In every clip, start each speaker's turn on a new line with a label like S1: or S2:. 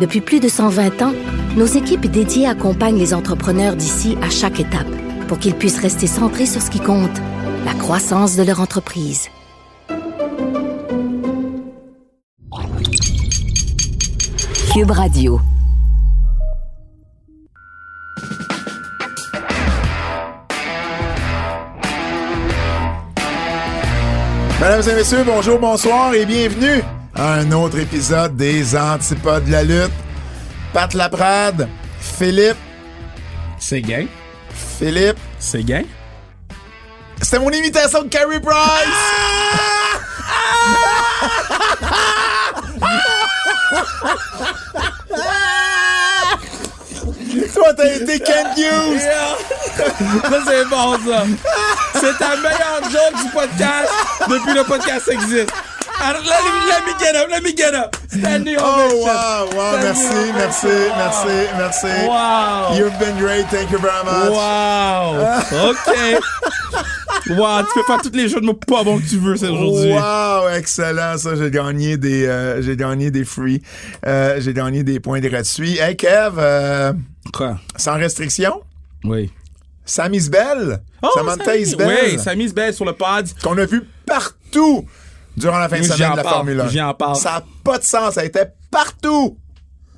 S1: Depuis plus de 120 ans, nos équipes dédiées accompagnent les entrepreneurs d'ici à chaque étape pour qu'ils puissent rester centrés sur ce qui compte, la croissance de leur entreprise.
S2: Cube Radio.
S3: Mesdames et messieurs, bonjour, bonsoir et bienvenue à un autre épisode des Antipodes de la lutte. Pat Laprade, Philippe,
S4: C'est gay.
S3: Philippe.
S4: C'est gay.
S3: C'était mon imitation de Carrie Price! Toi, t'as été Ken Hughes!
S4: Ça, c'est bon, ça. C'est ta meilleure joke du podcast depuis le podcast existe. Alors, let me, let me get up, let me get up. Stand the
S3: Oh,
S4: ovation.
S3: wow, wow,
S4: Stand
S3: merci,
S4: the
S3: merci,
S4: ovation.
S3: merci, merci.
S4: Wow.
S3: You've been great, thank you very much.
S4: Wow. OK. Wow, tu peux faire tous les jeux de mots pas bons que tu veux, c'est aujourd'hui.
S3: Wow, excellent ça, j'ai gagné des euh, j'ai gagné des free, Euh, j'ai gagné des points gratuits. Hey Kev, euh,
S4: Quoi?
S3: sans restriction,
S4: Oui.
S3: Sam Isbell, Samantha Isbell,
S4: Oh, Oui, Samy Isbell sur le pod.
S3: qu'on a vu partout durant la fin de
S4: Oui,
S3: semaine
S4: j'en
S3: de la
S4: parle,
S3: Formule 1.
S4: j'en parle.
S3: Ça n'a pas de sens, ça était partout.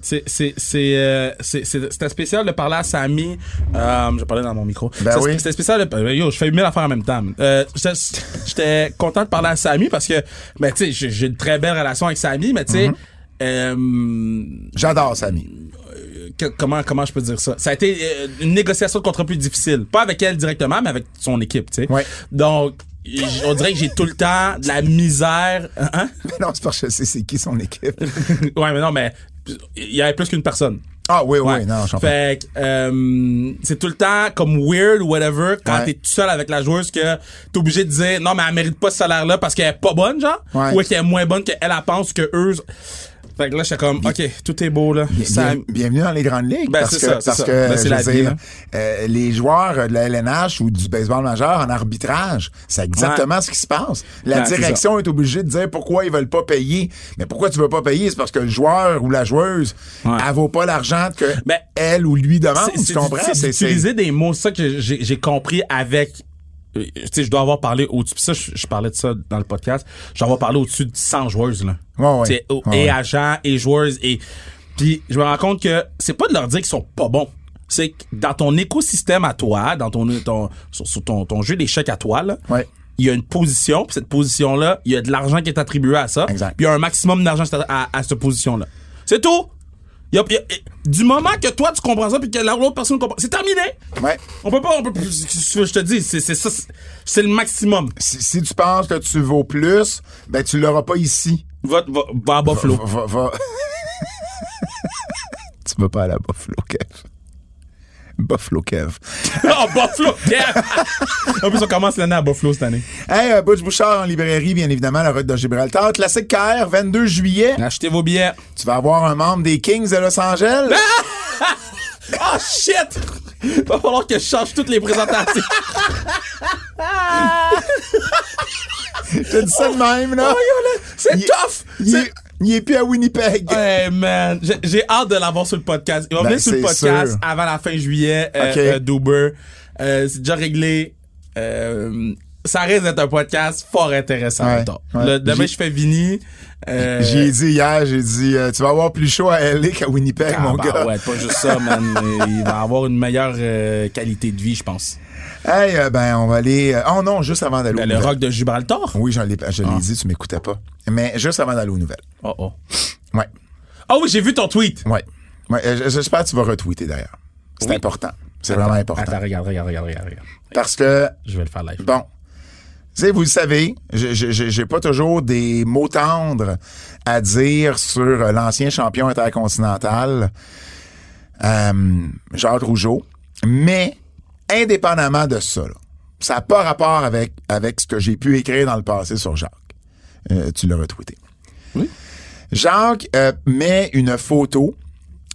S4: C'est- c'est- c'est, euh, c'est- c'est- C'était spécial de parler à Samy. Euh, je parlais dans mon micro.
S3: Ben
S4: C'était-
S3: oui.
S4: C'était spécial de. ben, Yo, je fais mille affaires en même temps. Euh, j'étais- J'étais content de parler à Samy parce que, ben, tu sais, j'ai j'ai une très belle relation avec Samy, mais tu sais, euh,
S3: J'adore Samy.
S4: que- comment comment je peux dire ça ça a été euh, une négociation de contrat plus difficile pas avec elle directement mais avec son équipe tu sais
S3: Ouais.
S4: donc j- on dirait que j'ai tout le temps de la misère hein
S3: Non, c'est parce que je sais c'est qui son équipe.
S4: ouais mais non mais il y avait plus qu'une personne
S3: Ah oui,
S4: Ouais.
S3: oui, non, je comprends.
S4: Fait que, euh, c'est tout le temps comme weird ou whatever quand
S3: Ouais.
S4: t'es tout seul avec la joueuse que t'es obligé de dire non mais elle mérite pas ce salaire là parce qu'elle est pas bonne genre
S3: Ouais.
S4: ou qu'elle est moins bonne qu'elle elle pense que eux fait que là j'étais comme ok tout est beau là Ça-
S3: Bien- bienvenue dans les grandes ligues.
S4: Ben,
S3: parce
S4: c'est
S3: que,
S4: ça, c'est
S3: parce
S4: ça.
S3: que
S4: Ben, c'est
S3: je
S4: la
S3: veux
S4: vie,
S3: dire,
S4: hein.
S3: euh, les joueurs de la LNH ou du baseball majeur en arbitrage, c'est exactement ce qui se passe. La
S4: Ben, c'est
S3: direction est, obligée de dire pourquoi ils veulent pas payer. Mais pourquoi tu veux pas payer? C'est parce que le joueur ou la joueuse,
S4: Ouais.
S3: elle vaut pas l'argent que
S4: Ben,
S3: elle ou lui demande.
S4: C'est-
S3: Tu
S4: c'est-
S3: comprends?
S4: c'est- C'est utiliser des mots, c'est ça que j'ai j'ai compris avec. euh, Tu sais, je dois avoir parlé au-dessus. pis Ça, je, je parlais de ça dans le podcast. Je dois avoir parlé au-dessus de 100 joueuses, là.
S3: Ouais, ouais.
S4: Tu sais, au-
S3: Ouais,
S4: et
S3: ouais.
S4: agents, et joueuses, et. Puis, je me rends compte que c'est pas de leur dire qu'ils sont pas bons. C'est que dans ton écosystème à toi, dans ton, ton, sur, sur ton, ton jeu d'échecs à toi, là,
S3: Ouais.
S4: il y a une position, puis cette position-là, il y a de l'argent qui est attribué à ça.
S3: Exact.
S4: Puis il y a un maximum d'argent à, à, à cette position-là. C'est tout. Il y a- il y a- du moment que toi, tu comprends ça, puis que la- l'autre personne comprend, c'est terminé.
S3: Ouais.
S4: On peut pas, on peut plus- qu'est-ce que tu veux que je te dis, c'est c'est ça, c'est- c'est le maximum.
S3: Si, si tu penses que tu vaux plus, ben tu l'auras pas ici.
S4: Va, va, va à Buffalo.
S3: Va- va- va- tu vas pas aller à Buffalo, Kev. Buffalo, Kev.
S4: oh, Buffalo, yeah! En plus, on commence l'année à Buffalo cette année.
S3: Hey, euh, Butch Bouchard en librairie, bien évidemment, la route de Gibraltar. Classique KR, 22 juillet.
S4: Achetez vos billets.
S3: Tu vas avoir un membre des Kings de Los Angeles.
S4: Oh, shit! Va falloir que je change toutes les présentations.
S3: Je dis ça de même,
S4: Oh
S3: là.
S4: C'est
S3: Il-
S4: tough!
S3: Il
S4: C'est-
S3: est, il est plus à Winnipeg.
S4: Oh, Hey man, j'ai- j'ai hâte de l'avoir sur le podcast. Il va
S3: Ben,
S4: venir sur le
S3: c'est
S4: podcast
S3: sûr.
S4: avant la fin juillet euh,
S3: Ok.
S4: euh, d'Uber. Euh, c'est déjà réglé. Euh, ça risque d'être un podcast fort intéressant.
S3: Ouais,
S4: mettons.
S3: ouais.
S4: Le- demain,
S3: J'ai-
S4: je fais Vini. Euh,
S3: J'ai dit hier, j'ai dit, euh, tu vas avoir plus chaud à LA qu'à Winnipeg,
S4: ah,
S3: mon
S4: bah
S3: gars.
S4: ouais, pas juste ça, man. Euh, Il va avoir une meilleure euh, qualité de vie, je pense.
S3: Hey, euh, ben, on va aller. euh, oh non, juste avant d'aller
S4: Ben,
S3: aux
S4: le
S3: nouvelles.
S4: rock Ah. de Gibraltar.
S3: Oui, je l'ai je l'ai dit, tu m'écoutais pas. Mais juste avant d'aller aux nouvelles.
S4: Oh, oh.
S3: Ouais.
S4: Ah oui, j'ai vu ton tweet.
S3: Ouais. ouais euh, j- J'espère que tu vas retweeter d'ailleurs. C'est important. C'est vraiment important.
S4: Attends, regarde, regarde, regarde, regarde, regarde.
S3: Parce que
S4: Je vais le faire live.
S3: Bon. Tu sais, vous le savez, je- je- je- j'ai pas toujours des mots tendres à dire sur euh, l'ancien champion intercontinental. euh, Jacques Rougeau. Mais, indépendamment de ça, là, ça n'a pas rapport avec, avec ce que j'ai pu écrire dans le passé sur Jacques. Euh, tu l'as retweeté.
S4: Oui.
S3: Jacques euh, met une photo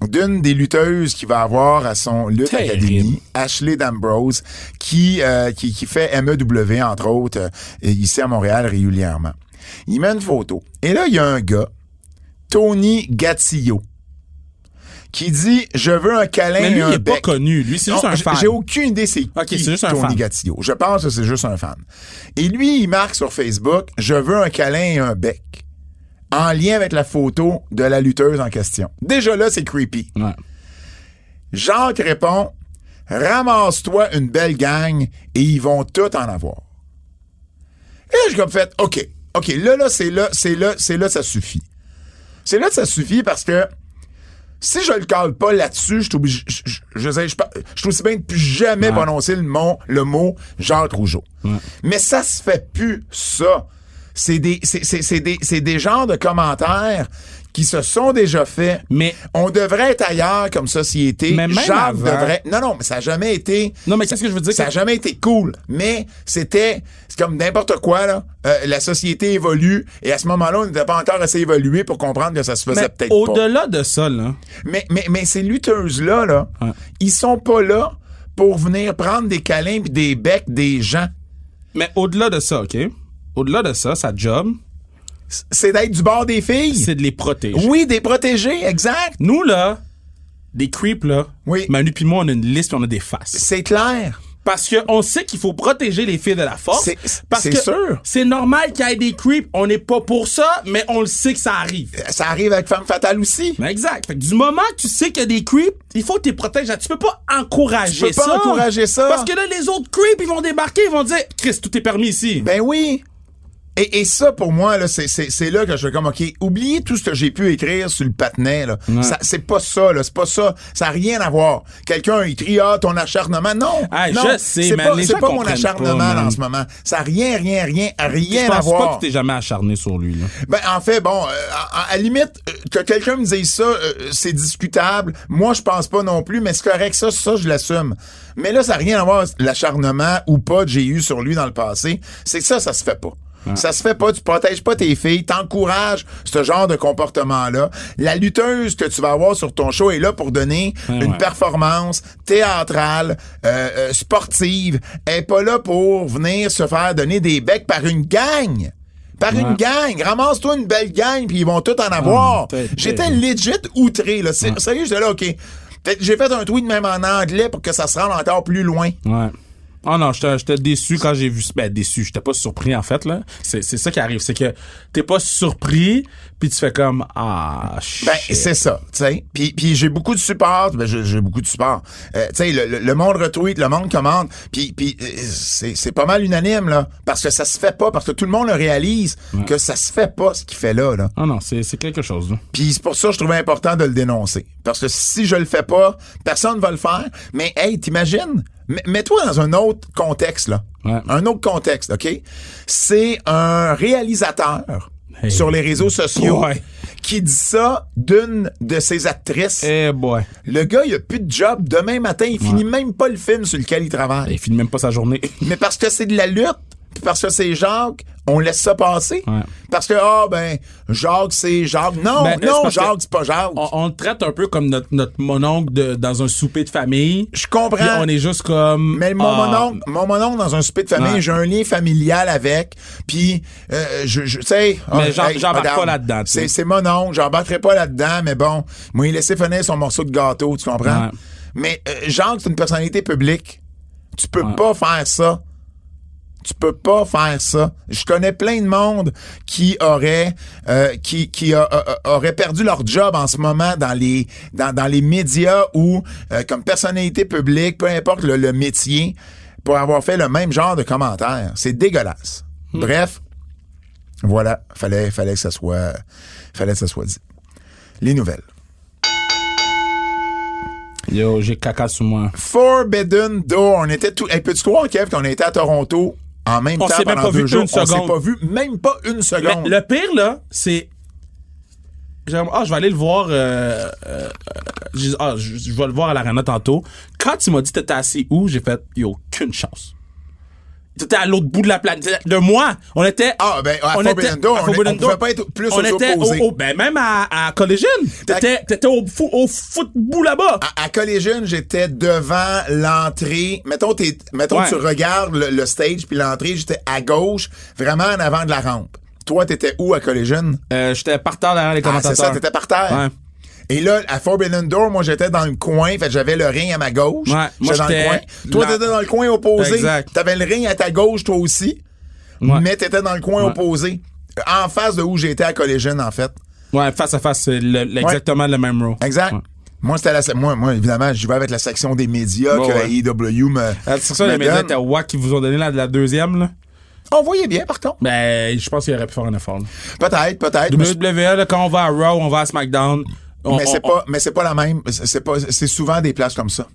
S3: d'une des lutteuses qui va avoir à son Lutte
S4: Terrible.
S3: Academy, Ashley D'Ambrose, qui, euh, qui, qui fait MEW, entre autres, euh, ici à Montréal régulièrement. Il met une photo. Et là, il y a un gars, Tony Gatillo, qui dit « Je veux un câlin
S4: Mais
S3: et
S4: lui,
S3: Ben, un
S4: il est pas
S3: bec.
S4: connu. Lui, c'est juste
S3: Non,
S4: un
S3: j-
S4: fan.
S3: J'ai aucune idée c'est
S4: Ok,
S3: qui
S4: c'est juste un
S3: Tony
S4: fan.
S3: Gatillo. Je pense que c'est juste un fan. Et lui, il marque sur Facebook « Je veux un câlin et un bec » en lien avec la photo de la lutteuse en question. Déjà là, c'est creepy.
S4: Ouais.
S3: Jacques répond Ramasse-toi une belle gang et ils vont tout en avoir. Et là, j'ai comme fait OK, OK, là, là, c'est là, c'est là, c'est là, ça suffit. C'est là que ça suffit parce que si je le cale pas là-dessus, je suis obligé- je- je- je veux dire, je pa- je suis aussi bien de plus jamais prononcer le mot, le mot Jacques Rougeau. Mais ça se fait plus, ça. C'est des, c'est, c'est- c'est des, c'est des genres de commentaires qui se sont déjà faits.
S4: Mais-
S3: on devrait être ailleurs comme société.
S4: Mais même
S3: Jacques
S4: avant-
S3: devrait. Non, non, mais ça n'a jamais été.
S4: Non, mais qu'est-ce que je veux dire?
S3: Ça n'a jamais été cool, mais c'était c'est comme n'importe quoi. Là. Euh, la société évolue et à ce moment-là, on n'était pas encore assez évolué pour comprendre que ça se faisait
S4: Mais
S3: peut-être pas.
S4: au-delà de ça, là.
S3: Mais, mais, mais ces lutteuses-là, là,
S4: Ouais.
S3: ils sont pas là pour venir prendre des câlins puis des becs des gens.
S4: Mais au-delà de ça, OK? Au-delà de ça, sa job,
S3: C'est d'être du bord des filles.
S4: c'est de les protéger.
S3: Oui, des protégés, exact.
S4: Nous, là, des creeps, là.
S3: Oui.
S4: Manu puis moi, on a une liste, on a des faces.
S3: C'est clair.
S4: Parce qu'on sait qu'il faut protéger les filles de la force.
S3: C'est-
S4: parce
S3: c'est
S4: que
S3: sûr.
S4: C'est normal qu'il y ait des creeps. On n'est pas pour ça, mais on le sait que ça arrive.
S3: Ça arrive avec Femme Fatale aussi.
S4: Ben, exact. Fait que du moment que tu sais qu'il y a des creeps, il faut que tu les protèges. Tu peux pas encourager
S3: Tu peux pas
S4: ça.
S3: encourager ça.
S4: Parce que là, les autres creeps, ils vont débarquer, ils vont dire Chris, tout est permis ici.
S3: Ben oui. Et, et ça, pour moi, là, c'est, c'est, c'est là que je suis comme, OK, oubliez tout ce que j'ai pu écrire sur le patinet. Là. Ça, c'est pas ça, là, c'est pas ça. Ça n'a rien à voir. Quelqu'un écrit, ah, ton acharnement. Non,
S4: Ah,
S3: non
S4: je sais,
S3: c'est
S4: man,
S3: pas,
S4: les
S3: c'est
S4: gens
S3: pas mon
S4: comprennent pas,
S3: acharnement
S4: man.
S3: en ce moment. Ça n'a rien, rien, rien, rien
S4: je
S3: à
S4: pense
S3: voir.
S4: pas que tu t'es jamais acharné sur lui. Là.
S3: Ben, en fait, bon, euh, à, à la limite, euh, que quelqu'un me dise ça, euh, c'est discutable. Moi, je pense pas non plus, mais c'est correct, ça, ça, je l'assume. Mais là, ça n'a rien à voir avec l'acharnement ou pas que j'ai eu sur lui dans le passé. C'est que ça, ça se fait pas. Ça se fait pas, tu protèges pas tes filles, t'encourages ce genre de comportement-là. La lutteuse que tu vas avoir sur ton show est là pour donner
S4: Ouais,
S3: une
S4: ouais.
S3: performance théâtrale, euh, euh, sportive. Elle est pas là pour venir se faire donner des becs par une gang. Par une gang. Ramasse-toi une belle gang, puis ils vont tout en avoir.
S4: t'es- t'es-
S3: J'étais legit outré. Là. C'est- Sérieux, j'étais là, OK. Fait que J'ai fait un tweet même en anglais pour que ça se rende encore plus loin.
S4: Ouais. Oh non, j'étais j'étais déçu quand j'ai vu ça. Ben, déçu, j'étais pas surpris en fait, là. C'est c'est ça qui arrive, c'est que t'es pas surpris, puis tu fais comme Ah, shit.
S3: Ben, c'est ça, tu sais. Puis, puis j'ai beaucoup de support, ben, j'ai j'ai beaucoup de support. Euh, tu sais, le, le- le monde retweet, le monde commande, puis, puis euh, c'est c'est pas mal unanime, là, parce que ça se fait pas, parce que tout le monde le réalise que ça se fait pas, ce qu'il fait là, là.
S4: Oh non, c'est c'est quelque chose, là.
S3: Puis c'est pour ça que je trouvais important de le dénoncer. Parce que si je le fais pas, personne va le faire. Mais hey, t'imagines? M- Mets-toi dans un autre contexte, là.
S4: Ouais.
S3: Un autre contexte, OK? C'est un réalisateur
S4: Hey.
S3: sur les réseaux sociaux
S4: Ouais.
S3: qui dit ça d'une de ses actrices.
S4: Eh boy.
S3: Le gars, il a plus de job. Demain matin, il finit même pas le film sur lequel il travaille.
S4: Il filme même pas sa journée.
S3: Mais parce que c'est de la lutte, puis parce que c'est Jacques, on laisse ça passer.
S4: Ouais.
S3: Parce que, ah, ben, Jacques, c'est Jacques. Non,
S4: Ben, là, c'est
S3: non,
S4: parce que-
S3: Jacques, c'est pas Jacques.
S4: on, on le traite un peu comme notre, notre mononcle de- dans un souper de famille.
S3: Je
S4: Puis
S3: comprends.
S4: on est juste comme.
S3: Mais mon,
S4: Ah,
S3: mononcle, mon mononcle dans un souper de famille,
S4: Ouais.
S3: j'ai un lien familial avec, puis euh, je, je- tu sais... ah,
S4: j'en- j'embarque
S3: madame,
S4: pas là-dedans, tu
S3: C'est
S4: sais.
S3: c'est mon oncle, j'embarquerai pas là-dedans, mais bon, moi, il laissait finir son morceau de gâteau, tu comprends?
S4: Ouais.
S3: Mais euh, Jacques, c'est une personnalité publique. Tu peux pas faire ça. Tu peux pas faire ça. Je connais plein de monde qui aurait euh, qui, qui a- a- a- aurait perdu leur job en ce moment dans les dans, dans les médias ou euh, comme personnalité publique, peu importe le, le métier, pour avoir fait le même genre de commentaires. C'est dégueulasse. Bref, voilà, fallait fallait que ça soit fallait que ça soit dit. Les nouvelles.
S4: Yo, j'ai caca sous moi.
S3: Forbidden Door. On était tout. Hey, peux-tu croire, Kev, qu'on était à Toronto en même
S4: On
S3: temps
S4: s'est même
S3: pendant
S4: pas vu
S3: deux jours?
S4: une
S3: on s'est
S4: seconde.
S3: pas vu même pas une
S4: Mais
S3: seconde.
S4: le pire, là, c'est. j'ai comme, ah, je vais aller le voir. euh, euh, euh, j'ai dit, ah, je, je vais le voir à l'arena tantôt. Quand tu m'as dit t'étais assis où, j'ai fait, il a aucune chance. T'étais à l'autre bout de la planète. De moi, on était.
S3: Ah, ben, à Forbidden Door, on est- on pouvait pas être plus
S4: on
S3: aux
S4: était
S3: opposés.
S4: au- au- ben, même à, à Collision. T'étais, t'étais au, fou- au football là-bas.
S3: À, à Collision, j'étais devant l'entrée. Mettons, t'es- mettons
S4: Ouais.
S3: tu regardes le, le stage puis l'entrée, j'étais à gauche, vraiment en avant de la rampe. Toi, t'étais où à Collision?
S4: Euh, j'étais par terre derrière les
S3: Ah,
S4: commentateurs.
S3: c'est ça, t'étais par terre.
S4: Ouais.
S3: Et là, à Forbidden Door, moi, j'étais dans le coin. Fait que j'avais le ring à ma gauche.
S4: Ouais, moi,
S3: j'étais dans le
S4: j'étais
S3: coin. Toi,
S4: la-
S3: t'étais dans le coin opposé.
S4: Exact.
S3: T'avais le ring à ta gauche, toi aussi.
S4: Ouais.
S3: Mais t'étais dans le coin
S4: Ouais.
S3: opposé. En face de où j'étais à Collision, en fait.
S4: Ouais, face à face, c'est le- le- exactement le même row.
S3: Exact.
S4: Ouais.
S3: Moi, c'était la, se- moi, moi, évidemment, j'y vais avec la section des médias
S4: Bon,
S3: que
S4: ouais.
S3: AEW me.
S4: Ah, C'est ça,
S3: me
S4: les médias
S3: donne.
S4: étaient wack qui vous ont donné la, la deuxième, là.
S3: On voyait bien, par contre.
S4: Ben, je pense qu'il aurait pu faire un effort, là.
S3: Peut-être, peut-être. mais-
S4: WWE, là, quand on va à Raw, on va à SmackDown. on-
S3: Mais
S4: on-
S3: c'est pas, mais c'est pas la même. c'est- C'est pas, c'est souvent des places comme ça.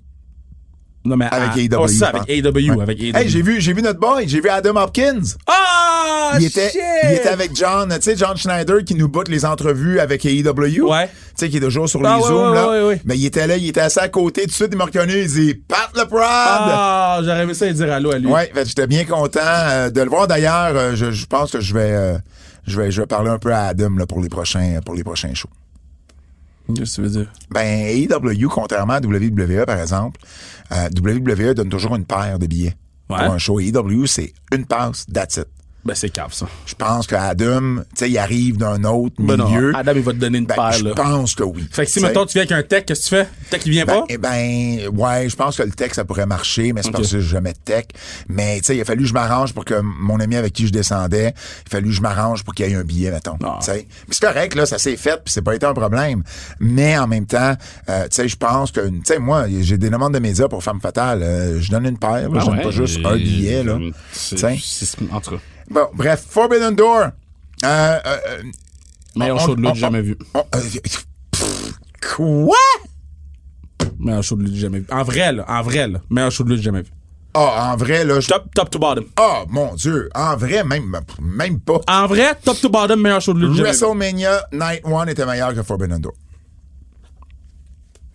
S4: on- non, mais
S3: Avec
S4: à-
S3: AEW.
S4: Oh, c'est
S3: je
S4: ça, avec
S3: pense.
S4: AEW,
S3: Ouais.
S4: avec E AEW.
S3: Hey, j'ai vu, j'ai vu notre boy. J'ai vu Adam Hopkins.
S4: Ah!
S3: il était,
S4: shit!
S3: il était avec John, tu sais, John Schneider qui nous botte les entrevues avec AEW.
S4: Ouais.
S3: Tu sais, qui est toujours sur
S4: Ah,
S3: les
S4: ouais,
S3: Zooms,
S4: ouais,
S3: là.
S4: ouais, ouais.
S3: Mais il était là, il était assis à côté. Tout de suite, il m'a reconnu. Il dit, Pat le Prod!
S4: Ah, j'aurais aimé ça et dire allô à lui.
S3: Ouais, fait que j'étais bien content euh, de le voir. D'ailleurs, euh, je, je pense que je vais, euh, je vais, je vais parler un peu à Adam, là, pour les prochains, pour les prochains shows.
S4: Qu'est-ce que tu veux dire?
S3: Ben, AEW, contrairement à WWE, par exemple, euh, WWE donne toujours une paire de billets
S4: Ouais.
S3: pour un show. AEW, c'est une passe, that's it.
S4: Ben, c'est cave, ça.
S3: Je pense que Adam, tu sais, il arrive d'un autre
S4: Ben non,
S3: milieu.
S4: Adam, il va te donner une
S3: Ben,
S4: paire,
S3: je
S4: là.
S3: pense que oui.
S4: Fait que si,
S3: T'sais,
S4: mettons, tu viens avec un tech, qu'est-ce que tu fais? Tech, il vient
S3: ben,
S4: pas?
S3: eh ben, ouais, je pense que le tech, ça pourrait marcher, mais c'est parce que j'ai jamais de tech. Mais, tu sais, il a fallu que je m'arrange pour que mon ami avec qui je descendais, il a fallu que je m'arrange pour qu'il y ait un billet, mettons.
S4: Ah.
S3: Tu sais. Puis c'est correct, là, ça s'est fait, puis c'est pas été un problème. Mais en même temps, euh, tu sais, je pense que, tu sais, moi, j'ai des demandes de médias pour Femme Fatale. euh, je donne une paire, là,
S4: Ah
S3: je donne
S4: ouais,
S3: pas juste
S4: et-
S3: un billet, là.
S4: c'est-
S3: Tiens.
S4: c'est- En tout cas.
S3: Bon, bref, Forbidden Door. Euh, euh, euh,
S4: Meilleur
S3: on-
S4: show de
S3: on-
S4: lutte jamais vu.
S3: on- euh, pff, euh, quoi?
S4: Meilleur show de lutte jamais vu. En vrai, là. En vrai, là. Meilleur show de lutte jamais vu.
S3: Ah, en vrai, là, je...
S4: Top, top to bottom.
S3: Ah, mon Dieu. En vrai, même, même pas.
S4: En vrai, top to bottom, meilleur show de lutte Ah, jamais vu.
S3: WrestleMania Night One était meilleur que Forbidden Door.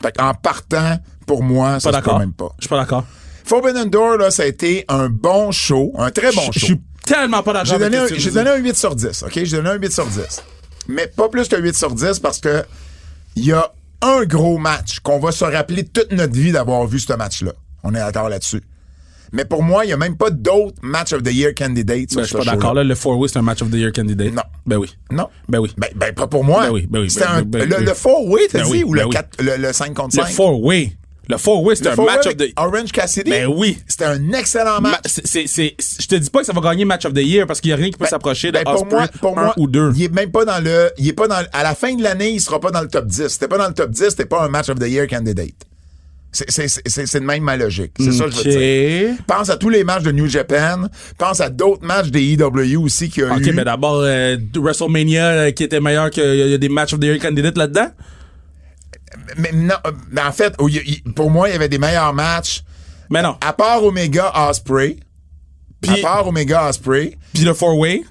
S3: Fait en partant, pour moi, ça
S4: Pas
S3: se peut
S4: d'accord.
S3: même pas.
S4: Je suis pas d'accord.
S3: Forbidden Door, là, ça a été un bon show, un très bon
S4: Je
S3: show.
S4: suis tellement pas d'accord.
S3: J'ai donné, un,
S4: avec ce que tu
S3: j'ai
S4: dis.
S3: donné un 8 sur 10, OK? J'ai donné un 8 sur 10. Mais pas plus que 8 sur 10 parce que il y a un gros match qu'on va se rappeler toute notre vie d'avoir vu ce match-là. On est d'accord là-dessus. Mais pour moi, il n'y a même pas d'autres Match of the Year candidates sur
S4: Ben, je suis
S3: ce
S4: pas
S3: show-là.
S4: d'accord. Là, le four way c'est un match of the year candidate.
S3: Non.
S4: Ben oui.
S3: Non.
S4: Ben oui.
S3: Ben, ben, pas pour moi.
S4: Ben oui, ben oui,
S3: C'était
S4: ben-
S3: un-
S4: ben-
S3: le,
S4: ben-
S3: le four-way, t'as
S4: Ben
S3: dit,
S4: oui,
S3: ou
S4: ben
S3: le,
S4: oui.
S3: quatre- le, le 5 contre
S4: Le
S3: 5?
S4: four way Le four way c'est
S3: Le
S4: un
S3: four-way
S4: match of
S3: avec
S4: the
S3: Orange Cassidy?
S4: Ben oui.
S3: C'était un excellent
S4: Ma-
S3: match.
S4: c'est- c'est- c'est- Je te dis pas que ça va gagner match of the year parce qu'il y a rien qui peut
S3: Ben,
S4: s'approcher de
S3: ben, pour
S4: Osprey,
S3: moi, pour
S4: un
S3: moi,
S4: ou deux.
S3: Il est même pas dans le, il est pas dans, à la fin de l'année, il sera pas dans le top 10. C'était pas dans le top 10, c'était pas un match of the year candidate. C'est, c'est, c'est, c'est- c'est de même ma logique. C'est ça que je veux dire.
S4: Ok.
S3: Pense à tous les matchs de New Japan. Pense à d'autres matchs des EW aussi qu'il y a
S4: Ok,
S3: eu.
S4: ben d'abord, euh, WrestleMania euh, qui était meilleur que il y a des match of the year candidates là-dedans.
S3: mais non, euh, mais en fait, oh, il- il- pour moi, il y avait des meilleurs matchs.
S4: Mais non.
S3: À part Omega Osprey. À
S4: Puis-
S3: part Omega Osprey.
S4: Puis le four way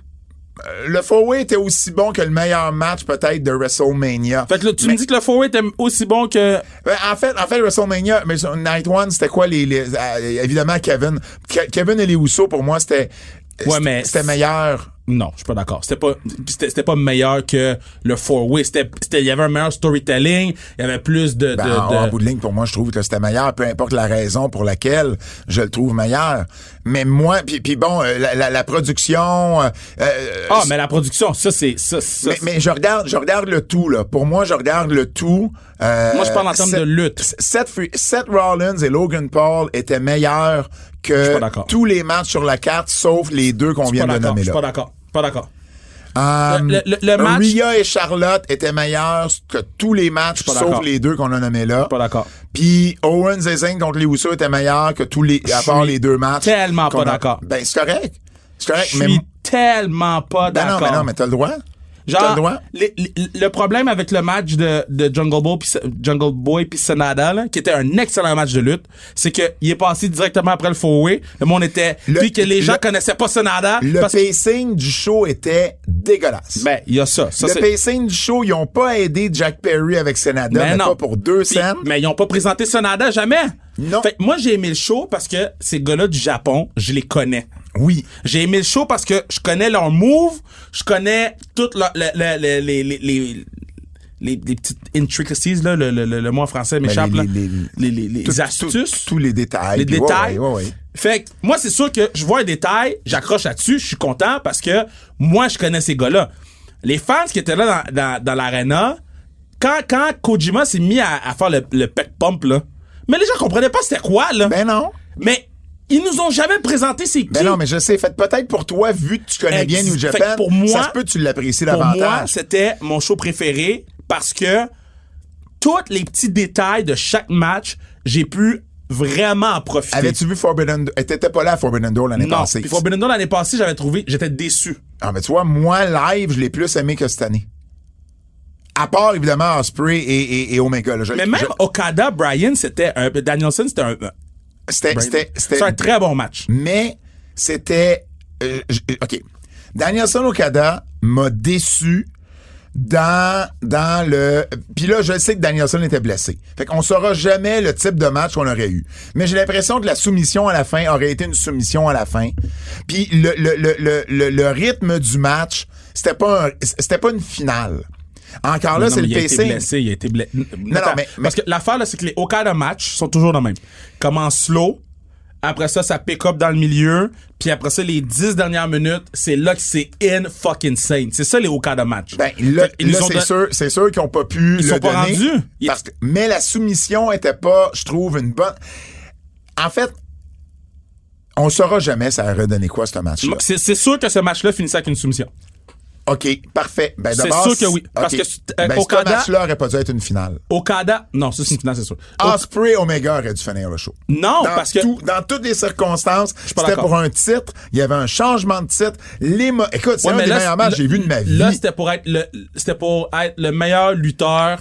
S3: Le four-way était aussi bon que le meilleur match peut-être de WrestleMania.
S4: Fait que là, tu
S3: Mais-
S4: me dis que le four way était aussi bon que.
S3: Ben, en fait, en fait, WrestleMania, mais sur Night One, c'était quoi les, les- euh, évidemment Kevin, Ke- Kevin et les Usos pour moi c'était,
S4: Ouais,
S3: c'était-
S4: mais-
S3: c'était meilleur.
S4: Non, je suis pas d'accord. C'était pas, c'était, c'était pas meilleur que le four way. C'était, c'était, il y avait un meilleur storytelling. Il y avait plus de, de,
S3: Ben, en,
S4: de-
S3: en bout de ligne, pour moi, je trouve que c'était meilleur, peu importe la raison pour laquelle je le trouve meilleur. Mais moi, puis puis bon, euh, la, la- la production, euh, euh,
S4: Ah, mais la production, ça, c'est, ça, ça,
S3: mais, mais je regarde, je regarde le tout là. Pour moi, je regarde le tout. euh,
S4: Moi, je parle en termes
S3: Seth-
S4: de lutte.
S3: Seth, Fre- Seth Rollins et Logan Paul étaient meilleurs que
S4: pas d'accord.
S3: tous les matchs sur la carte, sauf les deux qu'on
S4: Je suis
S3: vient
S4: pas
S3: de
S4: d'accord.
S3: nommer
S4: Je suis
S3: là.
S4: pas d'accord. Pas d'accord.
S3: Euh,
S4: Le- le- le match-
S3: Rhea et Charlotte étaient meilleurs que tous les matchs,
S4: pas
S3: sauf
S4: d'accord.
S3: les deux qu'on a nommés là.
S4: Pas d'accord.
S3: Puis Owens et Zayn contre les Usos étaient meilleurs que tous les, à
S4: Je
S3: part
S4: suis
S3: les deux matchs.
S4: tellement pas
S3: qu'on a-
S4: d'accord.
S3: Ben, c'est correct. C'est correct,
S4: Je
S3: mais.
S4: suis tellement pas
S3: Ben non,
S4: d'accord.
S3: mais non, mais t'as le droit. T'as le
S4: Genre,
S3: droit.
S4: les- les- le problème avec le match de, de Jungle Boy puis Se- Jungle Boy puis Senada, là, qui était un excellent match de lutte, c'est que il est passé directement après le four-way. Le monde était,
S3: Le-
S4: puis que les gens
S3: le-
S4: connaissaient pas Senada.
S3: Le
S4: parce que-
S3: pacing du show était dégueulasse.
S4: ben, il y a ça. ça
S3: le
S4: c'est-
S3: pacing du show, ils ont pas aidé Jack Perry avec Senada, mais, pas pour deux
S4: Ben Puis-
S3: scènes.
S4: Mais ils ont pas présenté Sonada jamais.
S3: Non.
S4: Fait que moi, j'ai aimé le show parce que ces gars-là du Japon, je les connais.
S3: Oui.
S4: J'ai aimé le show parce que je connais leurs moves, je connais toutes leurs- le- le- le- les, les, les, les- les petites intricacies, là, le, le, le, le mot en français m'échappe, là.
S3: Ben, les- les-
S4: les, les- les
S3: Tout- tout-
S4: astuces,
S3: Tous les détails.
S4: les
S3: puis ouais,
S4: détails.
S3: ouais, ouais, ouais.
S4: Fait que moi, c'est sûr que je vois un détail, j'accroche là-dessus, je suis content parce que moi, je connais ces gars-là. Les fans qui étaient là dans, dans, dans l'arena, quand, quand Kojima s'est mis à, à faire le, le pet pump, là, mais les gens comprenaient pas c'était quoi, là.
S3: Ben non.
S4: Mais ils nous ont jamais présenté c'est qui.
S3: Ben non, mais je sais. Fait peut-être pour toi, vu que tu connais
S4: Ex-
S3: bien New
S4: fait que
S3: Japan,
S4: pour moi-
S3: ça se peut que tu l'apprécies
S4: Pour moi,
S3: davantage.
S4: c'était mon show préféré parce que tous les petits détails de chaque match, j'ai pu vraiment en profiter.
S3: Avais-tu vu Forbidden Door? Eh, T'étais pas là à Forbidden Door l'année
S4: non,
S3: passée.
S4: puis Forbidden Door, l'année passée, j'avais trouvé, j'étais déçu.
S3: Ah, mais tu vois, moi, live, je l'ai plus aimé que cette année. À part, évidemment, Osprey et, et, et Omega. là. Je-
S4: Mais même
S3: je-
S4: Okada, Bryan, c'était un, Danielson, c'était un,
S3: c'était- c'était- c'était-
S4: c'était un très bon match.
S3: mais c'était. euh, j- OK. Danielson Okada m'a déçu dans, dans le. Puis là, je sais que Danielson était blessé. Fait qu'on saura jamais le type de match qu'on aurait eu. Mais j'ai l'impression que la soumission à la fin aurait été une soumission à la fin. Puis le, le, le, le, le- le rythme du match, c'était pas, un- c'était pas une finale. Encore là,
S4: Non,
S3: c'est
S4: mais
S3: le
S4: il a été
S3: pacing.
S4: blessé, il a été blessé.
S3: non, mais- mais-
S4: Parce que l'affaire, là, c'est que les Okada match sont toujours le même. Commence slow, après ça, ça pick up dans le milieu, puis après ça, les 10 dernières minutes, c'est là que c'est in fucking sane. C'est ça, les Okada match.
S3: Ben, là,
S4: Fait qu'ils
S3: là,
S4: nous ont
S3: c'est
S4: don-
S3: sûr, c'est sûr qu'ils n'ont pas pu
S4: Ils
S3: le
S4: sont pas
S3: donner.
S4: rendus. Ils-
S3: Parce que- mais la soumission était pas, je trouve, une bonne. En fait, on saura jamais ça a redonné quoi ce match-là.
S4: C'est c'est sûr que ce match-là finissait avec une soumission.
S3: Ok, parfait. Ben,
S4: C'est
S3: d'abord,
S4: sûr que oui. Parce
S3: ok.
S4: que, euh,
S3: Ben, ce
S4: Okada-
S3: match-là aurait pas dû être une finale.
S4: Okada, non, ça, c'est une finale, c'est sûr.
S3: Osprey Omega aurait dû finir le show.
S4: Non,
S3: Ah, dans,
S4: parce que-
S3: tout- dans toutes les circonstances,
S4: pas
S3: c'était
S4: d'accord.
S3: pour un titre. Il y avait un changement de titre. Les mo- Écoute, c'est
S4: Ouais,
S3: un
S4: mais
S3: des
S4: là,
S3: meilleurs matchs que
S4: le-
S3: j'ai vu de ma vie.
S4: Là, c'était pour être le, c'était pour être le meilleur lutteur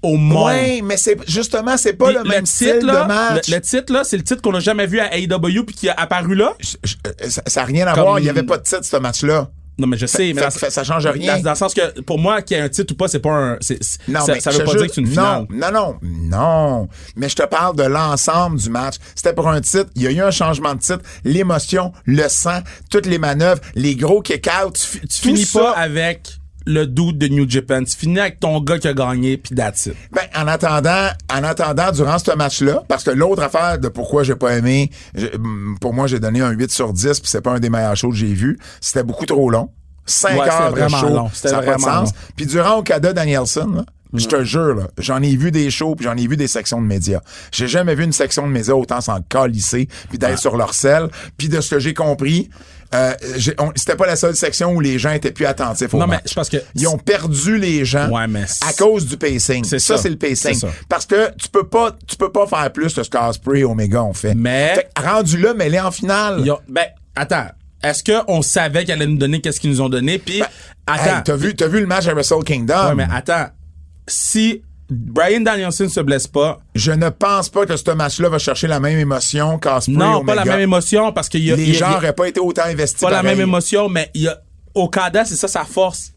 S4: au monde.
S3: Oui, mais c'est justement, c'est pas
S4: Puis
S3: le même
S4: titre,
S3: style
S4: là,
S3: de match.
S4: Le, le titre, là, c'est le titre qu'on n'a jamais vu à AEW puis qui est apparu là.
S3: je- je- ça- ça n'a rien à
S4: Comme-
S3: voir. Il n'y avait pas de titre, ce match-là.
S4: Non, mais je sais, mais
S3: fait-
S4: dans-
S3: fait- ça change rien.
S4: Dans, dans le sens que, pour moi, qu'il y ait un titre ou pas, c'est pas un, c'est, c'est-
S3: Non,
S4: ça,
S3: mais
S4: ça
S3: je
S4: veut
S3: te
S4: pas
S3: jure-
S4: dire que c'est une finale.
S3: Non, non, non, non. Mais je te parle de l'ensemble du match. C'était pour un titre. Il y a eu un changement de titre. L'émotion, le sang, toutes les manœuvres, les gros kick-outs. Tu, fi- tu
S4: Tu finis
S3: finis
S4: pas avec le dude de New Japan. Tu finis avec ton gars qui a gagné puis that's it.
S3: Ben, en attendant, en attendant, durant ce match-là, parce que l'autre affaire de pourquoi j'ai pas aimé, je- hum, pour moi, j'ai donné un 8 sur 10, puis c'est pas un des meilleurs shows que j'ai vu. C'était beaucoup trop long. 5
S4: Ouais,
S3: heures
S4: c'était
S3: de
S4: vraiment
S3: show,
S4: long. C'était
S3: ça a pas de
S4: vraiment
S3: sens.
S4: long. Mm.
S3: Puis durant Okada Danielson, là, je te jure, là, j'en ai vu des shows, puis j'en ai vu des sections de médias. J'ai jamais vu une section de médias autant s'en calisser, puis d'être sur leur selle. Puis de ce que j'ai compris, euh, j'ai- on- c'était pas la seule section où les gens étaient plus attentifs au
S4: Non, mais
S3: match.
S4: je pense que-
S3: Ils ont perdu les gens
S4: Ouais, mais
S3: à cause du pacing.
S4: C'est
S3: ça,
S4: ça.
S3: c'est le pacing.
S4: C'est ça.
S3: Parce que tu peux pas, tu peux pas faire plus de ce qu'Asprey et Omega ont fait.
S4: Mais-
S3: Fait que rendu là, mais elle est en finale.
S4: Ils ont- ben, attends. Est-ce qu'on savait qu'elle allait nous donner qu'est-ce qu'ils nous ont donné puis, attends.
S3: Ben, Hey, t'as vu, t'as vu le match à Wrestle Kingdom?
S4: Ouais, mais attends. Si Brian Danielson se blesse pas,
S3: Je ne pense pas que ce match-là va chercher la même émotion qu'Asprey et
S4: non,
S3: Omega.
S4: pas la même émotion parce qu'il y a, il
S3: Les
S4: y a- il y
S3: gens
S4: a
S3: n'auraient pas été autant investis.
S4: pas la
S3: pareil.
S4: même émotion, mais il y a Okada, c'est ça sa force.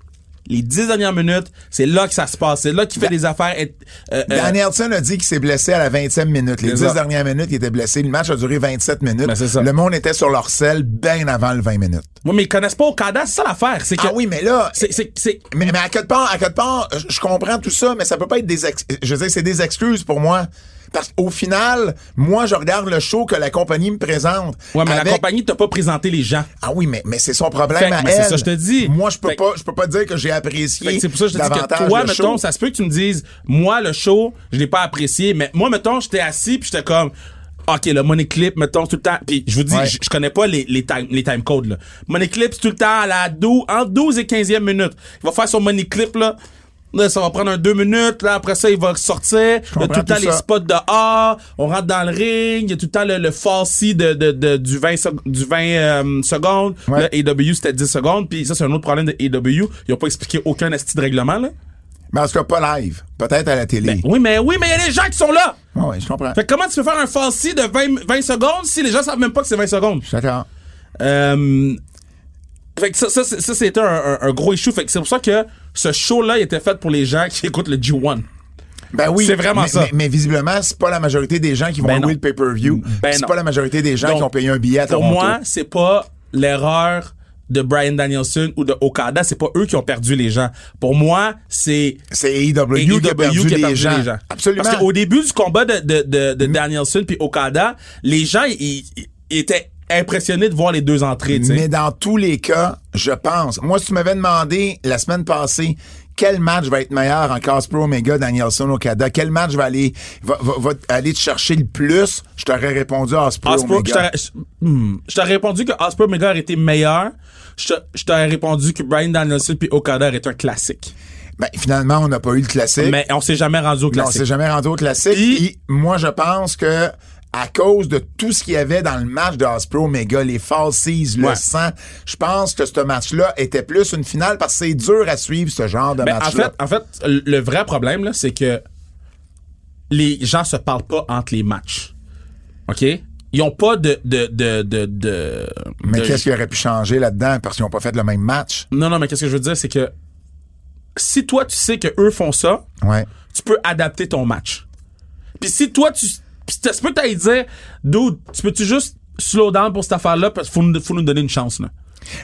S4: Les dix dernières minutes, c'est là que ça se passe. C'est là qu'il fait des affaires. et- euh, euh,
S3: Danielson a dit qu'il s'est blessé à la 20e minute. Les
S4: C'est
S3: 10
S4: ça.
S3: dernières minutes, il était blessé. Le match a duré 27 minutes.
S4: Ben, c'est ça.
S3: Le monde était sur leur selle bien avant le 20 minutes.
S4: oui, mais ils connaissent pas Okada, c'est ça l'affaire. C'est que
S3: Ah oui, mais là,
S4: c'est, c'est, c'est-
S3: Mais, mais à quelque part, à quelque part, je- je comprends tout ça, mais ça peut pas être des ex- je veux dire, c'est des excuses pour moi. Parce qu'au final, moi, je regarde le show que la compagnie me présente.
S4: ouais, mais la
S3: avec-
S4: compagnie t'a pas présenté les gens.
S3: Ah oui, mais, mais c'est son problème
S4: Fait que-
S3: à
S4: mais
S3: elle.
S4: c'est ça que je te dis.
S3: Moi, je peux
S4: Fait que-
S3: pas, je peux pas dire que j'ai
S4: Fait
S3: apprécié.
S4: que c'est pour ça que je te dis que
S3: davantage
S4: toi,
S3: le
S4: mettons,
S3: show.
S4: ça se peut que tu me dises, moi, le show, je l'ai pas apprécié, mais moi, mettons, j'étais assis puis j'étais comme, OK, le Money Clip, mettons, tout le temps. Puis je vous dis,
S3: Ouais.
S4: je je connais pas les, les, time, les time codes, là. Money Clip, c'est tout le temps à la 12, entre 12 et 15e minute. Il va faire son Money Clip, là. Là, ça va prendre un deux minutes. Là, après ça, il va sortir. Il y a
S3: comprends
S4: tout le temps
S3: tout
S4: les
S3: ça.
S4: spots dehors. On rentre dans le ring. Il y a tout le temps le, le farci de, de, de- du 20, sec- du 20 euh, secondes.
S3: Ouais.
S4: Le AW, c'était 10 secondes. Puis ça, c'est un autre problème de AW. Ils ont pas expliqué aucun asti de règlement. Là.
S3: Mais en tout cas, pas live. Peut-être à la télé.
S4: Oui, mais oui, mais il y a des gens qui sont là.
S3: Ouais, ouais, je comprends.
S4: Ben, Fait que comment tu peux faire un farci de 20, 20 secondes si les gens savent même pas que c'est 20 secondes?
S3: D'accord.
S4: Euh, fait que ça, ça, c'est- ça, c'était un, un- un gros issue. Fait que c'est pour ça que ce show-là, il était fait pour les gens qui écoutent le G1.
S3: Ben oui.
S4: C'est vraiment
S3: mais,
S4: ça.
S3: Mais, mais visiblement, c'est pas la majorité des gens qui vont
S4: Ben non.
S3: louer le pay-per-view.
S4: Ben
S3: c'est
S4: non.
S3: pas la majorité des gens
S4: Donc,
S3: qui ont payé un billet à
S4: Pour
S3: Toronto.
S4: moi, c'est pas l'erreur de Brian Danielson ou de Okada. C'est pas eux qui ont perdu les gens. Pour moi, c'est E
S3: c'est AEW,
S4: AEW
S3: qui a perdu, les, gens. Absolument.
S4: Parce qu'au début du combat de, de, de, de Danielson puis Okada, les gens, ils, ils- ils étaient impressionnés de voir les deux entrées, tu sais.
S3: Mais dans tous les cas, je pense. Moi, si tu m'avais demandé la semaine passée quel match va être meilleur en classe pro Omega Danielson Okada, quel match va aller va, va- va aller te chercher le plus, je t'aurais répondu à Osprey
S4: Osprey, je
S3: Omega.
S4: t'aurais- je- hmm, je t'aurais répondu que Osprey Omega aurait été meilleur. Je t'a- je t'aurais répondu que Brian Danielson puis Okada aurait été un classique.
S3: Ben, finalement, on n'a pas eu le classique.
S4: Mais on s'est jamais rendu au
S3: Non, on
S4: classique.
S3: s'est jamais rendu au classique.
S4: Puis-
S3: Puis, moi, je pense que à cause de tout ce qu'il y avait dans le match de Osprey Omega, les falsies, le
S4: Ouais.
S3: sang, je pense que ce match-là était plus une finale parce que c'est dur à suivre ce genre de
S4: Ben, en
S3: match-là.
S4: fait, en fait, le vrai problème, là, c'est que les gens se parlent pas entre les matchs. OK? Ils ont pas de. de, de, de, de-
S3: Mais
S4: de-
S3: qu'est-ce qui aurait pu changer là-dedans parce qu'ils n'ont pas fait le même match?
S4: Non, non, mais qu'est-ce que je veux dire, c'est que si toi, tu sais que eux font ça,
S3: Ouais.
S4: tu peux adapter ton match. Puis si toi, tu. Puis ça se peut que t'ailles dire, dude, tu peux-tu juste slow down pour cette affaire-là parce qu'il faut, nous- faut nous donner une chance, là.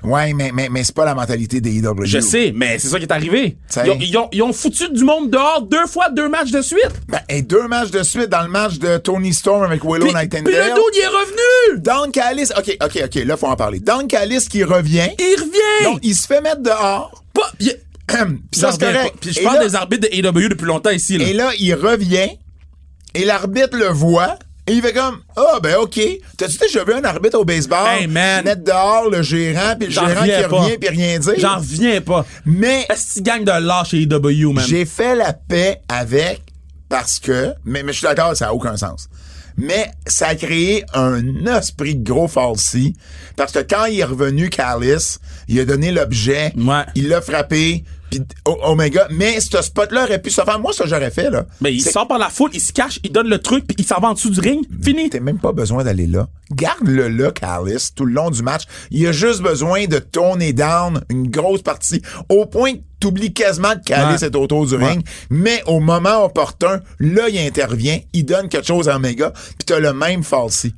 S3: Ouais, mais, mais, mais c'est pas la mentalité des E IW.
S4: Je sais, mais c'est ça qui est arrivé.
S3: T'sais.
S4: Ils ont, ils ont- ils ont foutu du monde dehors deux fois, deux matchs de suite.
S3: Ben, et deux matchs de suite dans le match de Tony Storm avec Willow
S4: Puis, puis
S3: Nightingale.
S4: le dude, il est revenu!
S3: Don Callis, ok, ok, ok, là, faut en parler. Don Callis qui revient.
S4: Il revient!
S3: Donc, il se fait mettre dehors.
S4: Pas- il-
S3: Puis ça,
S4: J'en
S3: c'est
S4: reviens
S3: correct.
S4: pas. Puis je
S3: Et
S4: parle
S3: là-
S4: des arbitres de AW depuis longtemps ici. Là.
S3: Et là, il revient, et l'arbitre le voit, et il fait comme Ah, ben, OK. T'as-tu déjà vu un arbitre au baseball
S4: Hey, man.
S3: mettre dehors le gérant, puis le
S4: J'en
S3: gérant qui
S4: reviens pas.
S3: revient, puis rien dire?
S4: J'en reviens pas.
S3: Mais
S4: Est-ce qu'il gagne de lâche chez AW, man?
S3: j'ai fait la paix avec parce que. Mais, mais je suis d'accord, ça n'a aucun sens. Mais ça a créé un esprit de gros falsi. Parce que quand il est revenu, Callis, il a donné l'objet,
S4: Ouais.
S3: il l'a frappé, puis oh, oh my God. Mais ce spot-là aurait pu se faire. Moi, ça, j'aurais fait, là.
S4: Mais Ben, il
S3: C'est-
S4: sort par la foule, il se cache, il donne le truc, puis il s'en va en dessous du ring. Fini.
S3: T'as même pas besoin d'aller là. Garde-le là, Carlis, tout le long du match. Il a juste besoin de tourner down une grosse partie, au point que t'oublies quasiment que Carlis
S4: Ouais.
S3: est autour du ring. Mais au moment opportun, là, il intervient, il donne quelque chose à Omega, puis t'as le même falsi.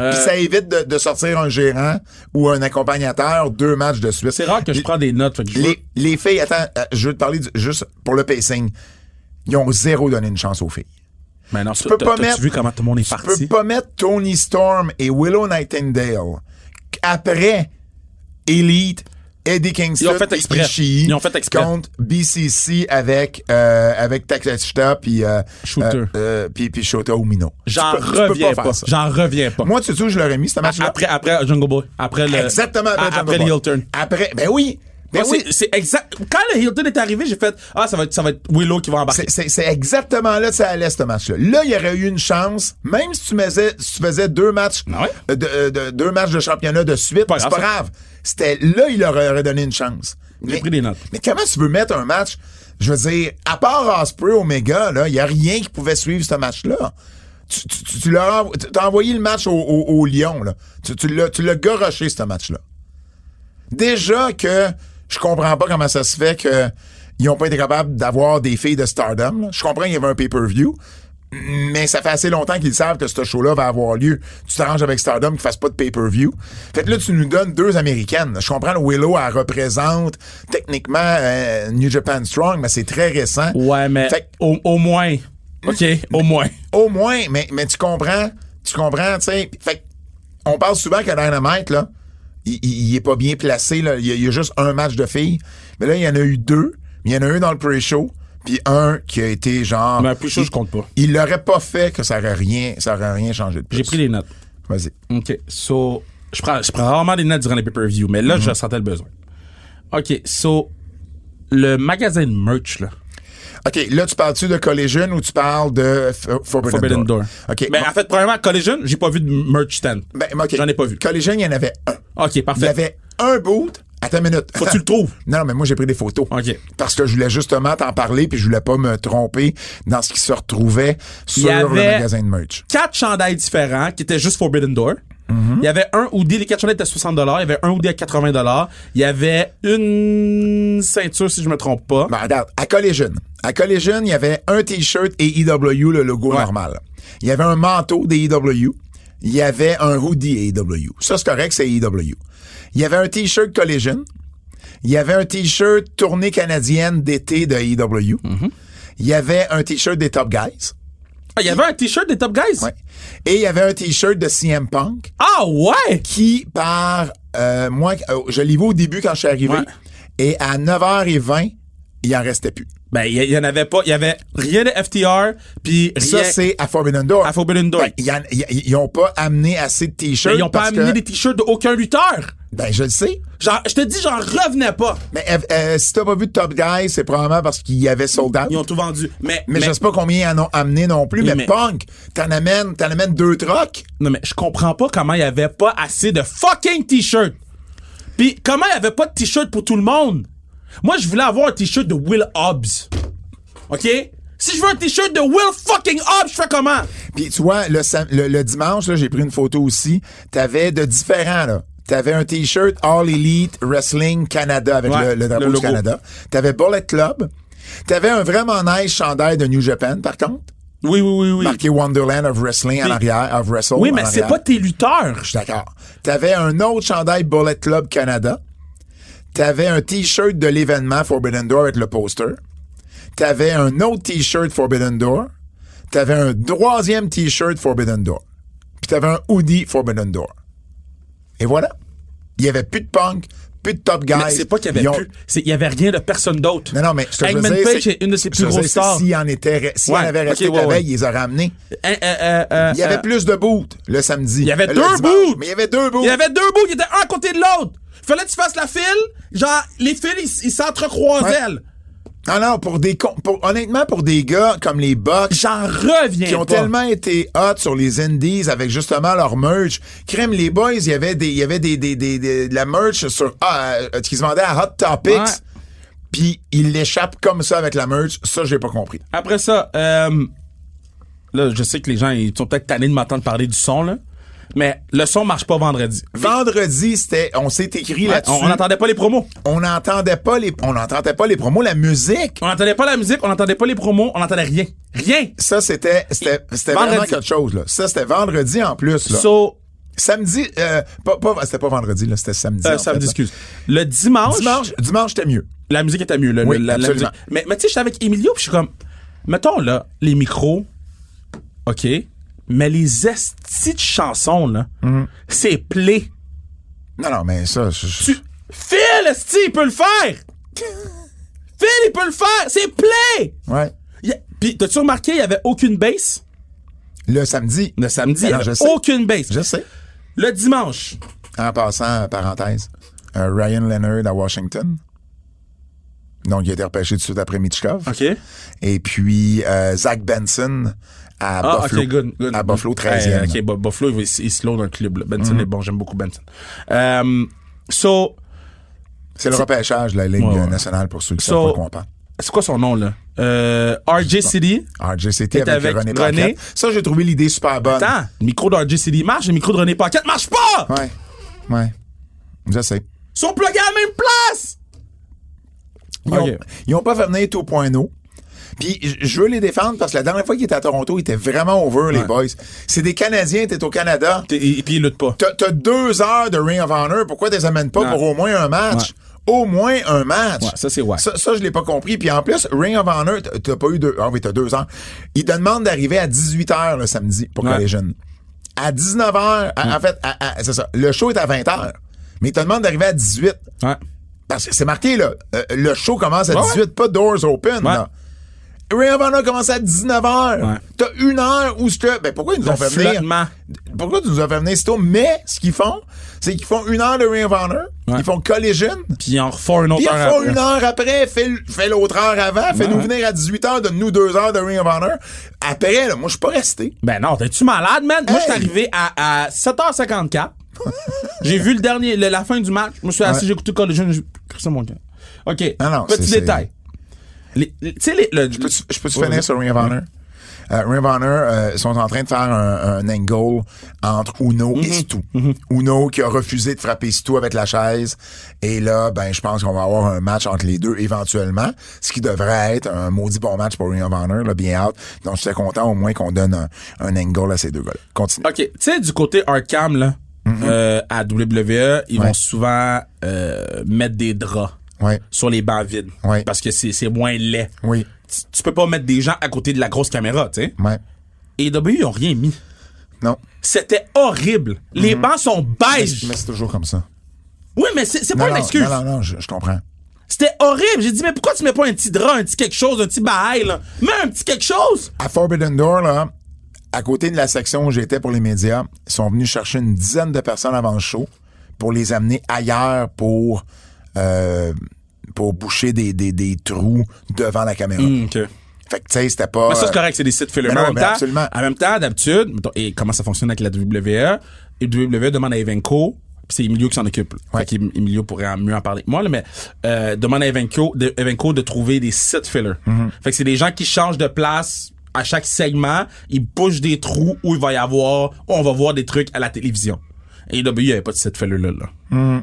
S4: Euh.
S3: Puis ça évite de, de sortir un gérant ou un accompagnateur deux matchs de suite.
S4: C'est rare que je prends des notes. fait que je veux-
S3: Les, les filles, attends, euh, je veux te parler du- juste pour le pacing. Ils ont zéro donné une chance aux filles.
S4: Mais non,
S3: Tu peux pas mettre.
S4: Tu vu comment tout le monde est
S3: tu
S4: parti?
S3: peux pas mettre Tony Storm et Willow Nightingale après Elite, Eddie Kingston,
S4: Ils ont fait
S3: et
S4: exprès.
S3: Ishii
S4: Ils ont fait exprès.
S3: contre BCC avec euh, avec Takashita puis euh,
S4: Shooter.
S3: euh, euh, puis puis Shota Umino.
S4: J'en
S3: Tu peux- tu peux
S4: reviens
S3: faire
S4: pas.
S3: ça.
S4: J'en reviens pas.
S3: Moi, tu sais où je l'aurais mis ce match-là?
S4: après, après Jungle Boy. Après le.
S3: Exactement après,
S4: a-
S3: Jungle
S4: Après le
S3: Boy.
S4: heel turn.
S3: Après, ben oui. Ben
S4: Moi,
S3: oui.
S4: c'est- C'est exact. Quand le heel turn est arrivé, j'ai fait Ah, ça va être, ça va être Willow qui va embarquer.
S3: C'est- C'est c'est exactement là que ça allait, ce match-là. Là, il y aurait eu une chance, même si tu faisais, si tu faisais deux matchs
S4: Ah ouais?
S3: euh, de, euh, de- deux matchs de championnat de suite,
S4: Pas
S3: c'est
S4: grave,
S3: pas
S4: ça.
S3: grave. C'était là, il leur aurait donné une chance.
S4: J'ai
S3: Mais-
S4: pris des notes.
S3: Mais comment tu veux mettre un match, je veux dire, à part Osprey, Omega, là, il n'y a rien qui pouvait suivre ce match-là. Tu, tu, tu- tu leur envo- tu- t'as envoyé le match au, au- au Lyon, là. Tu, tu l'as tu l'as garoché, ce match-là. Déjà que je comprends pas comment ça se fait que ils ont pas été capables d'avoir des filles de Stardom. là. Je comprends qu'il y avait un pay-per-view, mais ça fait assez longtemps qu'ils savent que ce show-là va avoir lieu. Tu t'arranges avec Stardom qu'ils fassent pas de pay-per-view. Fait que là, tu nous donnes deux Américaines. Je comprends, le Willow, elle représente techniquement euh, New Japan Strong, mais c'est très récent.
S4: Ouais, mais
S3: Fait que
S4: au, au moins. OK, au moins.
S3: au moins, mais, mais tu comprends, tu comprends, tu sais. Fait que, on parle souvent que Dynamite, là, il, il- il est pas bien placé, là. Il y, a, il y a juste un match de filles. Mais là, il y en a eu deux. Mais il y en a eu dans le pre-show. Puis un qui a été genre.
S4: Mais le pre-show,
S3: il-
S4: je compte pas.
S3: Il l'aurait pas fait que ça aurait rien, ça aurait rien changé de plus.
S4: J'ai pris des notes.
S3: Vas-y.
S4: OK. So, je prends, je prends rarement des notes durant les pay-per-view, mais là, je sentais le besoin. OK. So, le magasin de merch, là.
S3: OK, là, tu parles-tu de Collision ou tu parles de F- Forbidden,
S4: Forbidden Door.
S3: OK.
S4: Mais
S3: bon.
S4: en fait, premièrement, Collision, j'ai pas vu de merch stand.
S3: Ben, OK.
S4: J'en ai pas vu.
S3: Collision, il y en avait un.
S4: Ok,
S3: Il y
S4: parfait.
S3: avait un boot. Attends une minute.
S4: Faut que tu le trouves.
S3: Non, mais moi, j'ai pris des photos.
S4: OK.
S3: Parce que je voulais justement t'en parler puis je voulais pas me tromper dans ce qui se retrouvait
S4: Il y
S3: sur le
S4: avait-
S3: magasin de merch.
S4: Quatre chandails différents qui étaient juste Forbidden Door.
S3: Mhm.
S4: Il y avait un hoodie, les quatre chandails étaient à 60 Il y avait un hoodie à 80 Il y avait une ceinture, si je me trompe pas.
S3: Ben, regarde, à Collision. À Collision, il y avait un T-shirt et EW, le logo normal. Il y avait un manteau des EW. Il y avait un hoodie EW. Ça, c'est correct, c'est EW. Il y avait un T-shirt Collision. Il y avait un T-shirt tournée canadienne d'été de EW.
S4: Mm-hmm.
S3: Il y avait un T-shirt des Top Guys.
S4: Ah, il y avait un t-shirt des Top Guys?
S3: Ouais. Et il y avait un T-shirt de CM Punk.
S4: Ah ouais!
S3: qui par euh, moi euh, je l'ai vu au début quand je suis arrivé
S4: Ouais.
S3: et à 9h20 il en restait plus.
S4: Ben, il y, il y en avait pas. Il y avait rien de FTR, puis rien...
S3: Ça c'est à Forbidden Door.
S4: À Forbidden Door.
S3: Ben, ils en- ils- ils ont pas amené assez de t-shirts
S4: Mais Ben, ils ont pas
S3: parce
S4: amené
S3: que-
S4: des t-shirts de aucun lutteur.
S3: ben je le sais.
S4: Genre, je te dis, j'en revenais pas.
S3: Mais euh, euh, si t'as pas vu de Top Guy, c'est probablement parce qu'il y avait sold out.
S4: Ils ont tout vendu. Mais,
S3: mais,
S4: mais-
S3: je sais pas combien ils en ont amené non plus,
S4: Oui,
S3: mais,
S4: mais-
S3: Punk, t'en amènes, t'en amènes deux trocs.
S4: Non, mais je comprends pas comment il y avait pas assez de fucking t-shirts. Puis comment il y avait pas de t-shirt pour tout le monde. Moi, je voulais avoir un t-shirt de Will Hobbs. OK? Si je veux un t-shirt de Will fucking Hobbs, je fais comment?
S3: Puis tu vois, le, sam- le, le dimanche, là, j'ai pris une photo aussi. T'avais de différents, là. T'avais un T-shirt All Elite Wrestling Canada avec le,
S4: Ouais,
S3: le drapeau
S4: le
S3: du
S4: logo.
S3: Canada. T'avais Bullet Club. T'avais un vraiment nice chandail de New Japan, par contre.
S4: Oui, oui, oui, oui.
S3: Marqué Wonderland of Wrestling à
S4: Oui.
S3: l'arrière, of Wrestle.
S4: oui,
S3: en
S4: mais c'est
S3: arrière.
S4: pas tes lutteurs.
S3: Je suis d'accord. T'avais un autre chandail Bullet Club Canada. T'avais un T-shirt de l'événement Forbidden Door avec le poster. T'avais un autre T-shirt Forbidden Door. T'avais un troisième T-shirt Forbidden Door. Puis t'avais un hoodie Forbidden Door. Et voilà. Il y avait plus de punk, plus de top guys.
S4: Mais c'est pas qu'il y
S3: Ils
S4: avait
S3: ont-
S4: plus. c'est- Il y avait rien de personne d'autre.
S3: Non, non, mais ce que je veux
S4: Hangman
S3: dire,
S4: Page
S3: c'est-
S4: est une de ses
S3: ce que
S4: plus
S3: je veux
S4: grosses
S3: dire,
S4: stars.
S3: c'est S'il en était, re- s'il
S4: Ouais,
S3: en avait
S4: ok,
S3: resté
S4: ouais,
S3: la
S4: ouais.
S3: veille, il les aurait ramenés.
S4: Hein, euh, euh, euh,
S3: Il y avait
S4: euh,
S3: plus de boots le samedi.
S4: Il y avait
S3: Le
S4: deux
S3: dimanche.
S4: boots!
S3: Mais il y avait deux boots.
S4: Il y avait deux bouts qui étaient un à côté de l'autre. Fallait que tu fasses la file. Genre, les fils, ils ils s'entrecroisaient.
S3: Ouais. Non, non, pour des con- pour, honnêtement, pour des gars comme les Bucks
S4: J'en reviens
S3: qui ont
S4: pas.
S3: tellement été hot sur les indies avec justement leur merch. Crème, les boys, il y avait des, il y avait des, des, des, des- de la merch sur, ah, euh, qui se vendait à Hot Topics.
S4: Ouais.
S3: Puis ils l'échappent comme ça avec la merch. Ça, j'ai pas compris.
S4: Après ça, euh, là, je sais que les gens, ils sont peut-être tannés de m'entendre parler du son, là. Mais le son marche pas vendredi.
S3: Vendredi, c'était, on s'est écrit
S4: Ouais,
S3: là-dessus.
S4: on on n'entendait pas les promos.
S3: On n'entendait pas les, on n'entendait pas les promos, la musique.
S4: On n'entendait pas la musique, on n'entendait pas les promos, on n'entendait rien. Rien.
S3: Ça, c'était, c'était, c'était
S4: Vendredi.
S3: vraiment quelque chose, là. Ça, c'était vendredi en plus, là.
S4: So,
S3: Samedi, euh, pas, pas- c'était pas vendredi, là, c'était samedi.
S4: euh,
S3: en
S4: ça
S3: fait,
S4: me
S3: là.
S4: excuse. Le dimanche,
S3: Dimanche, dimanche, c'était mieux.
S4: la musique était mieux. le-
S3: Oui,
S4: le- la, la
S3: absolument.
S4: musique. Mais, mais tu sais, j'étais avec Emilio, puis je suis comme, mettons là, les micros, OK, mais les estis de chansons, là,
S3: Mhm.
S4: c'est play.
S3: Non, non, mais ça, je- je-
S4: Tu- Phil, esti, il peut le faire! Phil, il peut le faire! C'est play!
S3: ouais.
S4: Il y a- Puis, t'as-tu remarqué, il n'y avait aucune base?
S3: Le samedi.
S4: Le samedi,
S3: Ben
S4: euh, il n'y
S3: non, je
S4: avait
S3: sais.
S4: aucune base.
S3: Je sais.
S4: Le dimanche,
S3: En passant, euh, parenthèse, euh, Ryan Leonard à Washington. Donc, il a été repêché tout de suite après Mitchkov.
S4: OK.
S3: Et puis, euh, Zach Benson à
S4: Ah,
S3: Buffalo.
S4: OK, good, good.
S3: À Buffalo, Mhm.
S4: Eh,
S3: 13e.
S4: OK, Bu- Buffalo, il, va- il se load dans le club. là. Benson est bon, j'aime beaucoup Benson. Euh, so,
S3: C'est le repêchage de la Ligue
S4: Ouais, ouais.
S3: nationale pour ceux qui
S4: So-
S3: savent pas qu'on parle.
S4: c'est quoi son nom, là? Euh, RJ City.
S3: RJCT
S4: T'es
S3: avec,
S4: avec
S3: René
S4: René.
S3: Paquette. Ça, j'ai trouvé l'idée super bonne.
S4: Attends, le micro de RJ City marche, le micro de René Paquette marche pas!
S3: Ouais. Ouais. Je sais.
S4: Ils sont plugués à la même place!
S3: Ils ont,
S4: Ok.
S3: ils ont pas fait venir tout point no. Puis j- je veux les défendre parce que la dernière fois qu'ils étaient à Toronto, ils étaient vraiment over, les boys. C'est des Canadiens, t'es au Canada.
S4: T'es- Et, et puis, ils luttent pas.
S3: T'as t'as deux heures de Ring of Honor. Pourquoi t'es amènes pas
S4: Non.
S3: pour au moins un match? Au moins un match.
S4: Ouais, ça, c'est whack.
S3: Ça, ça, je l'ai pas compris. Puis en plus, Ring of Honor, t- t'as pas eu deux. Ah oui, t'as deux heures. Ils te demandent d'arriver à 18h le samedi pour
S4: Ouais. Mm.
S3: les jeunes. À 19h, en fait, à- à- c'est ça. Le show est à 20h. Mais ils te demandent d'arriver à 18.
S4: Ouais.
S3: Parce que c'est marqué, là, euh, le show commence à
S4: Ouais,
S3: 18, pas Doors Open,
S4: Ouais.
S3: là. Ring of Honor commence à 19h.
S4: Ouais.
S3: T'as une heure où ce que. Ben, pourquoi ils nous
S4: Le
S3: ont fait venir?
S4: flottement.
S3: Pourquoi ils nous ont fait venir c'est tôt? Mais, ce qu'ils font, c'est qu'ils font une heure de Ring of Honor.
S4: Ouais.
S3: Ils font Collision.
S4: Puis on refait une
S3: Puis
S4: autre
S3: ils
S4: heure
S3: font
S4: après.
S3: une heure après, fais, l- fais l'autre heure avant, fais-nous
S4: Ouais.
S3: venir à 18h, donne-nous deux heures de Ring of Honor. Après, là, moi, je suis pas resté.
S4: Ben non, t'es-tu malade, man? Moi, je suis
S3: Hey!
S4: arrivé à, à 7h54. j'ai vu le dernier, le- la fin du match. Je me suis assis, j'ai écouté Collision, j'ai crissé mon camp. OK.
S3: Non, non,
S4: Petit
S3: c'est-
S4: détail. Les- les- Tu sais, les- le.
S3: Je peux, je peux
S4: Ouais,
S3: finir
S4: vas-y.
S3: sur Ring of Honor? Euh, Ring of Honor euh, sont en train de faire un, un angle entre Uno et Stu. Uno qui a refusé de frapper Stu avec la chaise. Et là, ben, je pense qu'on va avoir un match entre les deux éventuellement. Ce qui devrait être un maudit bon match pour Ring of Honor, là, bien out. Donc, j'étais content au moins qu'on donne un, un angle à ces deux gars-là. Continue.
S4: OK. Tu sais, du côté Arkham, là, euh, à WWE,
S3: Mm-hmm.
S4: ils
S3: Ouais.
S4: vont souvent euh, mettre des draps
S3: Ouais.
S4: sur les bancs vides.
S3: Ouais.
S4: Parce que c'est c'est moins laid.
S3: Oui.
S4: Tu- Tu peux pas mettre des gens à côté de la grosse caméra, tu sais.
S3: Ouais.
S4: Et W, ils ont rien mis.
S3: Non.
S4: C'était horrible.
S3: Mm-hmm.
S4: Les bancs sont
S3: Mais
S4: beiges.
S3: c'est toujours comme ça.
S4: Oui, mais c'est c'est
S3: Non,
S4: pas une
S3: non,
S4: excuse.
S3: Non, non, non, je, je comprends.
S4: C'était horrible. J'ai dit, mais pourquoi tu mets pas un petit drap, un petit quelque chose, un petit bail, là? Mets un petit quelque chose!
S3: À Forbidden Door, là, à côté de la section où j'étais pour les médias, ils sont venus chercher une dizaine de personnes avant le show pour les amener ailleurs pour, euh, pour boucher des, des, des trous devant la caméra. Fait que, tu sais, c'était pas.
S4: Hmm. Mais ça, c'est
S3: euh,
S4: correct, c'est des sites fillers.
S3: Mais
S4: Mais en
S3: non,
S4: même
S3: mais
S4: temps,
S3: absolument.
S4: en même temps, d'habitude, mettons, et comment ça fonctionne avec la E, WWE, et WWE demande à Evenco, puis c'est Emilio qui s'en occupe. là.
S3: Ouais.
S4: Fait qu'Emilio pourrait en mieux en parler. que Moi, là, mais euh, demande à Evenco de, Evenco de trouver des sites fillers.
S3: Mm-hmm.
S4: Fait que c'est des gens qui changent de place à chaque segment, ils bouchent des trous où il va y avoir, où on va voir des trucs à la télévision. Et WWE, il n'y avait pas de site filler là. là.
S3: Mm-hmm.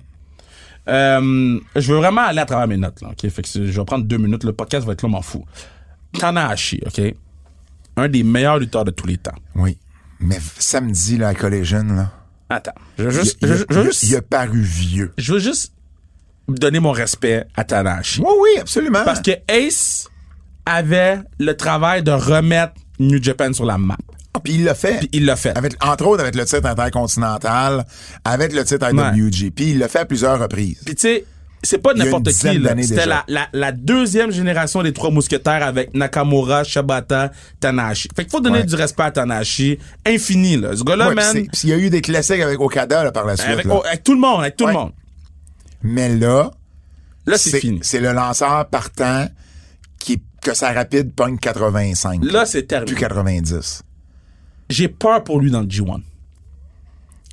S4: Euh, je veux vraiment aller à travers mes notes. Là, ok? Fait que c'est- je vais prendre deux minutes. Le podcast va être long, m'en fous. Tanahashi, OK? Un des meilleurs lutteurs de tous les temps.
S3: euh, Oui. Mais f- samedi, là, à Collision, là.
S4: Attends. Je veux juste,
S3: il,
S4: je,
S3: il-
S4: veux- je veux juste-
S3: il a paru vieux.
S4: je veux juste donner mon respect à Tanahashi.
S3: Oui, oui, absolument.
S4: Parce que Ace avait le travail de remettre New Japan sur la map.
S3: Ah, Puis il l'a fait.
S4: Puis il l'a fait.
S3: Avec, entre autres, avec le titre intercontinental, avec le titre IWGP. Il l'a fait à plusieurs reprises.
S4: Puis tu sais, c'est pas
S3: y a une
S4: n'importe qui.
S3: dizaine
S4: là.
S3: d'années
S4: C'était la,
S3: déjà.
S4: la, la deuxième génération des trois mousquetaires avec Nakamura, Shabata, Tanahashi. Fait qu'il faut donner
S3: Ouais.
S4: du respect à Tanahashi. Infini, là. Ce gars-là,
S3: Ouais, puis
S4: man,
S3: c'est- puis il y a eu des classiques avec Okada là, par la suite.
S4: Avec,
S3: là.
S4: oh, avec tout le monde, avec tout
S3: Ouais.
S4: le monde.
S3: Mais là,
S4: Là, c'est fini.
S3: c'est le lanceur partant qui, que sa rapide pogne 85.
S4: Là, c'est
S3: plus
S4: terminé.
S3: 90.
S4: J'ai peur pour lui dans le G1.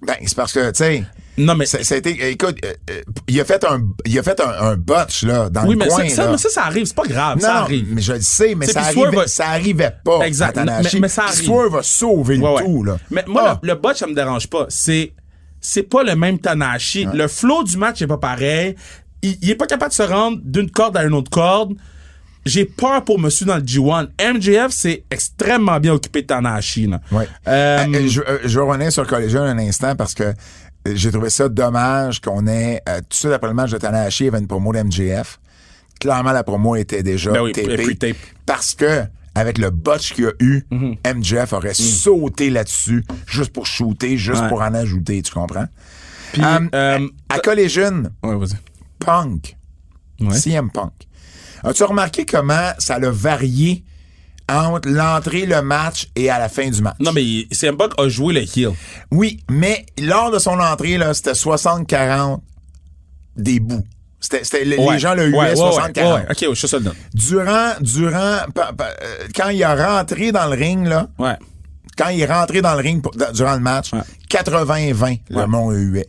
S3: Ben, c'est parce que, tu sais,
S4: Non, mais.
S3: ça- ça a été- écoute, euh, euh, il a fait un, il a fait un, un botch, là, dans
S4: Oui,
S3: le
S4: mais
S3: coin,
S4: ça, ça,
S3: là.
S4: mais ça, ça arrive. C'est pas grave.
S3: non,
S4: ça
S3: non,
S4: arrive.
S3: mais je le sais, mais
S4: Tu sais,
S3: ça
S4: puis Swerve
S3: arrivait,
S4: a-
S3: ça arrivait pas.
S4: Exact,
S3: à Tanahashi.
S4: mais- mais ça
S3: Puis
S4: arrive.
S3: Swerve a sauvé
S4: Ouais,
S3: le
S4: ouais.
S3: tout, là.
S4: Mais moi,
S3: Ah,
S4: le, le botch, ça me dérange pas. C'est, c'est pas le même Tanahashi. Le flow du match est pas pareil. Il, il est pas capable de se rendre d'une corde à une autre corde. J'ai peur pour monsieur dans le G1. MJF s'est extrêmement bien occupé de Tanahashi. là.
S3: Ouais.
S4: Euh,
S3: Euh, je, euh, je vais revenir sur Collision un instant parce que euh, j'ai trouvé ça dommage qu'on ait, euh, tout de suite après le match de Tanahashi, il y avait une promo d'MJF. Clairement, la promo était déjà
S4: Ben oui,
S3: tapée
S4: pre-tape.
S3: Parce que, avec le botch qu'il y a eu,
S4: Mhm.
S3: MJF aurait sauté là-dessus juste pour shooter, juste
S4: Ouais.
S3: pour en ajouter, tu comprends?
S4: puis,
S3: Euh,
S4: euh,
S3: à Collision,
S4: ouais, vas-y.
S3: Punk,
S4: Ouais.
S3: CM Punk. As-tu remarqué comment ça l'a varié entre l'entrée, le match et à la fin du match?
S4: Non, mais il- CM Punk a joué le heel.
S3: Oui, mais lors de son entrée, là, c'était 60-40 des bouts. C'était, c'était- les
S4: Ouais.
S3: les gens le huaient
S4: Ouais, ouais,
S3: 60-40.
S4: ouais, ouais. Ok, ouais, je suis ça le donne.
S3: Durant, durant, pa- pa- euh, quand il a rentré dans le ring, là,
S4: Ouais.
S3: quand il est rentré dans le ring pour- dans- durant le match,
S4: Ouais.
S3: 80-20,
S4: Ouais.
S3: le monde le huait.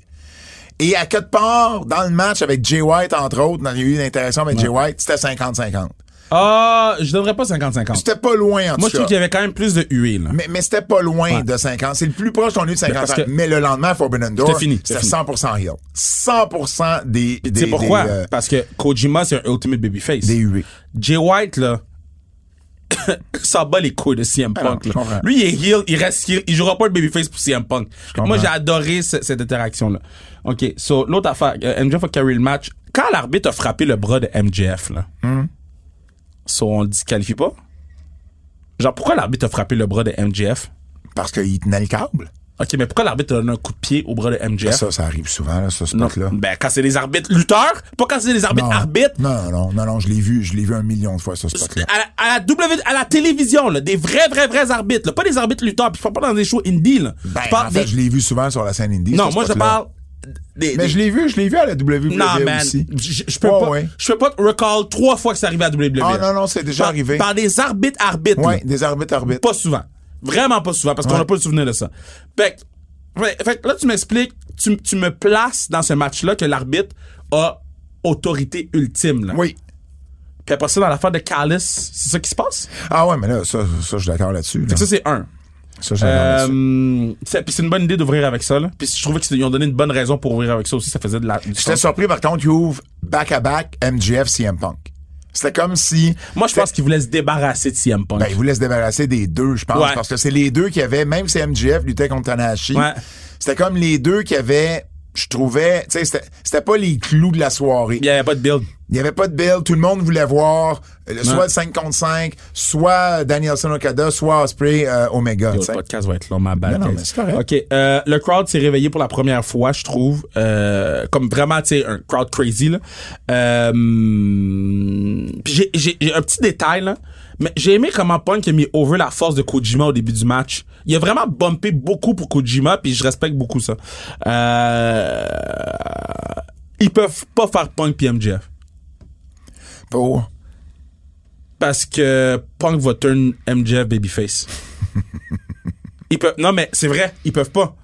S3: Et à quelque part, dans le match avec Jay White, entre autres, dans- il y a eu une interaction avec Jay White, c'était 50-50.
S4: Ah, je donnerais pas 50-50.
S3: C'était pas loin, en
S4: Moi, je
S3: tout
S4: trouve qu'il
S3: cas.
S4: y avait quand même plus de huée, là.
S3: Mais, mais c'était pas loin de 50. C'est le plus proche qu'on a eu de 50.
S4: Ben, parce que-
S3: mais le lendemain, à Forbidden Door,
S4: C'était fini, c'était
S3: c'était
S4: fini.
S3: 100% heel. 100% des, des,
S4: Tu sais pourquoi?
S3: des, euh,
S4: Parce que Kojima, c'est un ultimate babyface.
S3: des huées.
S4: Jay White, là, ça bat les couilles de CM
S3: Ah non,
S4: Punk.
S3: je
S4: là.
S3: comprends.
S4: Lui, il est heel, il reste heel, il jouera pas le babyface pour CM Punk.
S3: comprends.
S4: Moi, j'ai adoré ce- cette interaction-là. OK, so, l'autre affaire, euh, MJF a carry le match. Quand l'arbitre a frappé le bras de MJF, là,
S3: Hmm.
S4: so, on le disqualifie pas? Genre, pourquoi l'arbitre a frappé le bras de MJF?
S3: Parce qu'il tenait le câble.
S4: OK, mais pourquoi l'arbitre a donné un coup de pied au bras de MJF?
S3: Ah, Ça, ça arrive souvent, là, ce
S4: Hein? non.
S3: spot-là.
S4: Ben, quand c'est des arbitres lutteurs, pas quand c'est des arbitres
S3: Non.
S4: arbitres.
S3: Non, non, non, non, non, je l'ai vu, je l'ai vu un million de fois, ce spot-là.
S4: À la, à la W, à la télévision, là, des vrais, vrais, vrais arbitres, là, pas des arbitres lutteurs, puis je parle pas dans des shows indie, là.
S3: Ben,
S4: je parle
S3: en fait,
S4: des-
S3: je l'ai vu souvent sur la scène indie.
S4: Non,
S3: ce
S4: moi, je
S3: spot-là.
S4: parle des,
S3: Mais
S4: des-
S3: je l'ai vu, je l'ai vu à la WWE
S4: non, man.
S3: aussi.
S4: Je je peux
S3: Ouais,
S4: pas,
S3: ouais.
S4: je peux pas te recall trois fois que c'est arrivé à WWE.
S3: Ah, non, non, c'est déjà
S4: Par-
S3: arrivé.
S4: Par des arbitres, arbitres.
S3: Ouais,
S4: là.
S3: des arbitres arbitres.
S4: Pas souvent. Vraiment pas souvent, parce qu'on
S3: Ouais.
S4: n'a pas le souvenir de ça. Fait, que- fait- fait que là, tu m'expliques, tu, tu me places dans ce match-là que l'arbitre a autorité ultime. Là.
S3: Oui.
S4: Puis après ça, dans l'affaire de Callis, c'est ça qui se passe?
S3: Ah ouais, mais là, ça, ça je suis d'accord là-dessus. là.
S4: Ça, c'est un.
S3: Ça, je suis d'accord là-dessus.
S4: Euh, c'est- Puis c'est une bonne idée d'ouvrir avec ça. Là. Puis je trouvais qu'ils ont donné une bonne raison pour ouvrir avec ça aussi. Ça faisait de la. du
S3: J'étais
S4: sens.
S3: surpris, par contre, qu'ils ouvrent back-à-back MGF CM Punk. C'était comme si.
S4: Moi, je pense qu'ils voulaient se débarrasser de CM Punk.
S3: Ben, ils voulaient se débarrasser des deux, je pense,
S4: Ouais.
S3: parce que c'est les deux qui avaient, même si MGF luttait contre Tanahashi,
S4: Ouais.
S3: c'était comme les deux qui avaient, je trouvais, tu sais, c'était- c'était pas les clous de la soirée.
S4: Il n'y avait pas de build.
S3: Il n'y avait pas de build, tout le monde voulait voir euh, le- soit le 5 contre 5, soit Danielson Okada, soit Osprey euh, Omega.
S4: Yo,
S3: tu sais.
S4: Le podcast va être long, ma bad.
S3: Non, non,
S4: guys.
S3: mais c'est correct.
S4: OK. euh, le crowd s'est réveillé pour la première fois, je trouve. Euh, comme vraiment, tu sais, un crowd crazy, là. Euh, puis j'ai- j'ai j'ai un petit détail, là. Mais j'ai aimé comment Punk a mis over la force de Kojima au début du match. Il a vraiment bumpé beaucoup pour Kojima, puis je respecte beaucoup ça. Euh, ils peuvent pas faire Punk puis MJF.
S3: Pour-
S4: Parce que Punk va turn MJF babyface. Ils peuvent, non, mais c'est vrai, ils peuvent pas.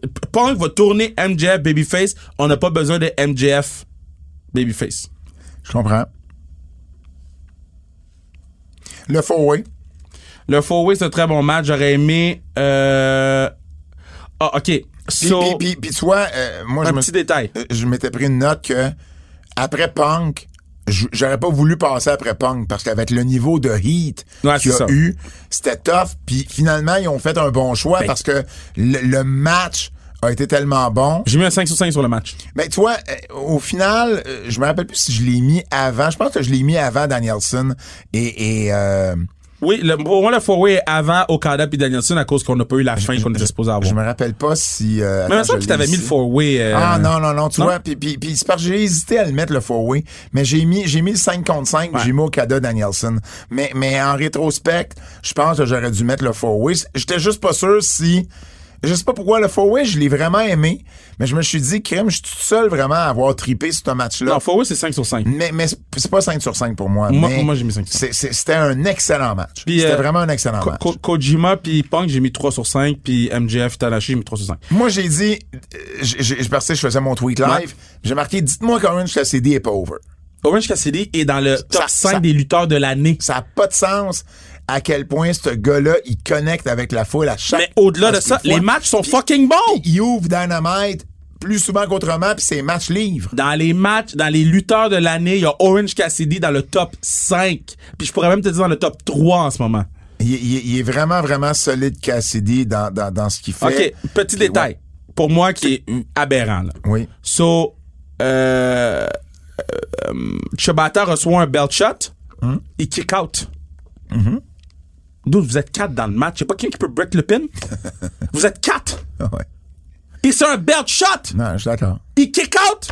S4: P- Punk va tourner MJF babyface. On n'a pas besoin de MJF babyface.
S3: Je comprends. Le four-way.
S4: Le four-way, c'est un très bon match. J'aurais aimé... Euh... Ah, OK.
S3: Puis,
S4: So,
S3: puis- puis- puis toi, euh, moi,
S4: un
S3: je me-
S4: petit détail.
S3: euh, je m'étais pris une note que après Punk, j- j'aurais pas voulu passer après Punk parce qu'avec le niveau de heat
S4: Ouais,
S3: qu'il y a
S4: c'est ça.
S3: eu, c'était tough. Puis finalement, ils ont fait un bon choix
S4: Ben-
S3: parce que le, le match a été tellement bon.
S4: J'ai mis un 5 sur 5 sur le match.
S3: Mais tu vois, euh, au final, euh, je me rappelle plus si je l'ai mis avant. Je pense que je l'ai mis avant Danielson et, et euh,
S4: Oui, le, pour moi, le four-way est avant Okada puis Danielson à cause qu'on n'a pas eu la fin qu'on était supposé avoir.
S3: je me rappelle pas si. euh,
S4: Mais il me
S3: attends,
S4: semble
S3: je
S4: que t'avais
S3: l'ai
S4: mis le
S3: ici.
S4: four-way... euh,
S3: Ah non, non, non, tu
S4: non?
S3: vois, puis, puis, puis c'est parce que j'ai hésité à le mettre le four-way, mais j'ai mis, j'ai mis le 5 contre 5, j'ai mis Okada Danielson. Mais, mais en rétrospect, je pense que j'aurais dû mettre le four-way. J'étais juste pas sûr si... Je sais pas pourquoi le four-way, je l'ai vraiment aimé, mais je me suis dit, crème, je suis tout seul vraiment à avoir tripé sur ce match-là.
S4: Non, four-way, c'est 5 sur 5.
S3: Mais, mais c'est- c'est pas 5 sur 5 pour moi.
S4: Moi-
S3: mais
S4: moi, j'ai mis 5 sur
S3: c'est- c'est- C'était un excellent match.
S4: Puis,
S3: C'était
S4: euh,
S3: vraiment un excellent
S4: Ko-
S3: match.
S4: Ko- Kojima puis Punk, j'ai mis 3 sur 5, puis MJF Tanashi, j'ai mis 3 sur 5.
S3: Moi, j'ai dit, euh, j'ai- j'ai- parce que je faisais mon tweet live,
S4: Ouais.
S3: j'ai marqué, dites-moi qu'Orange Cassidy est pas over.
S4: Orange Cassidy est dans le top
S3: Ça-
S4: 5
S3: ça-
S4: des lutteurs de l'année.
S3: Ça n'a pas de sens à quel point ce gars-là, il connecte avec la foule à chaque
S4: Mais au-delà
S3: à
S4: de
S3: chaque
S4: ça,
S3: fois.
S4: les matchs sont
S3: Puis-
S4: fucking bons!
S3: puis Il ouvre Dynamite plus souvent qu'autrement, puis c'est match livre.
S4: Dans les matchs, dans les lutteurs de l'année, il y a Orange Cassidy dans le top 5. Puis je pourrais même te dire dans le top 3 en ce moment.
S3: Il, il- il est vraiment, vraiment solide Cassidy dans, dans, dans ce qu'il fait.
S4: OK, petit
S3: Puis
S4: détail. Pour moi, qui est euh, aberrant. là.
S3: ouais. Oui.
S4: So, euh, euh, Chibata reçoit un belt shot,
S3: Hmm?
S4: il kick out.
S3: Mm-hmm.
S4: D'où vous êtes quatre dans le match. Y'a pas quelqu'un qui peut break le pin? vous êtes quatre!
S3: Ah ouais.
S4: Et c'est un belt shot!
S3: Non, je suis d'accord.
S4: Il kick out!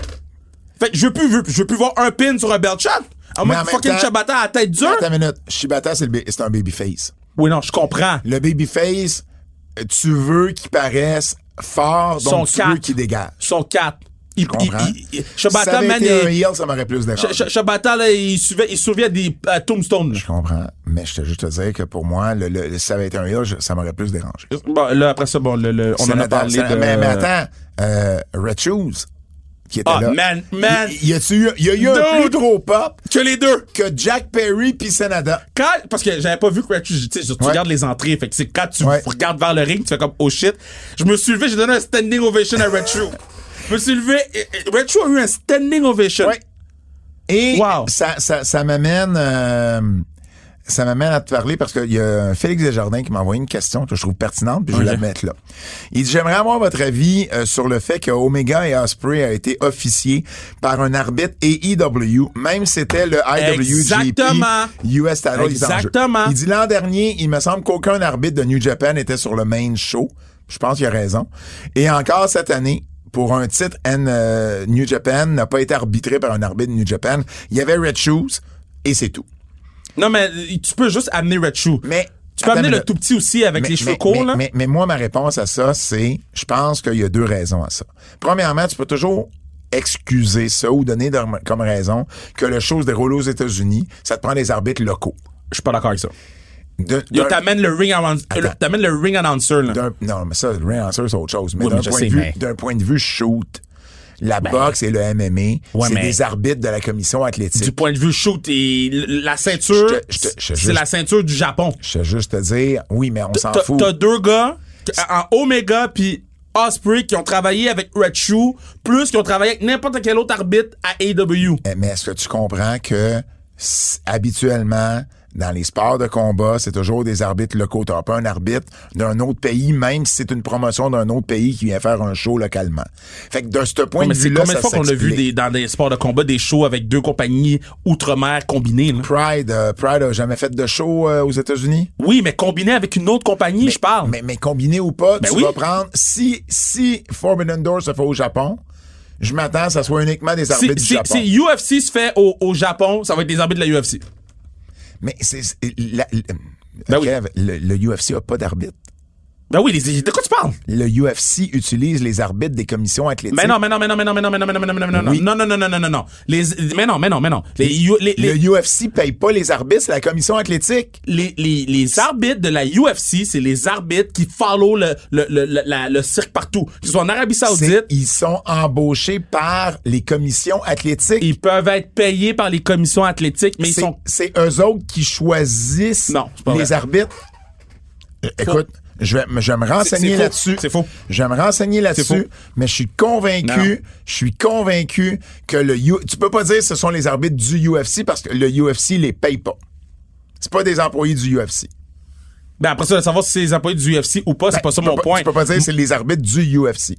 S4: Fait que je veux plus, je veux- je veux plus voir un pin sur un belt shot! À
S3: en
S4: moins que
S3: même
S4: fucking
S3: temps-
S4: Chibata à la tête dure!
S3: Attends une minute. Shibata, c'est le ba- c'est un babyface.
S4: Oui, non, je comprends.
S3: Le babyface, euh, tu veux qu'il paraisse fort,
S4: Son
S3: donc tu veux
S4: quatre.
S3: qu'il dégage.
S4: Son quatre. Il,
S3: Je comprends.
S4: il- il- il-
S3: si ça
S4: Chibata,
S3: avait
S4: man,
S3: été un
S4: il-
S3: heel, ça m'aurait plus dérangé.
S4: Ch- Ch- Chibata, là, il surveille, il surveille à des à tombstones. là.
S3: Je comprends, mais je te juste te dire que pour moi, le, le- si ça avait été un heel, je- ça m'aurait plus dérangé.
S4: Bon, là, après ça, bon, le- le- on
S3: C'est
S4: en a
S3: la-
S4: parlé.
S3: c'est la-
S4: de-
S3: mais, mais attends, euh, Red Shoes, qui était
S4: Ah,
S3: là.
S4: man, man.
S3: Il y, a-tu eu- il y a eu un
S4: Dude.
S3: plus gros pop
S4: Que les deux.
S3: que Jack Perry puis Senada.
S4: Quand, parce que j'avais pas vu que tu sais, tu
S3: Ouais.
S4: regardes les entrées. Fait que c'est quand tu
S3: Ouais.
S4: regardes vers le ring, tu fais comme, oh shit. Je me suis levé, j'ai donné un standing ovation à Red Shoe. Je me suis levé, et- et Red Shoe a eu un standing ovation.
S3: Ouais. Et
S4: Wow.
S3: ça, ça, ça m'amène. euh, ça m'amène à te parler parce qu'il y a Félix Desjardins qui m'a envoyé une question que je trouve pertinente, puis je vais
S4: Ok.
S3: la mettre là. Il dit J'aimerais avoir votre avis euh, sur le fait que Omega et Osprey a été officiés par un arbitre AEW, même si c'était le IWGP
S4: Exactement.
S3: US Title. les enjeux.
S4: Exactement.
S3: Il dit L'an dernier, il me semble qu'aucun arbitre de New Japan était sur le main show. Je pense qu'il a raison. Et encore cette année, pour un titre, N, euh, New Japan n'a pas été arbitré par un arbitre New Japan. Il y avait Red Shoes et c'est tout.
S4: Non, mais tu peux juste amener Red Shoe.
S3: Mais
S4: tu peux
S3: attends
S4: amener
S3: une
S4: le
S3: minute.
S4: tout petit aussi avec
S3: Mais-
S4: les cheveux
S3: mais-
S4: courts,
S3: mais-
S4: là.
S3: Mais, mais moi, ma réponse à ça, c'est je pense qu'il y a deux raisons à ça. Premièrement, tu peux toujours excuser ça ou donner de- comme raison que le show se déroule aux États-Unis, ça te prend des arbitres locaux.
S4: Je suis pas d'accord avec ça.
S3: De-
S4: Yo,
S3: d'un-
S4: t'amènes le ring announcer,
S3: Attends.
S4: t'amènes le ring announcer, là.
S3: d'un- non, mais ça, le ring answer, c'est autre chose. Mais
S4: Oui, mais
S3: d'un
S4: je
S3: point,
S4: sais,
S3: de vue-
S4: mais- Ben,
S3: d'un point de vue shoot, la boxe et le MMA,
S4: Ouais,
S3: c'est
S4: mais-
S3: des arbitres de la commission athlétique.
S4: Du point de vue shoot et l- la ceinture,
S3: Je te- je te- je te
S4: c'est
S3: juste-
S4: la ceinture du Japon.
S3: Je vais juste te dire, oui, mais on s'en
S4: T'as-
S3: fout.
S4: T'as deux gars que- en Omega puis Osprey qui ont travaillé avec Red Shoe, plus qui ont travaillé avec n'importe quel autre arbitre à E AEW.
S3: Eh, Mais est-ce que tu comprends que s- habituellement, dans les sports de combat, c'est toujours des arbitres locaux. T'as pas un arbitre d'un autre pays, même si c'est une promotion d'un autre pays qui vient faire un show localement. Fait que de ce point de
S4: mais c'est
S3: vue-là,
S4: combien de
S3: ça
S4: fois qu'on a vu
S3: s'explique.
S4: des, dans des sports de combat des shows avec deux compagnies outre-mer combinées, là?
S3: Pride, euh, Pride a jamais fait de show euh, aux États-Unis?
S4: Oui, mais combiné avec une autre compagnie, je parle.
S3: Mais, mais combiné ou pas,
S4: Ah Ben
S3: tu
S4: oui.
S3: vas prendre... Si, si Forbidden Door se fait au Japon, je m'attends à ce soit uniquement des
S4: si,
S3: arbitres du
S4: si-
S3: Japon.
S4: si UFC se fait au, au Japon, ça va être des arbitres de la UFC.
S3: Mais c'est... c'est- la- la-
S4: Ben oui.
S3: Kev, le, le UFC a pas d'arbitre.
S4: Ben oui, les- de quoi tu parles?
S3: le UFC utilise les arbitres des commissions athlétiques.
S4: Mais Ben non, mais non, mais non, mais non, mais non, mais non, mais non, mais non, mais non, mais non, non, non, non, non, non, non. Les, mais non, mais non, mais non. Les, les, les,
S3: Le UFC paye pas les arbitres, c'est la commission athlétique.
S4: les, les, les arbitres de la UFC, c'est les arbitres qui follow le, le, le, le, la- le cirque partout. Qu'ils soient en Arabie
S3: C'est-
S4: Saoudite,
S3: Ils sont embauchés par les commissions athlétiques.
S4: ils peuvent être payés par les commissions athlétiques, mais ils
S3: C'est-
S4: sont.
S3: C'est eux autres qui choisissent
S4: Non, c'est pas
S3: les
S4: vrai.
S3: arbitres. Euh, Écoute, je vais, me- je vais me renseigner
S4: c'est faux.
S3: là-dessus.
S4: C'est faux.
S3: Je vais me renseigner
S4: C'est faux.
S3: là-dessus, mais je suis
S4: Non.
S3: convaincu, je suis convaincu que le U- tu peux pas dire que ce sont les arbitres du UFC parce que le UFC les paye pas. C'est pas des employés du UFC.
S4: Ben après ça, de savoir si c'est les employés du UFC ou pas, c'est pas ça
S3: Ben, Tu peux
S4: mon point.
S3: Tu peux pas dire que c'est les arbitres du UFC.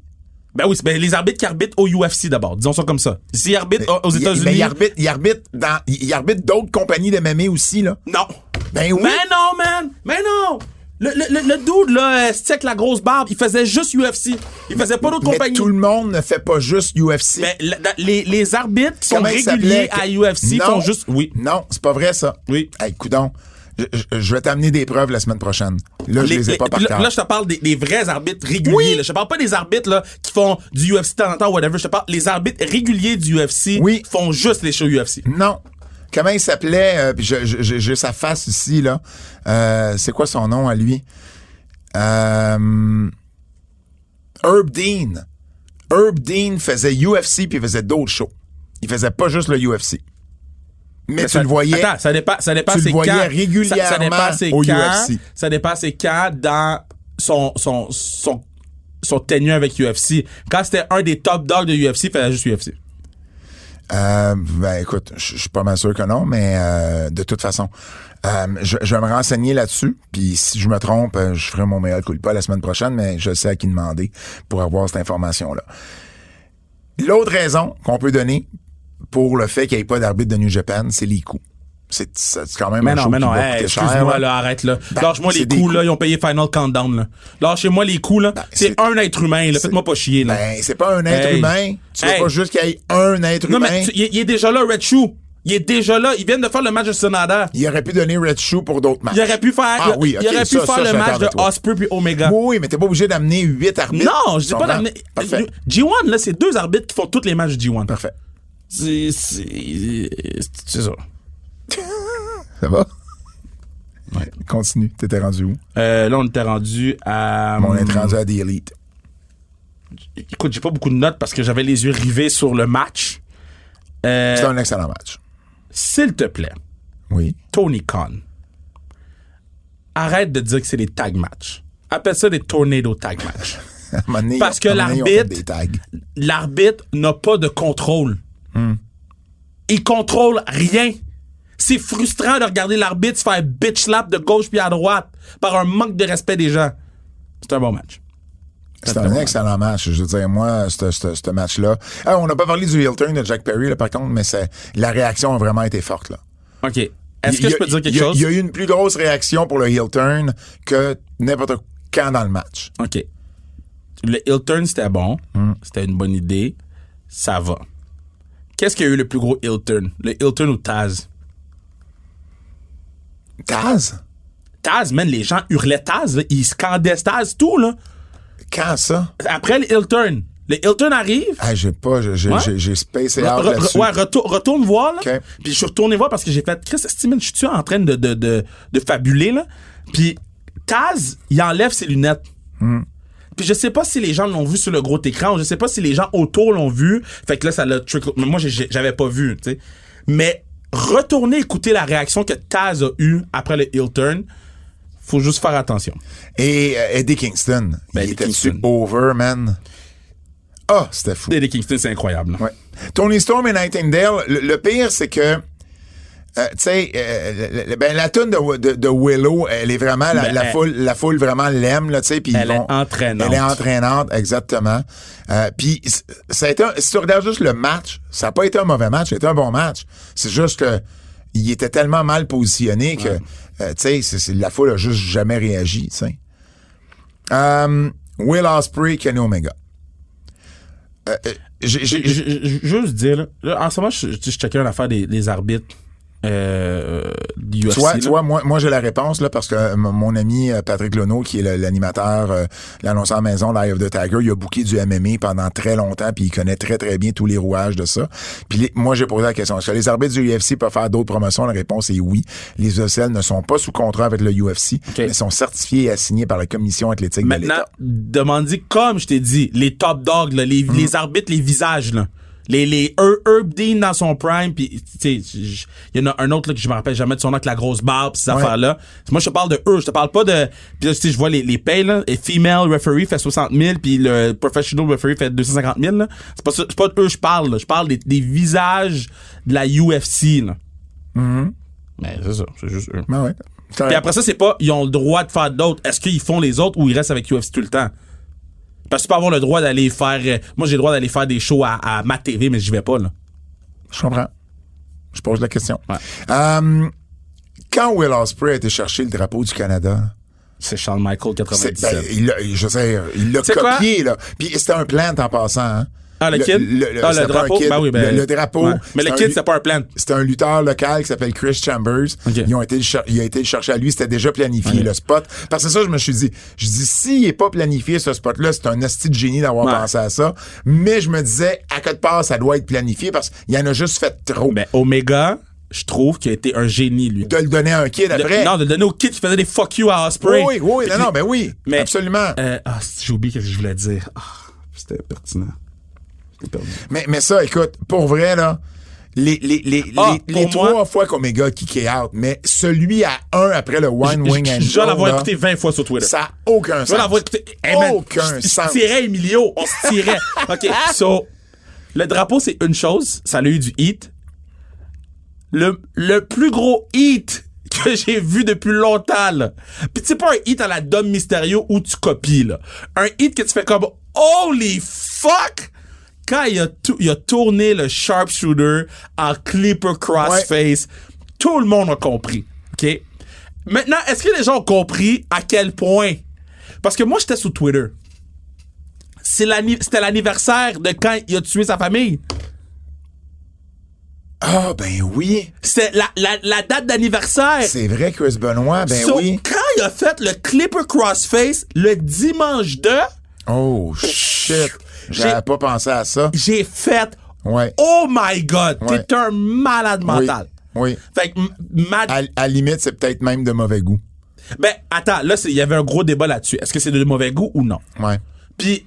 S4: Ben oui, c'est- ben les arbitres qui arbitrent au UFC d'abord, disons ça comme ça. S'ils arbitrent Ah, aux- aux
S3: Ben, Il- Mais
S4: États-Unis.
S3: ils arbitrent, ils arbitrent dans, ils arbitrent d'autres compagnies de MMA aussi, là.
S4: Non.
S3: Ben oui.
S4: Mais non, man! Mais non! Le, le, le, le dude, là, euh, c'est avec la grosse barbe, il faisait juste UFC. Il faisait pas d'autres
S3: Mais
S4: compagnies. Ben
S3: tout le monde ne fait pas juste UFC.
S4: Mais la- la- les, les arbitres qui sont
S3: Comment il
S4: réguliers
S3: s'appelait?
S4: à UFC
S3: Non.
S4: font juste. Oui.
S3: Non, c'est pas vrai, ça.
S4: Oui.
S3: Hey, coudonc, je, je- je vais t'amener des preuves la semaine prochaine. Là, je
S4: Les-
S3: les ai
S4: les-
S3: pas par
S4: là,
S3: cœur.
S4: là, je te parle des, des vrais arbitres réguliers.
S3: Oui.
S4: là. Je te parle pas des arbitres là, qui font du UFC de temps en temps, whatever. Je te parle les arbitres réguliers du UFC
S3: Oui.
S4: font juste les shows UFC.
S3: Non. Comment il s'appelait? euh, puis je- je- je- J'ai sa face ici, là. Euh, c'est quoi son nom à lui? Euh, Herb Dean. Herb Dean faisait UFC puis il faisait d'autres shows. Il faisait pas juste le UFC. Mais, tu
S4: ça-
S3: le voyais.
S4: Attends, ça dépend, ça dépend
S3: tu le
S4: c'est
S3: voyais
S4: quand.
S3: régulièrement
S4: ça, ça dépend c'est
S3: au
S4: quand,
S3: UFC.
S4: Ça dépend c'est quand dans son, son, son, son tenue avec UFC. Quand c'était un des top dogs de UFC, il faisait juste UFC.
S3: Euh, ben écoute, je je suis pas mal sûr que non, mais euh, de toute façon, euh, je, je vais me renseigner là-dessus. Puis si je me trompe, euh, je ferai mon meilleur coup de pas la semaine prochaine, mais je sais à qui demander pour avoir cette information-là. L'autre raison qu'on peut donner pour le fait qu'il n'y ait pas d'arbitre de New Japan, c'est les coûts. C'est c'est quand même
S4: Mais
S3: un
S4: non,
S3: show
S4: mais
S3: qui
S4: non,
S3: va
S4: hey,
S3: coûter cher,
S4: excuse-moi,
S3: là.
S4: là, arrête, là.
S3: Ben,
S4: Lâche-moi
S3: c'est
S4: les
S3: des
S4: coups,
S3: coups. Ben,
S4: là, ils ont payé Final Countdown, là. Lâchez-moi les coups, là. c'est
S3: c'est-
S4: un être humain, là. Faites-moi pas chier, là.
S3: Ben, c'est pas un être
S4: Hey.
S3: humain. Tu veux
S4: Hey.
S3: pas juste qu'il y ait un être
S4: non,
S3: humain.
S4: mais tu- il, est- il est déjà là, Red Shoe. Il est déjà là. Ils viennent de faire le match de Sonada.
S3: Il aurait pu donner Red Shoe pour d'autres matchs.
S4: Il aurait pu faire,
S3: Ah oui,
S4: il
S3: ok,
S4: aurait pu
S3: ça,
S4: faire
S3: ça, je
S4: le
S3: suis
S4: match
S3: d'accord
S4: de
S3: avec toi.
S4: Osprey puis Omega.
S3: Oui, oui, mais t'es pas obligé d'amener huit arbitres.
S4: Non, je dis
S3: Tu
S4: pas
S3: comprends?
S4: d'amener.
S3: Parfait.
S4: G1, là, c'est deux arbitres qui font tous les matchs du G1.
S3: Parfait.
S4: C'est. C'est c'est ça.
S3: Ça va? Ouais. Continue. T'étais rendu où?
S4: Euh, là, on était rendu à.
S3: On est rendu à The Elite.
S4: Écoute, j'ai pas beaucoup de notes parce que j'avais les yeux rivés sur le match. Euh,
S3: C'était un excellent match.
S4: S'il te plaît,
S3: Oui.
S4: Tony Khan, arrête de dire que c'est des tag matchs. Appelle ça des tornado tag matchs.
S3: À un moment donné,
S4: Parce
S3: ils ont-
S4: que
S3: à un moment donné, ils ont fait
S4: l'arbitre-
S3: des tags.
S4: l'arbitre n'a pas de contrôle.
S3: Hmm.
S4: Il contrôle rien. C'est frustrant de regarder l'arbitre se faire bitch slap de gauche puis à droite par un manque de respect des gens. C'est un bon match.
S3: C'était un excellent match. Je veux dire, moi, ce- ce ce match-là. Ah, on n'a pas parlé du heel turn de Jack Perry, là, par contre, mais c'est- la réaction a vraiment été forte, là.
S4: OK. Est-ce
S3: Il y
S4: que
S3: a-
S4: je peux dire
S3: il
S4: quelque
S3: y a-
S4: chose?
S3: Il y a eu une plus grosse réaction pour le heel turn que n'importe quand dans le match.
S4: OK. le Hilton, c'était bon.
S3: Hmm.
S4: C'était une bonne idée. Ça va. Qu'est-ce qu'il y a eu le plus gros Hilton? Le Hilton ou Taz?
S3: Taz?
S4: Taz, man, les gens hurlaient Taz, là. ils scandaient Taz, tout, là.
S3: Quand ça?
S4: Après le Hilton, le Hilton arrive.
S3: Ah, j'ai pas, j'ai- j'ai
S4: Ouais.
S3: j'ai- j'ai spacé
S4: Re-
S3: out
S4: re-
S3: là-dessus.
S4: ouais, retour- retourne voir, là.
S3: Ok.
S4: Puis je suis retourné voir parce que j'ai fait, Chris, esti, man, je suis en train de, de, de, de fabuler, là. Puis Taz, il enlève ses lunettes.
S3: Hmm.
S4: Puis je sais pas si les gens l'ont vu sur le gros écran, ou je sais pas si les gens autour l'ont vu. Fait que là, ça l'a trickle. Mais moi, j'ai- j'ai- j'avais pas vu, tu sais. Mais retournez écouter la réaction que Taz a eue après le Hilton. Faut juste faire attention.
S3: Et euh, Eddie Kingston. il
S4: Ben, Eddie
S3: était-tu
S4: Kingston.
S3: over, man? Ah, c'était fou.
S4: Eddie Kingston, c'est incroyable. là.
S3: Ouais. Tony Storm et Nightingale, le, le pire, c'est que. euh, tu sais, euh, le- le- ben, la tune de, de- de Willow, elle est vraiment, la,
S4: Ben,
S3: la
S4: elle-
S3: foule, la foule vraiment l'aime, là, tu sais. puis ils
S4: Elle est
S3: vont-
S4: entraînante.
S3: Elle est entraînante, exactement. Euh, puis, c- ça a été un- si tu regardes juste le match, ça n'a pas été un mauvais match, c'était un bon match. C'est juste que il était tellement mal positionné que, euh, tu sais, c'est- c'est- la foule a juste jamais réagi, tu sais. Euh, Will Ospreay, Kenny Omega. Euh, euh, j'ai- j'ai-
S4: Je- je- je- Juste dire, là, là, en ce moment, je, je, je checkais l'affaire des, des arbitres euh, du UFC.
S3: Toi,
S4: là.
S3: toi moi, moi j'ai la réponse là parce que euh, mon- mon ami euh, Patrick Leno, qui est le- l'animateur, euh, l'annonceur maison Live of the Tiger, il a booké du MMA pendant très longtemps, puis il connaît très très bien tous les rouages de ça. Puis les- moi j'ai posé la question est-ce que les arbitres du UFC peuvent faire d'autres promotions La réponse est oui. Les OCL ne sont pas sous contrat avec le UFC,
S4: Ok.
S3: mais sont certifiés et assignés par la commission athlétique de
S4: Maintenant,
S3: l'État. Mm.
S4: demandez, comme je t'ai dit, les top dogs, là, les, les arbitres, les visages, là. Les, les Her- Herb Dean dans son prime, puis tu sais, j- il y en a un autre là, que je me rappelle jamais de son nom, avec la grosse barbe, pis ces affaires-là. Moi, je te parle de eux, je te parle pas de... Puis là, tu sais, je vois les, les payes, là, et female referee fait 60 000, puis le professional referee fait 250 000, là. C'est pas, ça- c'est pas de eux que je parle, là. Je parle des, des visages de la UFC, là.
S3: Mm-hmm.
S4: Mais c'est ça, c'est juste eux.
S3: Ben ouais. C'est
S4: Puis
S3: un-
S4: après ça, c'est pas ils ont le droit de faire d'autres. Est-ce qu'ils font les autres ou ils restent avec UFC tout le temps? Parce que tu peux avoir le droit d'aller faire. euh, moi, j'ai le droit d'aller faire des shows à, à ma TV, mais j'y vais pas, là.
S3: Je comprends. Je pose la question.
S4: Ouais.
S3: Euh, quand Will Ospreay a été chercher le drapeau du Canada
S4: C'est Charles Michael
S3: C'est-
S4: 97.
S3: ben, il l'a- je sais, il l'a
S4: C'est quoi?
S3: copié, là. Puis c'était un plant en passant, hein.
S4: ah, le, kid? ah,
S3: c'était
S4: le
S3: pas un
S4: drapeau?
S3: kid.
S4: Ben oui, ben,
S3: le, le drapeau.
S4: ouais. Mais le
S3: un
S4: kid,
S3: lu-
S4: c'était pas un plan.
S3: C'était un lutteur local qui s'appelle Chris Chambers.
S4: Ok.
S3: Ils ont été le cher- il a été le chercher à lui. C'était déjà planifié,
S4: Ok.
S3: le spot. Parce que ça, je me suis dit, je dis, s'il n'est pas planifié, ce spot-là, c'est un asti de génie d'avoir
S4: Ouais.
S3: pensé à ça. Mais je me disais, à quelque part, ça doit être planifié parce qu'il en a juste fait trop.
S4: Ben, Omega, je trouve qu'il a été un génie, lui.
S3: de le donner à un kid
S4: De-
S3: après.
S4: non, de le donner au kid qui faisait des fuck you à Osprey.
S3: oui, oui, oui, non, non, ben oui.
S4: Mais-
S3: absolument.
S4: Euh, ah, c'est- j'ai oublié ce que je voulais dire. Ah, c'était pertinent. C'était perdu.
S3: Mais, mais ça, écoute, pour vrai, là, les, les, les,
S4: Ah,
S3: les,
S4: pour
S3: les
S4: moi-
S3: trois fois qu'Omega kické out, mais celui à un après le One
S4: Je-
S3: Wing
S4: je-
S3: and
S4: Je dois l'avoir
S3: Show, là,
S4: écouté 20 fois sur Twitter.
S3: Ça n'a aucun
S4: Je vais
S3: sens.
S4: l'avoir écouté. Hey, Eh, man,
S3: aucun
S4: je-
S3: sens.
S4: Je tirais Emilio. On se tirait. OK. So, le drapeau, c'est une chose. Ça a eu du hit. Le, le plus gros hit que j'ai vu depuis longtemps, là. Puis c'est pas un hit à la Dom Mysterio où tu copies, là. Un hit que tu fais comme Holy fuck! Quand il a, tou- il a tourné le sharpshooter en clipper crossface, tout le monde a compris. OK? Maintenant, est-ce que les gens ont compris à quel point? Parce que moi, j'étais sur Twitter. C'est l'anni- C'était l'anniversaire de quand il a tué sa famille.
S3: Ah, ben oui.
S4: C'est la, la- la date d'anniversaire.
S3: C'est vrai, Chris Benoit, ben
S4: So,
S3: oui.
S4: Quand il a fait le Clipper Crossface le dimanche 2,
S3: Oh, shit. J'avais
S4: J'ai-
S3: pas pensé à ça.
S4: j'ai fait
S3: Ouais.
S4: Oh my God,
S3: Ouais.
S4: t'es un malade mental.
S3: Oui.
S4: Fait que, m- ma-
S3: À, à la limite, c'est peut-être même de mauvais goût.
S4: ben, attends, là, c'est- il y avait un gros débat là-dessus. Est-ce que c'est de mauvais goût ou non?
S3: Ouais.
S4: Puis,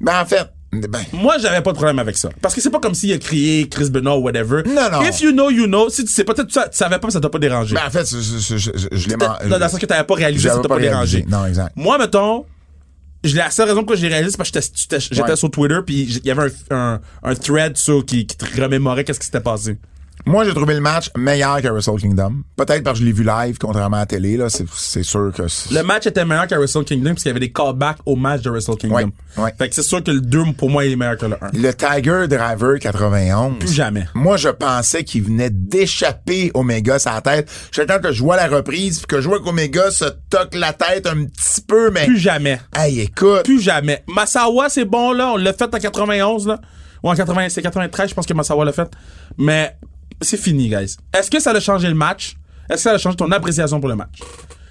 S3: Ben, en fait, ben,
S4: Moi, j'avais pas de problème avec ça. Parce que c'est pas comme s'il a crié Chris Benoit ou whatever.
S3: Non, non.
S4: If you know, you know. Si tu sais pas, peut-être tu sa- tu savais pas, ça t'a pas dérangé.
S3: ben, en fait, je, je, je, je- je l'ai man-
S4: Peut-être, non, dans le sens que t'avais pas réalisé, ça
S3: J'avais
S4: t'a pas,
S3: pas réalisé.
S4: dérangé.
S3: Non, exact.
S4: Moi, mettons, je- la seule raison pour laquelle j'ai réalisé, c'est parce que j'étais- j'étais j'étais
S3: Ouais.
S4: sur Twitter, puis j- il y avait un, un, un thread sur, qui, qui te remémorait qu'est-ce qui s'était passé.
S3: Moi, j'ai trouvé le match meilleur que Wrestle Kingdom. Peut-être parce que je l'ai vu live, contrairement à la télé. Là, c'est, c'est sûr que. c'est-
S4: Le match était meilleur qu'à Wrestle Kingdom parce qu'il y avait des callbacks au match de Wrestle Kingdom.
S3: Ouais, ouais.
S4: Fait que c'est sûr que le 2, pour moi, il est meilleur que le 1.
S3: Le Tiger Driver 91.
S4: Plus jamais.
S3: Moi, je pensais qu'il venait d'échapper Omega sa tête. J'attends que je vois la reprise puis que je vois qu'Omega se toque la tête un petit peu, mais.
S4: Plus jamais.
S3: Hey, écoute.
S4: Plus jamais. Masawa, c'est bon, là. On l'a fait en 91, là. Ou en 80, c'est 93, je pense que Masawa l'a fait. Mais c'est fini, guys. Est-ce que ça a changé le match? Est-ce que ça a changé ton appréciation pour le match?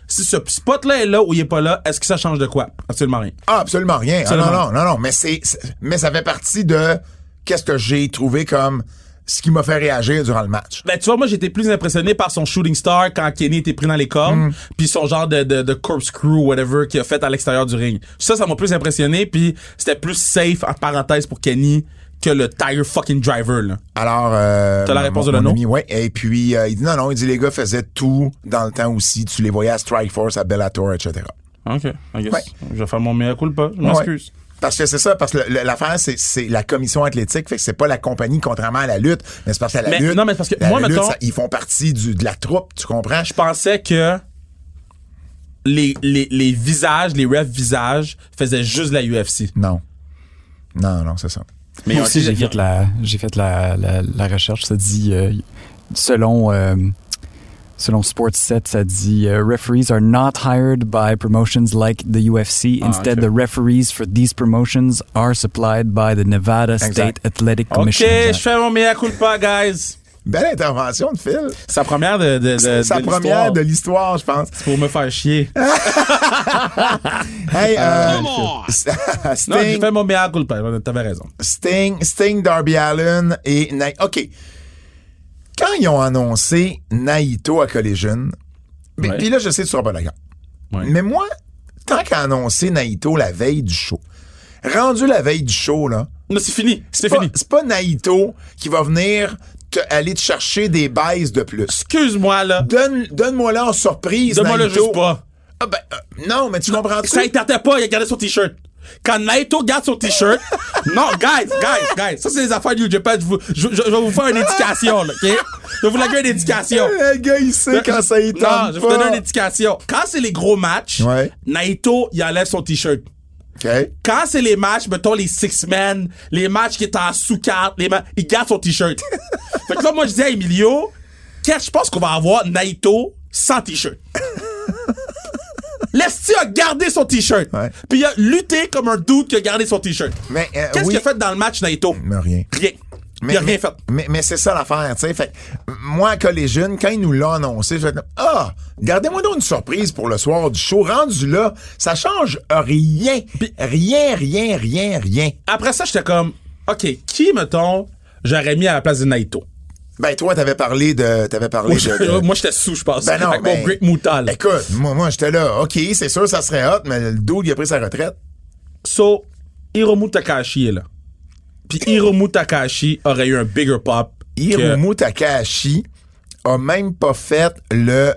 S4: Si ce spot-là est là ou il est pas là, est-ce que ça change de quoi? Absolument rien.
S3: Ah, absolument rien. Ah,
S4: Absolument.
S3: non, non, non, non. Mais c'est, c'est- mais ça fait partie de qu'est-ce que j'ai trouvé comme ce qui m'a fait réagir durant le match.
S4: Ben, tu vois, moi, j'étais plus impressionné par son shooting star quand Kenny était pris dans les cornes, puis son genre de, de, de corkscrew, whatever, qu'il a fait à l'extérieur du ring. Ça, ça m'a plus impressionné, puis c'était plus safe, en parenthèse, pour Kenny que le tire fucking driver, là.
S3: Alors, euh,
S4: T'as la
S3: mon-
S4: réponse
S3: mon-
S4: de
S3: mon
S4: Leno?
S3: ami, ouais. Et puis, euh, il dit non, non, il dit les gars faisaient tout dans le temps aussi. Tu les voyais à Strike Force, à Bellator, etc.
S4: OK, I guess.
S3: Ouais.
S4: Je vais faire mon meilleur coup, pas. Je
S3: Ouais. Parce que c'est ça, parce que le- le- l'affaire, c'est, c'est la commission athlétique, fait que c'est pas la compagnie, contrairement à la lutte. Mais c'est parce que la
S4: Mais-
S3: lutte.
S4: non, mais parce que
S3: la
S4: moi,
S3: lutte,
S4: mettons-
S3: ça- ils font partie du, de la troupe, tu comprends?
S4: Je pensais que les, les, les visages, les refs visages, faisaient juste la UFC.
S3: Non. Non, non, c'est ça.
S4: Mais
S5: Moi aussi, j'ai fait la, j'ai fait la, la, la recherche. Ça dit, euh, selon, euh, selon Sports 7, ça dit euh, Referees are not hired by promotions like the UFC.
S4: Ah,
S5: Instead,
S4: ok.
S5: the referees for these promotions are supplied by the Nevada State Athletic
S4: OK,
S5: Commission.
S4: je fais mon meilleur coup, pas, guys.
S3: Belle intervention de Phil.
S4: Sa première de, de, de-
S3: Sa
S4: de
S3: première
S4: l'histoire.
S3: de l'histoire, je pense.
S4: Pour me faire chier.
S3: Hey, euh,
S4: Non, j'ai
S3: Sting,
S4: fait mon meilleur culpa. T'avais raison.
S3: Sting, Sting, Darby Allen et Naito. OK. Quand ils ont annoncé Naito à Collision, puis
S4: Ouais.
S3: puis là, je sais que tu seras pas d'accord.
S4: Ouais.
S3: Mais moi, tant qu'à annoncer Naito la veille du show, rendu la veille du show, là,
S4: Non, c'est fini. C'est
S3: pas-
S4: fini.
S3: c'est pas Naito qui va venir te, aller te chercher des baises de plus.
S4: Excuse-moi, là.
S3: Donne- Donne-moi là en surprise.
S4: Donne-moi le
S3: Naito.
S4: juste pas.
S3: Ah ben, euh, non, mais tu comprends-tu?
S4: Ça interdit pas, il a gardé son t-shirt. Quand Naito garde son t-shirt, non, guys, guys, guys, ça c'est les affaires du Japan. Je, vous- je, je- je vais vous faire une éducation, là, ok? Je vais vous laguer une éducation.
S3: Eh, Le gars, il sait quand ça y tente
S4: Non, je vais vous
S3: pas.
S4: donner une éducation. Quand c'est les gros matchs,
S3: Ouais.
S4: Naito, il enlève son t-shirt.
S3: OK.
S4: Quand c'est les matchs, mettons les six men, les matchs qui est en sous-carte, les ma- il garde son t-shirt. fait que là, moi, je dis à Emilio, qu'est-ce que je pense qu'on va avoir Naito sans t-shirt? Lesti a gardé son t-shirt.
S3: Ouais.
S4: Puis il a lutté comme un doute qui a gardé son t-shirt.
S3: Mais, euh,
S4: Qu'est-ce
S3: oui.
S4: qu'il a fait dans le match, Naito?
S3: Mais rien.
S4: Rien. il a rien fait.
S3: Mais, mais c'est ça l'affaire, tu sais. Fait que, m- moi, à Collégienne, quand ils nous l'ont annoncé, je comme Ah, gardez-moi donc une surprise pour le soir du show. Rendu là, ça change rien. Rien, rien, rien, rien.
S4: Après ça, j'étais comme, OK, qui, mettons, j'aurais mis à la place de Naito?
S3: Ben, toi, t'avais parlé de. T'avais parlé de. de-
S4: moi, j'étais sous, je pense.
S3: ben non,
S4: avec
S3: ben,
S4: mon Great Moutal.
S3: Écoute, moi, moi j'étais là. OK, c'est sûr, ça serait hot, mais le dude, il a pris sa retraite.
S4: So, Hiromu Takahashi est là. Puis Hiromu Takahashi aurait eu un bigger pop.
S3: Hiromu Takahashi a même pas fait le.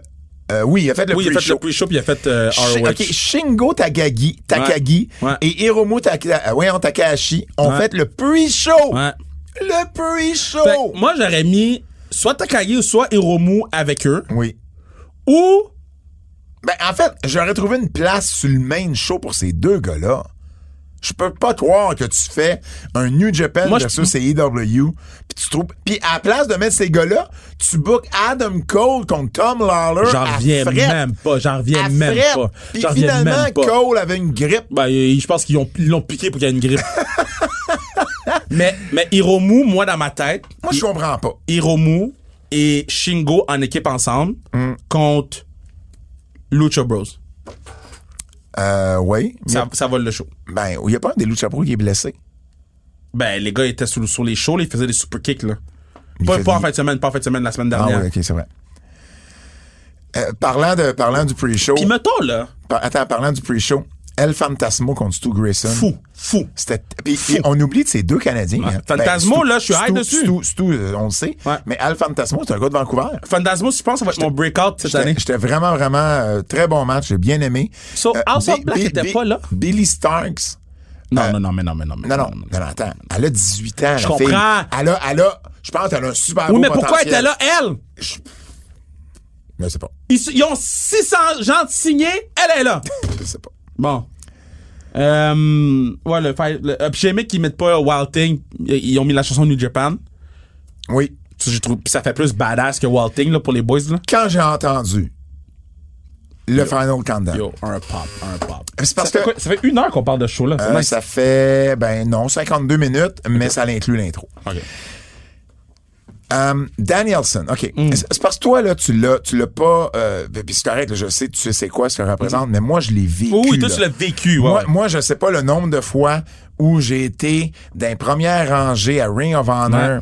S3: euh, oui, il a fait
S4: que-
S3: le
S4: Oui, il a fait le
S3: pre-show.
S4: pre-show, puis il a fait euh,
S3: Shi-
S4: ROH.
S3: OK, Shingo Takagi, Takagi
S4: Ouais. Ouais.
S3: et Hiromu Taka- euh, voyons, Takahashi ont
S4: Ouais.
S3: fait le pre-show.
S4: Ouais.
S3: Le
S4: Fait
S3: pre-show.
S4: que moi, j'aurais mis soit Takagi ou soit Hiromu avec eux.
S3: Oui.
S4: Ou...
S3: Ben, en fait, j'aurais trouvé une place sur le main show pour ces deux gars-là. Je peux pas croire que tu fais un New Japan
S4: Moi, je-
S3: versus AEW, puis tu trouves, puis à la place de mettre ces gars-là, tu bookes Adam Cole contre Tom Lawler.
S4: J'en
S3: à
S4: reviens
S3: fret.
S4: même pas, j'en reviens
S3: À
S4: même
S3: fret.
S4: pas.
S3: Puis
S4: J'en reviens
S3: finalement,
S4: même pas.
S3: Cole avait une grippe.
S4: Ben, euh, je pense qu'ils ont- ils l'ont piqué pour qu'il y ait une grippe. mais, mais Hiromu, moi, dans ma tête,
S3: Moi, je comprends pas.
S4: Hiromu et Shingo en équipe ensemble
S3: Mm.
S4: contre Lucha Bros.
S3: Euh, oui. mais-
S4: Ça, ça vole le show.
S3: Ben, il y a pas un des loups de chapeau qui est blessé.
S4: Ben, les gars étaient sur, sur les shows, là, ils faisaient des super kicks, là.
S3: Il
S4: Pas,
S3: fait
S4: pas en
S3: des-
S4: fin de semaine, pas en fin de semaine, la semaine
S3: Ah
S4: dernière.
S3: oui, ok, c'est vrai. Euh, parlant, de, parlant du pre-show.
S4: Puis mettons, là,
S3: par- attends, parlant du pre-show, El Fantasmo contre Stu Grayson.
S4: fou, fou.
S3: C'était. Puis, puis on oublie de ces deux Canadiens. hein.
S4: Fantasmo,
S3: Stu-
S4: là, je suis
S3: Stu-
S4: high dessus.
S3: Stu, Stu, euh, on le sait.
S4: Ouais.
S3: Mais Al Fantasmo, c'est un gars de Vancouver.
S4: Fandasmo, je pense que ça va être mon breakout cette année.
S3: J'étais j'étais vraiment, vraiment euh, très bon match. J'ai bien aimé.
S4: So, House of
S3: Bi-
S4: Black
S3: Bi-
S4: était
S3: Bi-
S4: pas là?
S3: Billy Starks
S4: Non, non, non, mais non, mais non. mais
S3: Non, non, non, non, attends. Elle a 18 ans,
S4: Je
S3: la fille.
S4: comprends.
S3: Elle a, elle a, je pense qu'elle a un super
S4: Oui,
S3: beau
S4: mais pourquoi elle
S3: potentiel.
S4: était là, elle?
S3: Je- Je sais pas.
S4: Ils, s- ils ont 600 gens de signés, elle est là.
S3: Je sais pas.
S4: Bon. Euh, ouais, le, fi- le, euh, puis j'ai aimé qu'ils mettent pas euh, Wild Thing. Ils ils ont mis la chanson New Japan.
S3: Oui.
S4: Ça, je trouve, puis ça fait plus badass que Wild Thing là, pour les boys. Là.
S3: Quand j'ai entendu le Final Countdown, euh,
S4: Yo, un pop, un pop.
S3: C'est parce
S4: ça fait
S3: que-
S4: quoi? ça fait une heure qu'on parle de ce show-là. C'est
S3: euh,
S4: nice.
S3: ça fait, ben non, 52 minutes, mais ça l'inclut l'intro.
S4: Ok.
S3: Um, Danielson, OK.
S4: Mm.
S3: C'est c'est parce que toi, là, tu l'as, tu l'as pas. Euh, ben, puis c'est correct, là, je sais, tu sais c'est quoi ce que représente, mais moi, je l'ai vécu.
S4: Mm. Oui, oui, toi,
S3: là.
S4: tu l'as vécu. Ouais,
S3: Moi,
S4: ouais.
S3: moi, je sais pas le nombre de fois où j'ai été d'un premier rangé à Ring of Honor.
S4: Ouais.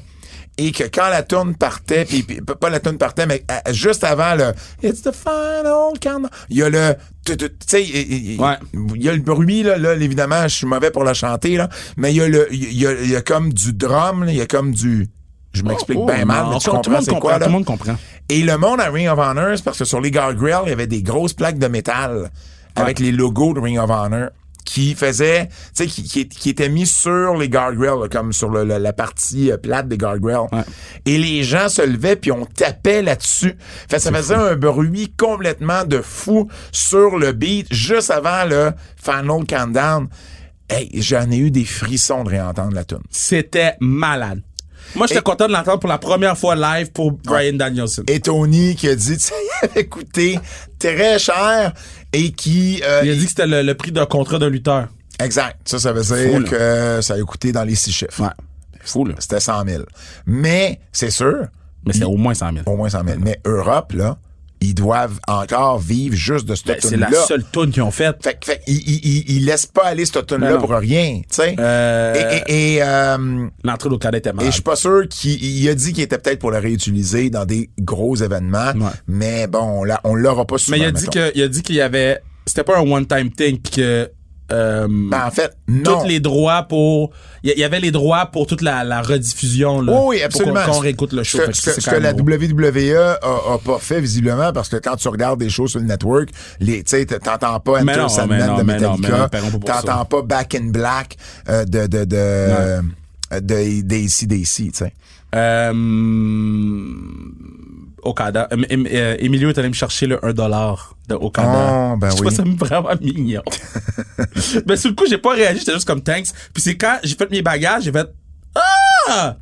S3: Et que quand la tourne partait, puis, puis- pas la tourne partait, mais euh, juste avant le It's the final countdown, il y a le tu tu- tu sais, il il-
S4: Ouais.
S3: il y a le bruit là, là, évidemment, je suis mauvais pour la chanter là, mais il y a le il y a, il y a comme du drum, là, il y a comme du je m'explique
S4: Oh,
S3: bien mal,
S4: non,
S3: mais Ben, tu
S4: encore, tout le
S3: comprends c'est
S4: monde
S3: quoi
S4: comprend,
S3: là?
S4: tout le monde comprend.
S3: Et le monde à Ring of Honor, c'est parce que sur les guardrails, il y avait des grosses plaques de métal avec les logos de Ring of Honor qui faisaient, tu sais, qui, qui, qui étaient mis sur les guardrails, là, comme sur le- le- la partie euh, plate des guardrails.
S4: Ouais.
S3: Et les gens se levaient puis on tapait là-dessus. Fait que ça faisait un bruit complètement de fou sur le beat juste avant le final countdown. Hey, j'en ai eu des frissons de réentendre la tune.
S4: C'était malade. Moi, j'étais content de l'entendre pour la première fois live pour Brian Danielson.
S3: et Tony qui a dit que ça y avait coûté très cher et qui euh,
S4: Il a dit que c'était le, le prix d'un contrat d'un lutteur.
S3: exact ça ça veut dire
S4: Fou, là.
S3: que ça a coûté dans les six chiffres
S4: Fou, là.
S3: c'était 100 000 mais c'est sûr
S4: Mais c'était au moins 100 000.
S3: au moins 100 000 mais Europe là ils doivent encore vivre juste de cette
S4: Ben, c'est
S3: là
S4: la seule tune qu'ils ont faite.
S3: fait, que- fait que ils, ils- ils- ils laissent pas aller cette tune
S4: Ben
S3: là
S4: non.
S3: pour rien tu sais
S4: Euh,
S3: et, et- et, euh,
S4: L'entrée au cadet était
S3: Et
S4: malade.
S3: je suis pas sûr qu'il il a dit qu'il était peut-être pour la réutiliser dans des gros événements,
S4: Ouais.
S3: mais bon, on l'a- on l'aura pas souvent.
S4: Mais il a dit
S3: mettons.
S4: que il a dit qu'il y avait c'était pas un one time thing puis que euh,
S3: Ben, en fait, non.
S4: tous les droits pour il y- il y avait les droits pour toute la, la rediffusion là.
S3: Oui, oui, absolument.
S4: Pour qu'on- qu'on réécoute le show.
S3: Ce
S4: Fait
S3: que,
S4: que
S3: ce que-
S4: c'est
S3: ce
S4: quand
S3: que
S4: même
S3: la
S4: drôle.
S3: WWE a, a pas fait, visiblement, parce que quand tu regardes des shows sur le network, les, tu sais, t'entends pas
S4: Mais
S3: Enter
S4: non,
S3: Sandman
S4: mais non,
S3: de
S4: mais non, mais non,
S3: Metallica,
S4: pardon pour ça.
S3: t'entends pas Back in Black euh, de, de, de, euh, de, d'ACDC, tu sais.
S4: Euh, Okada Em- Em- euh, Emilio est allé me chercher le 1 dollar de Okada.
S3: Oh, ben
S4: je
S3: oui.
S4: ça me vraiment mignon. Mais sur le coup, j'ai pas réagi, j'étais juste comme thanks. Puis c'est quand j'ai fait mes bagages, j'ai fait ah!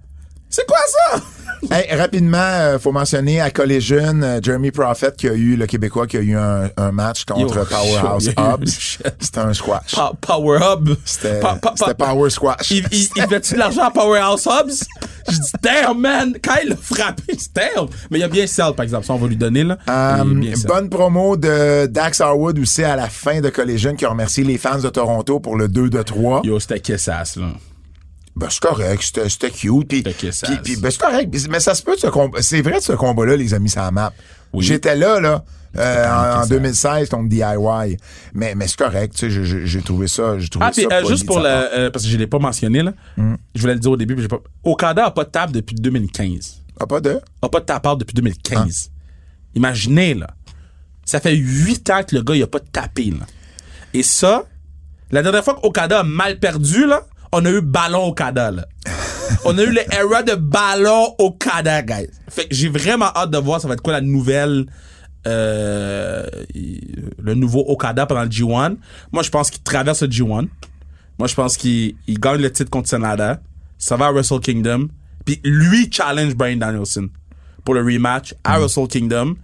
S4: C'est quoi ça?
S3: Hey, rapidement, euh, faut mentionner à Collision, euh, Jeremy Prophet, qui a eu, le Québécois, qui a eu un, un match contre
S4: Yo,
S3: Powerhouse
S4: yo, yo, yo,
S3: Hobbs.
S4: shit.
S3: C'était un squash.
S4: Pa- Power Hub.
S3: C'était
S4: Pa- pa-
S3: c'était
S4: pa-
S3: Power Squash.
S4: Il, il, il tu de l'argent à Powerhouse Hobbs? Je dis, damn, man! Quand il l'a frappé, c'est damn! Mais il y a bien Cell, par exemple. Ça, on va lui donner, là.
S3: Euh,
S4: Il y a bien Cell.
S3: bonne promo de Dax Harwood aussi à la fin de Collision qui a remercié les fans de Toronto pour le 2 de 3.
S4: Yo, c'était Kessass, là.
S3: Ben, c'est correct, c'était c'était cute. Puis,
S4: Fait que ça-
S3: puis- puis, ben, c'est correct. puis- Mais ça se peut, ce comb- c'est vrai ce combat-là, les amis, ça map. J'étais là, là, euh, en- en, 2016, contre DIY. Mais, mais c'est correct, tu sais, j'ai- j'ai j'ai trouvé ça. j'ai Trouvé
S4: Ah, puis
S3: ça
S4: euh,
S3: poli
S4: juste
S3: de sa
S4: pour le.
S3: part.
S4: euh, parce que je l'ai pas mentionné, là. Je voulais le dire au début, mais j'ai pas. Okada a pas de table depuis 2015.
S3: Ah, pas de.
S4: A pas de tapard depuis 2015. Imaginez, là. Ça fait 8 ans que le gars, il a pas tapé, là. Et ça, la dernière fois qu'Okada a mal perdu, là, on a eu ballon Okada, là. on a eu le era de ballon Okada, guys. Fait que j'ai vraiment hâte de voir ça va être quoi la nouvelle. euh, y- le nouveau Okada pendant le G1. Moi, je pense qu'il traverse le G1. Moi, je pense qu'il il gagne le titre contre Sanada. Ça va à Wrestle Kingdom. Puis lui challenge Brian Danielson pour le rematch
S3: Hmm.
S4: à Wrestle Kingdom.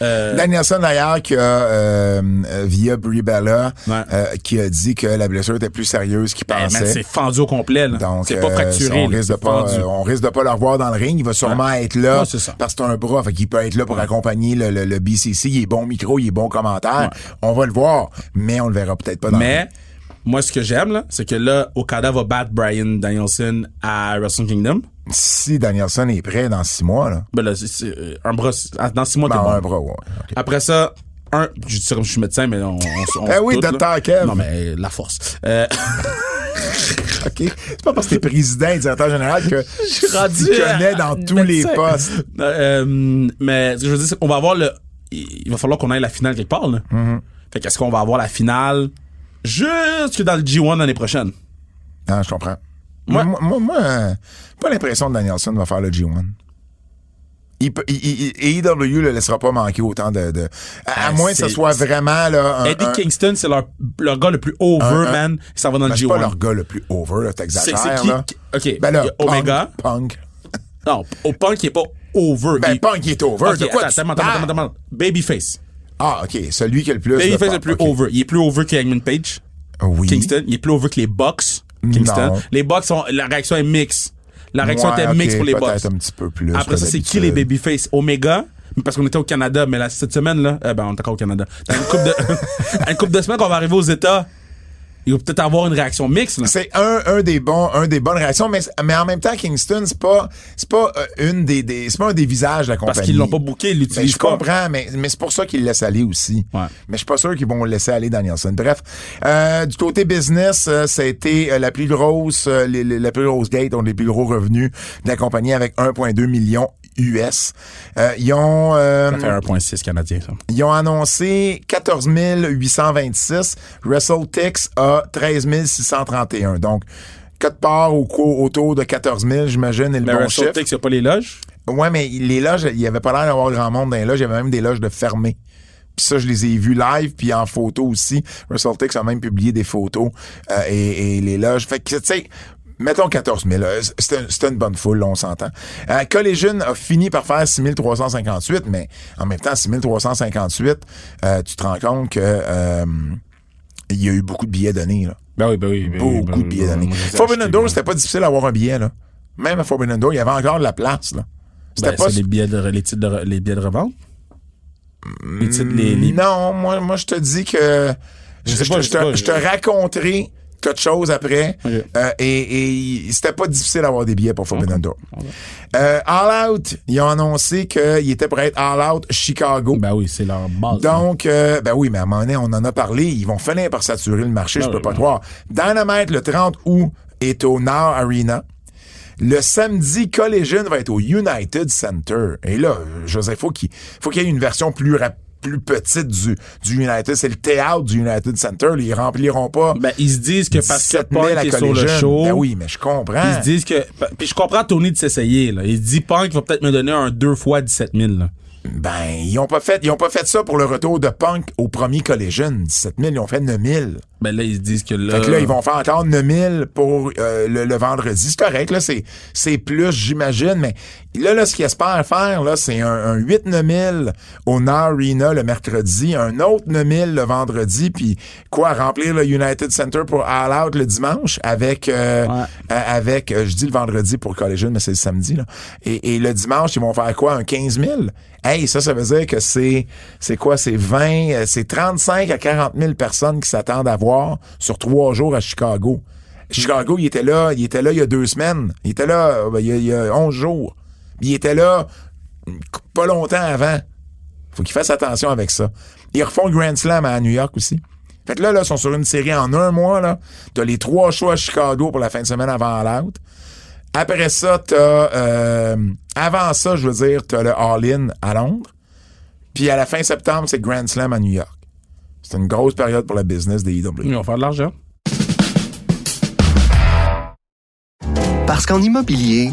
S4: Euh.
S3: Danielson, d'ailleurs, qui a, euh, euh, via Brie Bella,
S4: Ouais.
S3: euh, qui a dit que la blessure était plus sérieuse qu'il
S4: Eh, man,
S3: pensait.
S4: c'est fendu au complet. là.
S3: Donc,
S4: C'est pas
S3: euh,
S4: fracturé.
S3: on,
S4: là.
S3: risque de
S4: C'est
S3: pas,
S4: fendu.
S3: euh, on risque de pas le revoir dans le ring. Il va sûrement être là
S4: Ouais, c'est ça.
S3: parce que c'est un bras. Fait qu'il peut être là pour accompagner le, le- le BCC. Il est bon au micro, il est bon au commentaire. On va le voir, mais on le verra peut-être pas dans le
S4: Mais
S3: ring.
S4: moi, ce que j'aime, là, c'est que là, Okada va battre Brian Danielson à Wrestle Kingdom.
S3: Si Danielson est prêt dans six mois, là,
S4: Ben là, c'est- c'est, euh, un bras, c'est- ah, dans six mois, t'es
S3: ben,
S4: bon.
S3: un bras, ouais. OK.
S4: Après ça, un, je dis ça comme je suis médecin, mais on, on, on
S3: Eh oui,
S4: doute, là.
S3: Dr. Kev.
S4: Non, mais la force. Euh,
S3: OK. C'est pas parce que t'es président et directeur général que tu
S4: rendu
S3: t'y connais
S4: à-
S3: dans tous les
S4: médecin.
S3: postes.
S4: Euh, mais ce que je veux dire, c'est qu'on va avoir le. Il va falloir qu'on aille à la finale
S3: Mm-hmm.
S4: quelque part, là. Fait qu'est-ce qu'on va avoir la finale jusque dans le G1 l'année prochaine?
S3: Ah, je comprends.
S4: Ouais.
S3: Moi, moi, moi, euh, pas l'impression que Danielson va faire le G1. Il peut- il- il- il- AEW le laissera pas manquer autant de. de- à, à
S4: Ah,
S3: moins que ce
S4: c'est-
S3: soit vraiment là, un.
S4: Eddie
S3: un-
S4: Kingston, c'est leur, leur gars le plus over,
S3: Un- un-
S4: man. Ça va dans le
S3: ben, c'est pas
S4: G1.
S3: leur gars le plus over, là,
S4: C'est
S3: t'exagères.
S4: c'est qui?
S3: là.
S4: qui- OK.
S3: Ben là,
S4: il y a Omega.
S3: Punk. Punk.
S4: Non, au Punk, il est pas over.
S3: Ben,
S4: il...
S3: Punk, il est over.
S4: OK,
S3: de quoi
S4: attends,
S3: tu
S4: attends, attends,
S3: parles?
S4: attends, attends. Babyface.
S3: Ah, ok, celui qui a le plus. de
S4: Babyface est le
S3: punk,
S4: plus
S3: ok.
S4: over. Il est plus over que Hangman Page.
S3: Oui.
S4: Kingston. Il est plus over que les Bucks. Kingston.
S3: Non.
S4: Les Bucks, sont, la réaction est mixte. La réaction
S3: Ouais,
S4: était
S3: ok,
S4: mixte pour les
S3: peut-être
S4: Bucks.
S3: un petit peu plus
S4: Après
S3: que
S4: ça, c'est qui
S3: d'habitude.
S4: les Babyface? Omega? Parce qu'on était au Canada, mais là, cette semaine, là, eh ben, on est encore au Canada. Dans une couple de, à une couple de semaines qu'on va arriver aux États, il va peut-être avoir une réaction mixte, là.
S3: C'est un, un des bons, un des bonnes réactions, mais, mais en même temps, Kingston, c'est pas, c'est pas euh, une des, des- c'est pas un des visages de la compagnie.
S4: Parce qu'ils l'ont pas booké, ils
S3: Mais
S4: l'utilisent
S3: je
S4: pas.
S3: comprends, mais, mais c'est pour ça qu'ils le laissent aller aussi.
S4: Ouais.
S3: Mais je suis pas sûr qu'ils vont laisser aller Danielson. Bref, euh, du côté business, euh, ça a été euh, la plus grosse, euh, les- les- la plus grosse gate, ont les plus gros revenus de la compagnie avec 1,2 million US. Euh, ils ont, euh,
S4: Ça fait 1.6 Canadien, ça.
S3: ils ont annoncé 14 826. WrestleTix a 13 631. Donc, quatre parts au co- autour de 14 000, j'imagine, est le
S4: Mais
S3: bon
S4: Wrestle
S3: chiffre.
S4: Tix, il n'y a pas les loges.
S3: Ouais, mais les loges, il n'y avait pas l'air d'avoir grand monde dans les loges. Il y avait même des loges de fermées. Puis ça, je les ai vus live, puis en photo aussi. WrestleTix a même publié des photos euh, et, et les loges. Fait que, tu sais, mettons 14 000. euh, C'est un- c'est une bonne foule, là, on s'entend. Euh, Collision a fini par faire 6 358, mais en même temps, 6 358, euh, tu te rends compte que... euh, il y a eu beaucoup de billets donnés. Là.
S4: Ben oui, ben oui. ben oui, ben
S3: Beaucoup
S4: oui,
S3: de billets
S4: ben oui,
S3: donnés.
S4: moi, je les ai
S3: Forbidden
S4: achetés,
S3: Door,
S4: moi.
S3: c'était pas difficile d'avoir un billet. Là. Même à Forbidden Door, il y avait encore de la place. Là. C'était
S4: Ben,
S3: pas
S4: c'est les billets de, les titres de, re- les billets de revente? Les titres, les, les-
S3: Non, moi, moi je te dis que je,
S4: sais
S3: je
S4: pas,
S3: te-
S4: je
S3: je
S4: sais pas,
S3: te, je te
S4: je-
S3: raconterai quelque chose après.
S4: Ok.
S3: Euh, et et c'était pas difficile d'avoir des billets pour Forbidden Door. Euh, All Out, ils ont annoncé qu'ils étaient prêts à être All Out Chicago.
S4: Ben oui, c'est leur base.
S3: Donc, euh, ben oui, mais à un moment donné, on en a parlé. Ils vont finir par saturer le marché, je
S4: Ah
S3: peux
S4: oui,
S3: pas
S4: oui.
S3: croire. Dynamite, le 30 août, est au Now Arena. Le samedi, Collision va être au United Center. Et là, euh, Joseph, faut qu'il faut qu'il y ait une version plus rap- plus petite du, du United. C'est le théâtre du United Center. là. Ils rempliront pas
S4: ben, ils se disent que parce que
S3: 17 000
S4: Punk
S3: à
S4: est sur le
S3: Collision.
S4: show,
S3: Ben oui, mais je comprends.
S4: ils se disent que... Puis je comprends Tony de s'essayer, là. Il se dit Punk va peut-être me donner un deux fois 17 000, là.
S3: Ben, ils ont pas fait, ils ont pas fait ça pour le retour de Punk au premier Collision. 17 000, ils ont fait 9 000.
S4: Ben là, ils se disent que là...
S3: Fait que là, ils vont faire encore 9000 pour euh, le, le vendredi. C'est correct, là, c'est, c'est plus, j'imagine, mais là, là, ce qu'ils espèrent faire, là, c'est un, un 8 9000 au Narina le mercredi, un autre 9000 le vendredi, puis quoi, remplir le United Center pour All Out le dimanche avec, euh,
S4: Ouais.
S3: euh, avec, euh, je dis le vendredi pour Collegian, mais c'est le samedi, là. Et, et le dimanche, ils vont faire quoi, un 15 000? Hey, ça, ça veut dire que c'est, c'est quoi, c'est 20, euh, c'est 35 à 40 000 personnes qui s'attendent à voir sur trois jours à Chicago. Chicago, il était là, il était là il y a deux semaines. Il était là, euh, ben, il y a, il y a 11 jours. Il était là mm, pas longtemps avant. Faut qu'ils fassent attention avec ça. Ils refont le Grand Slam à New York aussi. Fait que là, là, ils sont sur une série en un mois, là. T'as les trois choix à Chicago pour la fin de semaine avant All Out. Après ça, t'as... euh, avant ça, je veux dire, t'as le All-In à Londres. Puis à la fin septembre, c'est Grand Slam à New York. C'est une grosse période pour le business des IW.
S4: Ils vont faire de l'argent.
S6: Parce qu'en immobilier,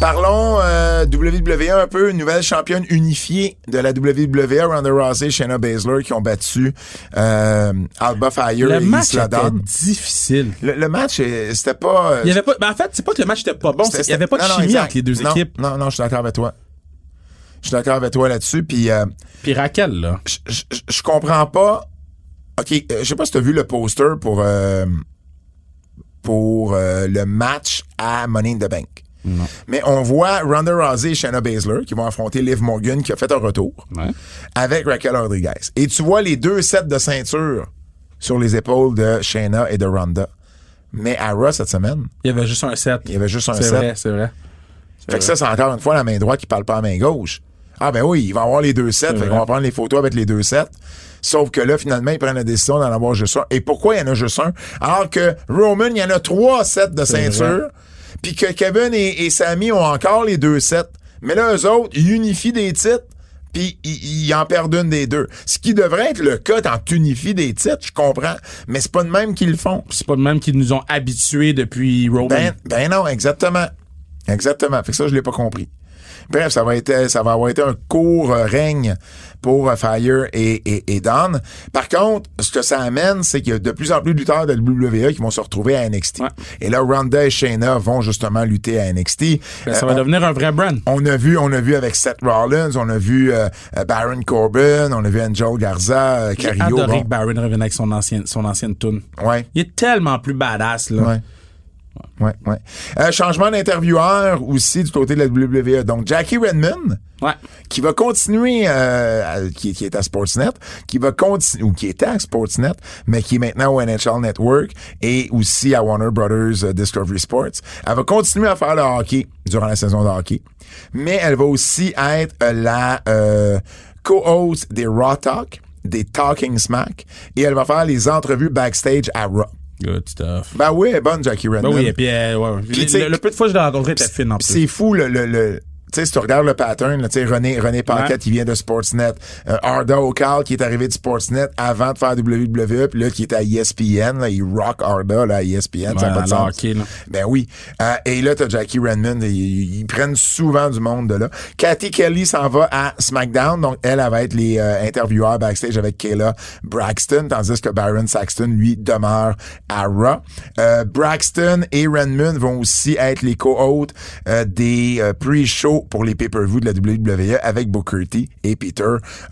S3: Parlons euh, WWE un peu, nouvelle championne unifiée de la WWE, Ronda Rousey et Shayna Baszler qui ont battu euh, Alba Fire
S4: Le
S3: et
S4: match
S3: Isla
S4: était
S3: Dawn.
S4: difficile.
S3: Le, le match, euh, c'était pas... euh,
S4: Il y avait pas, ben en fait, c'est pas que le match était pas bon, c'est
S3: C'était-
S4: qu'il y avait pas de
S3: non, non,
S4: chimie
S3: exact.
S4: entre les deux
S3: Non,
S4: équipes.
S3: Non, non, je suis d'accord avec toi. Je suis d'accord avec toi là-dessus. Puis, euh,
S4: Puis Raquel, là.
S3: je- je je- je comprends pas. OK, euh, je sais pas si tu as vu le poster pour, euh, pour euh, le match à Money in the Bank. Mais on voit Ronda Rousey et Shayna Baszler qui vont affronter Liv Morgan qui a fait un retour
S7: Ouais.
S3: avec Raquel Rodriguez. Et tu vois les deux sets de ceinture sur les épaules de Shayna et de Ronda. Mais à Raw cette semaine,
S4: Il y avait juste un set.
S3: il y avait juste un
S4: C'est
S3: set.
S4: vrai, c'est vrai.
S3: Fait que ça, c'est encore une fois la main droite qui parle pas à la main gauche. Ah ben oui, il va avoir les deux sets. Fait qu'on va prendre les photos avec les deux sets. Sauf que là, finalement, ils prennent la décision d'en avoir juste un. Et pourquoi il y en a juste un? Alors que Roman, il y en a trois sets de ceinture. Puis que Kevin et, et Sammy ont encore les deux sets. Mais là, eux autres, ils unifient des titres. Puis ils ils en perdent une des deux. Ce qui devrait être le cas quand tu unifies des titres, je comprends. Mais c'est pas de même qu'ils le font.
S4: C'est pas le même qu'ils nous ont habitués depuis Roman.
S3: Ben, ben non, exactement. Exactement. Fait que ça, je l'ai pas compris. Bref, ça va être, euh, ça va avoir été un court euh, règne pour euh, Fire et, et, et Dawn. Par contre, ce que ça amène, c'est qu'il y a de plus en plus de lutteurs de WWE qui vont se retrouver à NXT.
S4: Ouais.
S3: Et là, Ronda et Shayna vont justement lutter à NXT.
S4: Ben, ça
S3: Euh,
S4: va
S3: on-
S4: devenir un vrai brand.
S3: on a vu, on a vu avec Seth Rollins, on a vu euh, euh, Baron Corbin, on a vu Angel Garza, euh,
S4: J'ai
S3: Carrillo.
S4: adoré que
S3: bon.
S4: Baron revienne avec son ancienne, son ancienne tune.
S3: Ouais.
S4: Il est tellement plus badass, là.
S3: Ouais. Ouais, ouais. Euh, changement d'intervieweur aussi du côté de la WWE. Donc, Jackie Redmond,
S4: Ouais.
S3: qui va continuer, euh, à- qui, qui est à Sportsnet, qui va continuer, ou qui était à Sportsnet, mais qui est maintenant au NHL Network et aussi à Warner Brothers euh, Discovery Sports. Elle va continuer à faire le hockey durant la saison de hockey, mais elle va aussi être euh, la euh, co-host des Raw Talk, des Talking Smack, et elle va faire les entrevues backstage à Raw.
S4: Good stuff.
S3: Ben oui, elle est bonne, Jackie Redmond.
S4: Ben oui, et puis, euh, ouais.
S3: tu sais-
S4: le, le peu de fois que je l'ai rencontré, était fine en
S3: Pis
S4: plus.
S3: C'est fou le, le, le- tu sais, si tu regardes le pattern, là, tu sais, René, René Paquette,
S4: Ouais.
S3: qui vient de Sportsnet. Euh, Arda O'Cal, qui est arrivé de Sportsnet avant de faire WWE, puis là, qui est à E ESPN, là, il rock Arda, là, à E ESPN, Hein, ça n'a
S4: Ouais,
S3: pas de
S4: le
S3: sens.
S4: hockey, là.
S3: Ben oui. Euh, et là, t'as Jackie Redmond, ils, ils prennent souvent du monde de là. Cathy Kelly s'en va à SmackDown, donc elle, elle va être les euh, intervieweurs backstage avec Kayla Braxton, tandis que Byron Saxton, lui, demeure à Raw. Euh, Braxton et Redmond vont aussi être les co-hôtes euh, des euh, pre-shows pour les pay-per-views de la WWE avec Booker T et Peter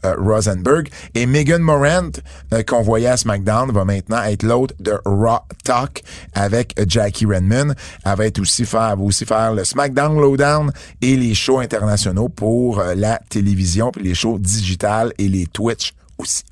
S3: euh, Rosenberg. Et Megan Morant, euh, qu'on voyait à SmackDown, va maintenant être l'hôte de Raw Talk avec euh, Jackie Redmond. Elle va être aussi faire, elle va aussi faire le SmackDown Lowdown et les shows internationaux pour euh, la télévision, puis les shows digitales et les Twitch aussi.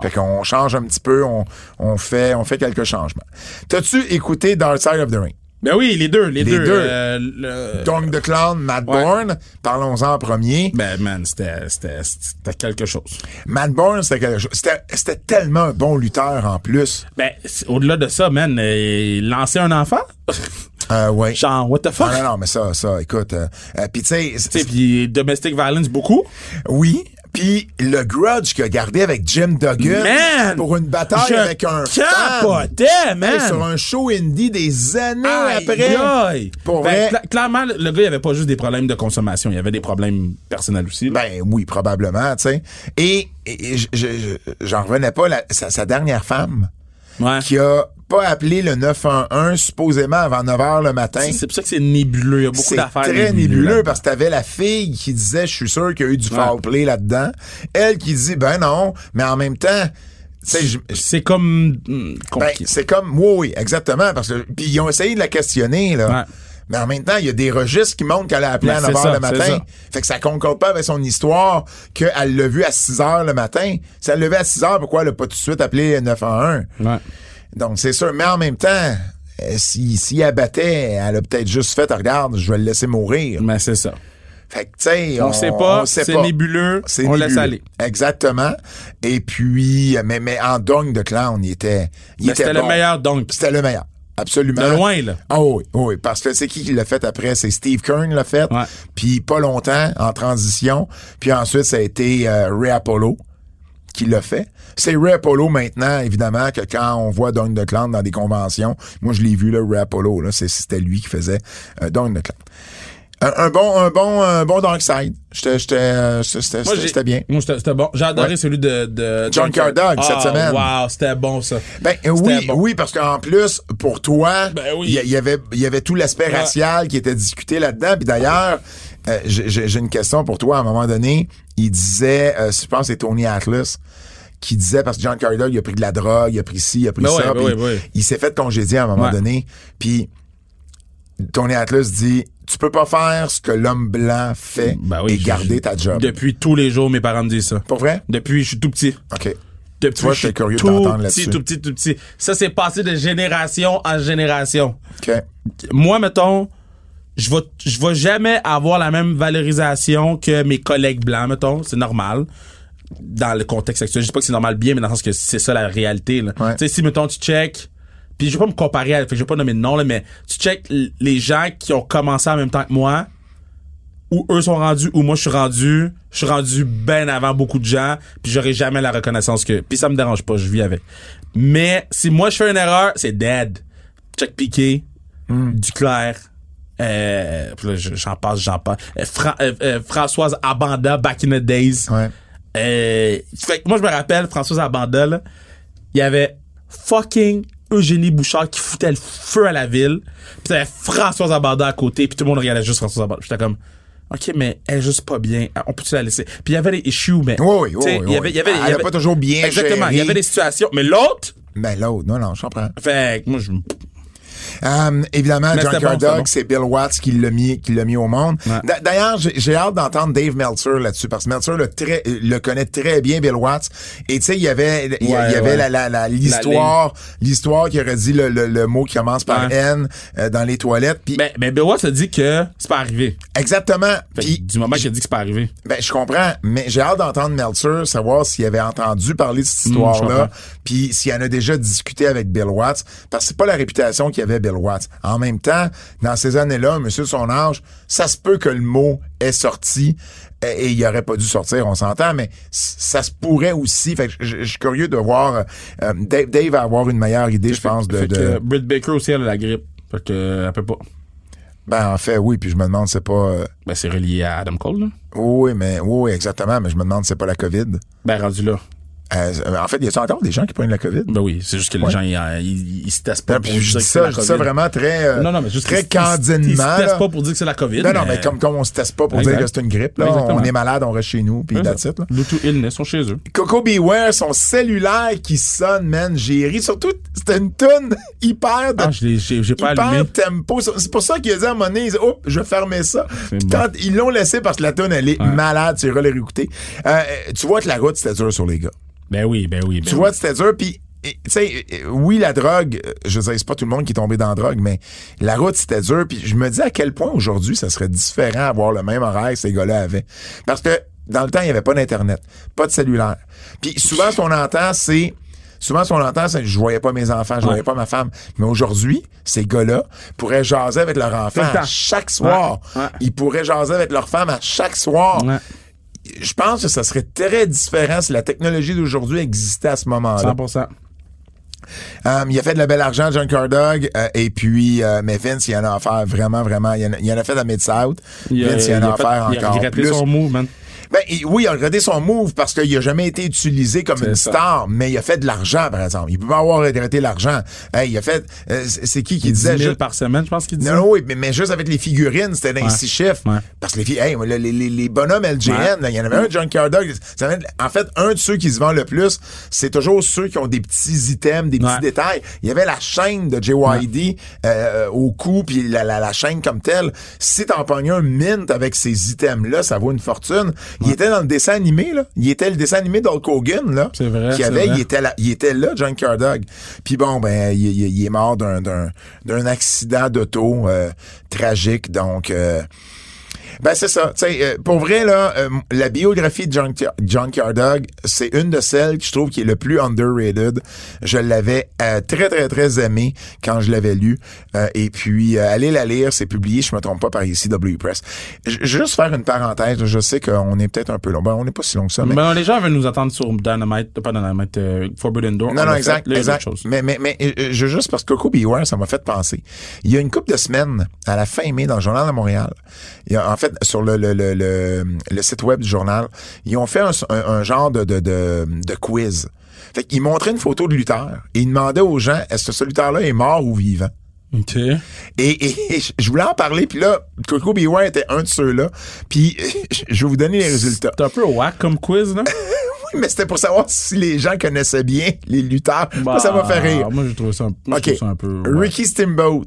S3: Fait qu'on change un petit peu, on, on fait, on fait quelques changements. T'as-tu écouté Dark Side of the Ring?
S4: Ben oui, les deux, les,
S3: Les
S4: deux.
S3: deux.
S4: Euh, le-
S3: Dong the Clown, Matt
S4: Ouais.
S3: Bourne, parlons-en en premier.
S4: Ben, man, c'était c'était- c'était quelque chose.
S3: Matt Bourne, c'était quelque chose- c'était- C'était tellement un bon lutteur en plus.
S4: Ben, c'est- au-delà de ça, man, euh, lancer un enfant?
S3: Euh, ouais.
S4: Genre, what the fuck?
S3: Non, non, non, mais ça, ça, écoute. Euh, euh, puis tu sais,
S4: Tu sais,
S3: c'est-
S4: puis domestic violence beaucoup.
S3: oui. Puis le grudge qu'il a gardé avec Jim Duggan
S4: Man!
S3: pour une bataille
S4: Je
S3: avec un fan.
S4: capotais, man!
S3: Hey, sur un show indie des années
S4: Aïe,
S3: après.
S4: aïe.
S3: Pour
S4: Fait
S3: vrai.
S4: que cla- clairement, le le gars, il avait pas juste des problèmes de consommation, il avait des problèmes personnels aussi. là.
S3: Ben oui, probablement, tu sais. Et, et- et je- je- je- j'en revenais pas, la- sa, sa dernière femme,
S4: ouais.
S3: Ben, qui a pas appelé le 911 supposément avant 9h le matin.
S4: C'est c'est pour ça que c'est nébuleux. Il y a beaucoup
S3: C'est
S4: d'affaires.
S3: très
S4: nébuleuses
S3: nébuleux
S4: là-dedans.
S3: parce que t'avais la fille qui disait, je suis sûr qu'il y a eu du foul play là-dedans. Elle qui dit, ben non, mais en même temps, tu sais, je-
S4: C'est comme hmm,
S3: ben,
S4: compliqué.
S3: c'est comme, oui, oui, exactement, parce que, puis ils ont essayé de la questionner, là.
S4: Ouais.
S3: Mais en même temps, il y a des registres qui montrent qu'elle a appelé
S4: Ben,
S3: à
S4: c'est
S3: 9 h
S4: ça,
S3: le
S4: c'est
S3: matin.
S4: ça.
S3: Fait que ça concorde pas avec son histoire qu'elle l'a vu à 6 h le matin. Si elle l'a vu à 6 h, pourquoi elle n'a pas tout de suite appelé 911?
S4: Ouais.
S3: Donc, c'est sûr. Mais en même temps, euh, si, si elle battait, elle a peut-être juste fait, regarde, je vais le laisser mourir.
S4: Mais c'est ça.
S3: Fait que, tu sais,
S4: On sait pas,
S3: on sait
S4: c'est
S3: pas.
S4: nébuleux,
S3: C'est
S4: on
S3: nébuleux.
S4: laisse aller.
S3: Exactement. Et puis, mais, mais en dong de clown, il était, il
S4: Mais
S3: était
S4: C'était
S3: bon.
S4: le meilleur donc.
S3: C'était le meilleur. Absolument.
S4: De loin, là.
S3: Ah oui, oui, parce que c'est qui qui l'a fait après? C'est Steve Kern l'a fait.
S4: Ouais.
S3: Puis pas longtemps, en transition. Puis ensuite, ça a été euh, Ray Apollo qui l'a fait. C'est Ray Apollo maintenant, évidemment, que quand on voit Don DeClan dans des conventions, moi je l'ai vu, là, Ray Apollo, là, c'est- c'était lui qui faisait euh, Don DeClan. Un, un bon, un bon, un bon Dark Side. J'étais, j'étais, euh, c'était
S4: Moi, j'ai-
S3: c'était bien.
S4: Moi, c'était c'était bon. J'ai adoré
S3: Ouais.
S4: celui de, de
S3: John Cardog,
S4: Ah,
S3: cette semaine.
S4: Wow, c'était bon, ça.
S3: Ben euh,
S4: C'était
S3: oui,
S4: bon.
S3: oui, parce qu'en plus, pour toi, il
S4: Ben oui.
S3: y, a- il y avait, il y avait tout l'aspect
S4: Ouais.
S3: racial qui était discuté là-dedans. Puis d'ailleurs, euh, j'ai- j'ai j'ai une question pour toi. À un moment donné, il disait, euh, je pense que c'est Tony Atlas, qui disait, parce que John Carter, il a pris de la drogue, il a pris ci, il a pris
S4: Ben
S3: ça.
S4: ouais, ben
S3: puis
S4: ouais, ben ouais.
S3: Il s'est fait congédier à un moment
S4: Ouais.
S3: donné. Puis Tony Atlas dit, tu peux pas faire ce que l'homme blanc fait
S4: Ben oui,
S3: et
S4: je-
S3: garder ta job.
S4: Depuis tous les jours, mes parents me disent ça.
S3: Pas vrai?
S4: Depuis, je suis tout petit.
S3: OK.
S4: Depuis,
S3: vois,
S4: je suis
S3: j'étais curieux de
S4: tout
S3: t'entendre
S4: petit,
S3: là-dessus.
S4: tout petit, tout petit. Ça, c'est passé de génération en génération.
S3: OK.
S4: Moi, mettons, je vais, je vais jamais avoir la même valorisation que mes collègues blancs, mettons. C'est normal. Dans le contexte actuel. Je dis pas que c'est normal bien, mais dans le sens que c'est ça la réalité, là.
S3: Ouais.
S4: Tu sais, si, mettons, tu check, puis je vais pas me comparer à, fait que je vais pas nommer de nom, là, mais tu check l- les gens qui ont commencé en même temps que moi, où eux sont rendus, où moi je suis rendu, je suis rendu ben avant beaucoup de gens, puis j'aurai jamais la reconnaissance que. Puis ça me dérange pas, je vis avec. Mais si moi je fais une erreur, c'est dead. Check Piqué,
S3: Mm.
S4: Duclair, euh, puis là, je- j'en passe, j'en passe. Euh, Fra- euh, euh, Françoise Abanda, back in the days.
S3: Ouais.
S4: Euh, fait que moi je me rappelle Françoise Abanda, là, il y avait fucking Eugénie Bouchard qui foutait le feu à la ville. Puis t'avais Françoise Abanda à côté, puis tout le monde regardait juste Françoise Abanda. J'étais comme OK, mais elle est juste pas bien. On peut-tu la laisser? Puis il y avait des issues, mais.
S3: Oui, oui, oui,
S4: tu sais,
S3: oui,
S4: Il y avait, il y avait,
S3: oui.
S4: il y
S3: Elle a
S4: avait-
S3: pas toujours bien
S4: Exactement. Il y
S3: géré.
S4: avait des situations. Mais l'autre,
S3: Mais Ben, l'autre, non, non, je comprends.
S4: fait que moi, je.
S3: Euh, évidemment,
S4: Mais c'était bon,
S3: Junkyard
S4: c'était
S3: Dog,
S4: bon.
S3: c'est Bill Watts qui l'a mis, qui l'a mis au monde.
S4: Ouais.
S3: D'a- D'ailleurs, j'ai j'ai hâte d'entendre Dave Meltzer là-dessus parce que Meltzer le, très- le connaît très bien, Bill Watts. Et tu sais, il y avait, il y a- il y
S4: Ouais,
S3: avait
S4: ouais.
S3: la- la- la- l'histoire, l'histoire qui aurait dit le, le- le mot qui commence par
S4: Ouais.
S3: N euh, dans les toilettes. Puis
S4: Ben, ben Bill Watts a dit que c'est pas arrivé.
S3: exactement.
S4: Fait que
S3: Puis
S4: du moment qu'il a dit que c'est pas arrivé.
S3: Ben, je comprends, mais j'ai hâte d'entendre Meltzer, savoir s'il avait entendu parler de cette
S4: Hmm, je
S3: histoire-là,
S4: comprends.
S3: puis s'il en a déjà discuté avec Bill Watts, parce que c'est pas la réputation qu'il avait Bill Watts. En même temps, dans ces années-là, monsieur de son âge, ça se peut que le mot est sorti, euh, et il aurait pas dû sortir, on s'entend, mais c- ça se pourrait aussi. Fait que je- je je suis curieux de voir, euh, euh, Dave, Dave va avoir une meilleure idée, je pense, de,
S4: Fait
S3: de-
S4: que Britt Baker aussi, elle a la grippe. Fait que, euh, elle peut pas.
S3: ben, en fait, oui, puis je me demande, c'est pas, euh,
S4: Ben, c'est relié à Adam Cole, là.
S3: oui, mais, oui, exactement, mais je me demande, c'est pas la COVID.
S4: Ben, rendu là.
S3: Euh, en fait, il y a encore des gens qui prennent la COVID?
S4: Ben oui, c'est juste que les
S3: Ouais.
S4: gens, ils, euh, ils, ils se testent pas.
S3: Non,
S4: pour
S3: puis je
S4: dire
S3: dis
S4: que c'est la
S3: ça, je dis ça
S4: COVID.
S3: vraiment très, euh,
S4: Non, non, mais juste
S3: très
S4: qu'ils-
S3: candidement.
S4: Ils se testent
S3: là.
S4: pas pour dire que c'est la COVID.
S3: non, non, mais comme, comme on se teste pas pour
S4: Exact.
S3: dire que c'est une grippe, là,
S4: Exactement.
S3: on est malade, on reste chez nous, puis that's it, là.
S4: L'auto illness sont chez eux.
S3: Coco Beware, son cellulaire qui sonne, man, j'ai ri. Surtout, c'était une tonne hyper de
S4: Ah, je l'ai- j'ai j'ai pas allumé.
S3: hyper tempo. C'est pour ça qu'ils ont dit à un moment donné, ils disent, oh, je vais fermer ça.
S4: C'est
S3: Puis
S4: bon.
S3: quand ils l'ont laissé parce que la tonne, elle est malade, tu iras les réécouter. Euh, tu vois que la route, c'était dur sur les gars.
S4: Ben oui, ben oui. Ben
S3: Tu
S4: oui.
S3: vois, c'était dur. Puis, et, tu sais, euh, oui, la drogue, euh, je sais, c'est pas tout le monde qui est tombé dans la drogue, mais la route, c'était dur. Puis, je me dis à quel point aujourd'hui, ça serait différent avoir le même horaire que ces gars-là avaient. Parce que, dans le temps, il n'y avait pas d'Internet, pas de cellulaire. Puis, souvent, ce qu'on entend, c'est. Souvent, ce qu'on entend, c'est je voyais pas mes enfants, je voyais pas ma femme. Mais aujourd'hui, ces gars-là pourraient jaser avec leurs enfants
S4: le temps.
S3: à chaque soir.
S4: Ouais, ouais.
S3: Ils pourraient jaser avec leur femme à chaque soir
S4: Ouais.
S3: je pense que ça serait très différent si la technologie d'aujourd'hui existait à ce moment-là.
S4: 100%.
S3: Euh, il a fait de la belle argent, John Cardog, et puis euh, mais Vince, il en a offert vraiment, vraiment. Il en a, il en a fait à Mid-South. Vince, il en a
S4: fait-
S3: offert
S4: il a
S3: encore
S4: regretté
S3: plus.
S4: son move, man.
S3: Ben, il- oui, il a regretté son move parce qu'il n'a jamais été utilisé comme
S4: C'est
S3: une
S4: ça.
S3: star, mais il a fait de l'argent, par exemple. Il peut pas avoir regretté l'argent. Hey, il a fait... euh, c'est c'est qui qui
S4: 10
S3: disait...
S4: 000
S3: juste-
S4: par semaine, je pense qu'il dit.
S3: non, non, oui, mais, mais juste avec les figurines, c'était dans les
S4: Ouais.
S3: six chiffres.
S4: Ouais.
S3: Parce que les, filles, hey, les, les- les bonhommes LGN,
S4: Ouais.
S3: là, il y en avait un, Junkyard Dog. ça va être- en fait, un de ceux qui se vend le plus, c'est toujours ceux qui ont des petits items, des petits
S4: Ouais.
S3: détails. Il y avait la chaîne de JYD euh, au cou, puis la, la- la chaîne comme telle. Si t'en pognes un mint avec ces items-là, ça vaut une fortune. Il était dans le dessin animé, là. Il était le dessin animé d'Hulk Hogan, là.
S4: C'est vrai,
S3: Qu'il
S4: c'est
S3: avait,
S4: vrai.
S3: il était était là, il était là, Junkyard Dog. Puis bon, ben, il, il- il est mort d'un, d'un, d'un accident d'auto euh, tragique. Donc, euh, ben c'est ça. Tu sais, euh, pour vrai, là, euh, la biographie de Junk- Junkyard Dog, c'est une de celles que je trouve qui est le plus underrated. Je l'avais euh, très, très, très aimée quand je l'avais lu. Euh, et puis, euh, allez la lire, c'est publié, je me trompe pas, par ici, W Press. J- juste faire une parenthèse, je sais qu'on est peut-être un peu long. Ben, on n'est pas si long que ça, mais...
S4: Ben, les gens veulent nous attendre sur Dynamite, pas Dynamite, euh, Forbidden Door.
S3: Non,
S4: On
S3: non,
S4: l'a
S3: exact,
S4: fait, là, il y a
S3: exact.
S4: d'autres choses.
S3: Mais, mais, mais euh, je, juste parce que Coco Beware, ça m'a fait penser. Il y a une couple de semaines, à la fin mai, dans le Journal de Montréal, il y a, en fait, sur le, le, le, le, le site web du journal, ils ont fait un, un- un genre de, de, de, de quiz. Fait qu'ils montraient une photo de lutteur et ils demandaient aux gens, est-ce que ce lutteur-là est mort ou vivant?
S4: OK.
S3: Et, et- je- je voulais en parler, puis là, Coco Beware était un de ceux-là. Puis je- je vais vous donner les résultats.
S4: C'est un peu whack comme quiz, là.
S3: Oui, mais c'était pour savoir si les gens connaissaient bien les lutteurs. Moi,
S4: Bah,
S3: ça m'a fait rire.
S4: Moi, j'ai trouvé ça un, moi, je
S3: OK.
S4: trouve ça un peu. ouais.
S3: Ricky Steamboat,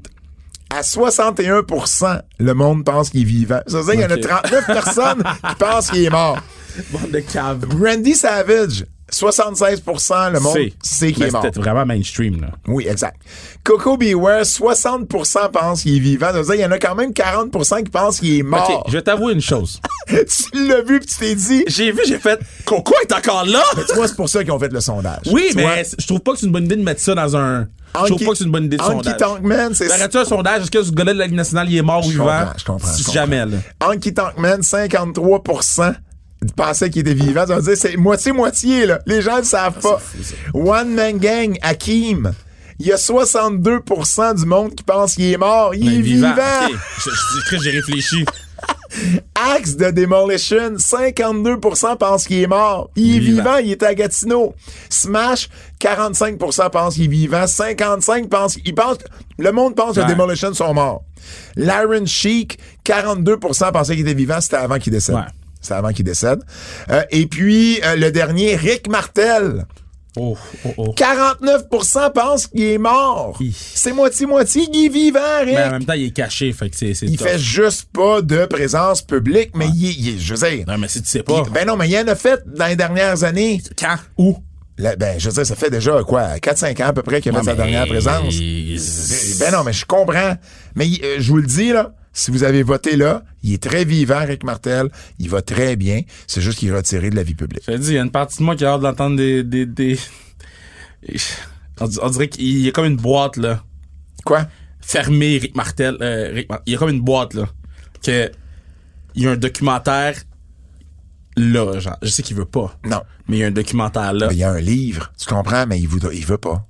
S3: À 61 le monde pense qu'il est vivant. Ça veut dire qu'il y en a
S4: Ok.
S3: 39 personnes qui pensent qu'il est mort.
S4: Bande de cave.
S3: Randy Savage, 76 le monde sait qu'il est mort.
S4: C'était vraiment mainstream, là.
S3: Oui, exact. Coco Beware, 60 pensent qu'il est vivant. Ça veut dire qu'il y en a quand même 40 qui pensent qu'il est mort.
S4: Ok, je vais t'avouer une chose.
S3: tu l'as vu pis tu t'es dit.
S4: J'ai vu, j'ai fait Coco est encore là!
S3: Tu vois, c'est pour ça qu'ils ont fait le sondage.
S4: Oui,
S3: Tu vois,
S4: mais c'est- je trouve pas que c'est une bonne idée de mettre ça dans un. Je trouve
S3: Anki-
S4: pas que c'est une bonne idée de
S3: Anki
S4: sondage. Ben,
S3: Tankman, c'est-
S4: T'arrêtes-tu un sondage? Est-ce que ce gars-là de la Ligue nationale, il est mort ou
S3: Je
S4: vivant?
S3: comprends, je comprends.
S4: Si
S3: je comprends.
S4: Jamais, là.
S3: Anki Tankman, 53 pensaient qu'il était vivant. Ça veut dire c'est moitié-moitié, là. Les gens ne le
S4: Ah,
S3: savent pas. One Man Gang, Hakim. Il y a 62 du monde qui pense qu'il est mort. Il
S4: Mais
S3: est vivant.
S4: Ben, ok. Je- je- Chris, J'ai réfléchi.
S3: Axe de Demolition, 52 pensent qu'il est mort. Il est
S4: Vivant.
S3: vivant. il est à Gatineau. Smash, 45 pensent qu'il est vivant. 55 pensent, il pense, le monde pense
S4: Ouais.
S3: que Demolition sont morts. Laren Chic, 42 pensaient qu'il était vivant. C'était avant qu'il décède.
S4: Ouais.
S3: C'était avant qu'il décède. Euh, et puis, euh, le dernier, Rick Martel.
S4: Oh, oh, oh.
S3: 49 pensent qu'il est mort.
S4: Hi.
S3: C'est moitié-moitié, il est vivant, Rick.
S4: Mais en même temps, il est caché, fait que c'est. c'est
S3: il
S4: tough.
S3: fait juste pas de présence publique, mais il, est- il est- je veux dire,
S4: Non, mais si tu sais pas.
S3: il- Ben non, mais il en a fait dans les dernières années.
S4: Quand? Où?
S3: Là, ben, je veux dire, ça fait déjà, quoi, 4-5 ans à peu près qu'il a fait sa dernière présence. Ben non, mais je comprends. Mais il- euh, je vous le dis, là, si vous avez voté là, il est très vivant, Rick Martel. Il va très bien. C'est juste qu'il est retiré de la vie publique.
S4: Je te dis, il y a une partie de moi qui a hâte d'entendre des. des, des... On, di- on dirait qu'il y a comme une boîte, là.
S3: Quoi?
S4: Fermée, Rick Martel. euh, Rick Mar- Il y a comme une boîte, là. Que. Il y a un documentaire. Là, genre. Je sais qu'il veut pas.
S3: Non.
S4: Mais il y a un documentaire là.
S3: Ben, il y a un livre, tu comprends, mais il voudra- il veut pas.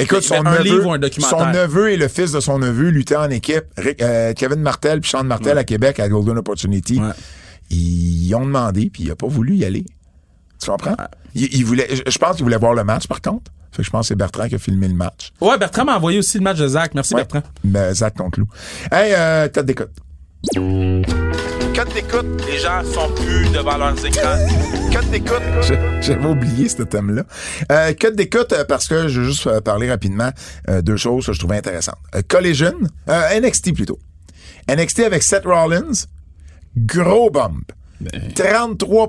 S3: Écoute,
S4: Mais-
S3: son
S4: mais un
S3: neveu,
S4: livre ou un documentaire?
S3: son neveu et le fils de son neveu luttaient en équipe. Rick- euh, Kevin Martel puis Sean Martel à Québec à Golden Opportunity.
S4: Ouais.
S3: Ils ont demandé, puis il a pas voulu y aller. Tu comprends? Il, il voulait, je je pense qu'il voulait voir le match, par contre. Fait que je pense que c'est Bertrand qui a filmé le match.
S4: Ouais, Bertrand m'a envoyé aussi le match de Zach. Merci, Bertrand.
S3: Mais Zach Conclou. Hey, euh, t'as d'écoute.
S4: Quand t'écoutes, les gens sont plus devant leurs écrans. Quand t'écoutes.
S3: Je- J'avais oublié ce thème-là. Euh, que d'écoute, euh, parce que je veux juste euh, parler rapidement euh, deux choses que je trouvais intéressantes. Euh, Collision, euh, NXT plutôt. NXT avec Seth Rollins, gros bump. 33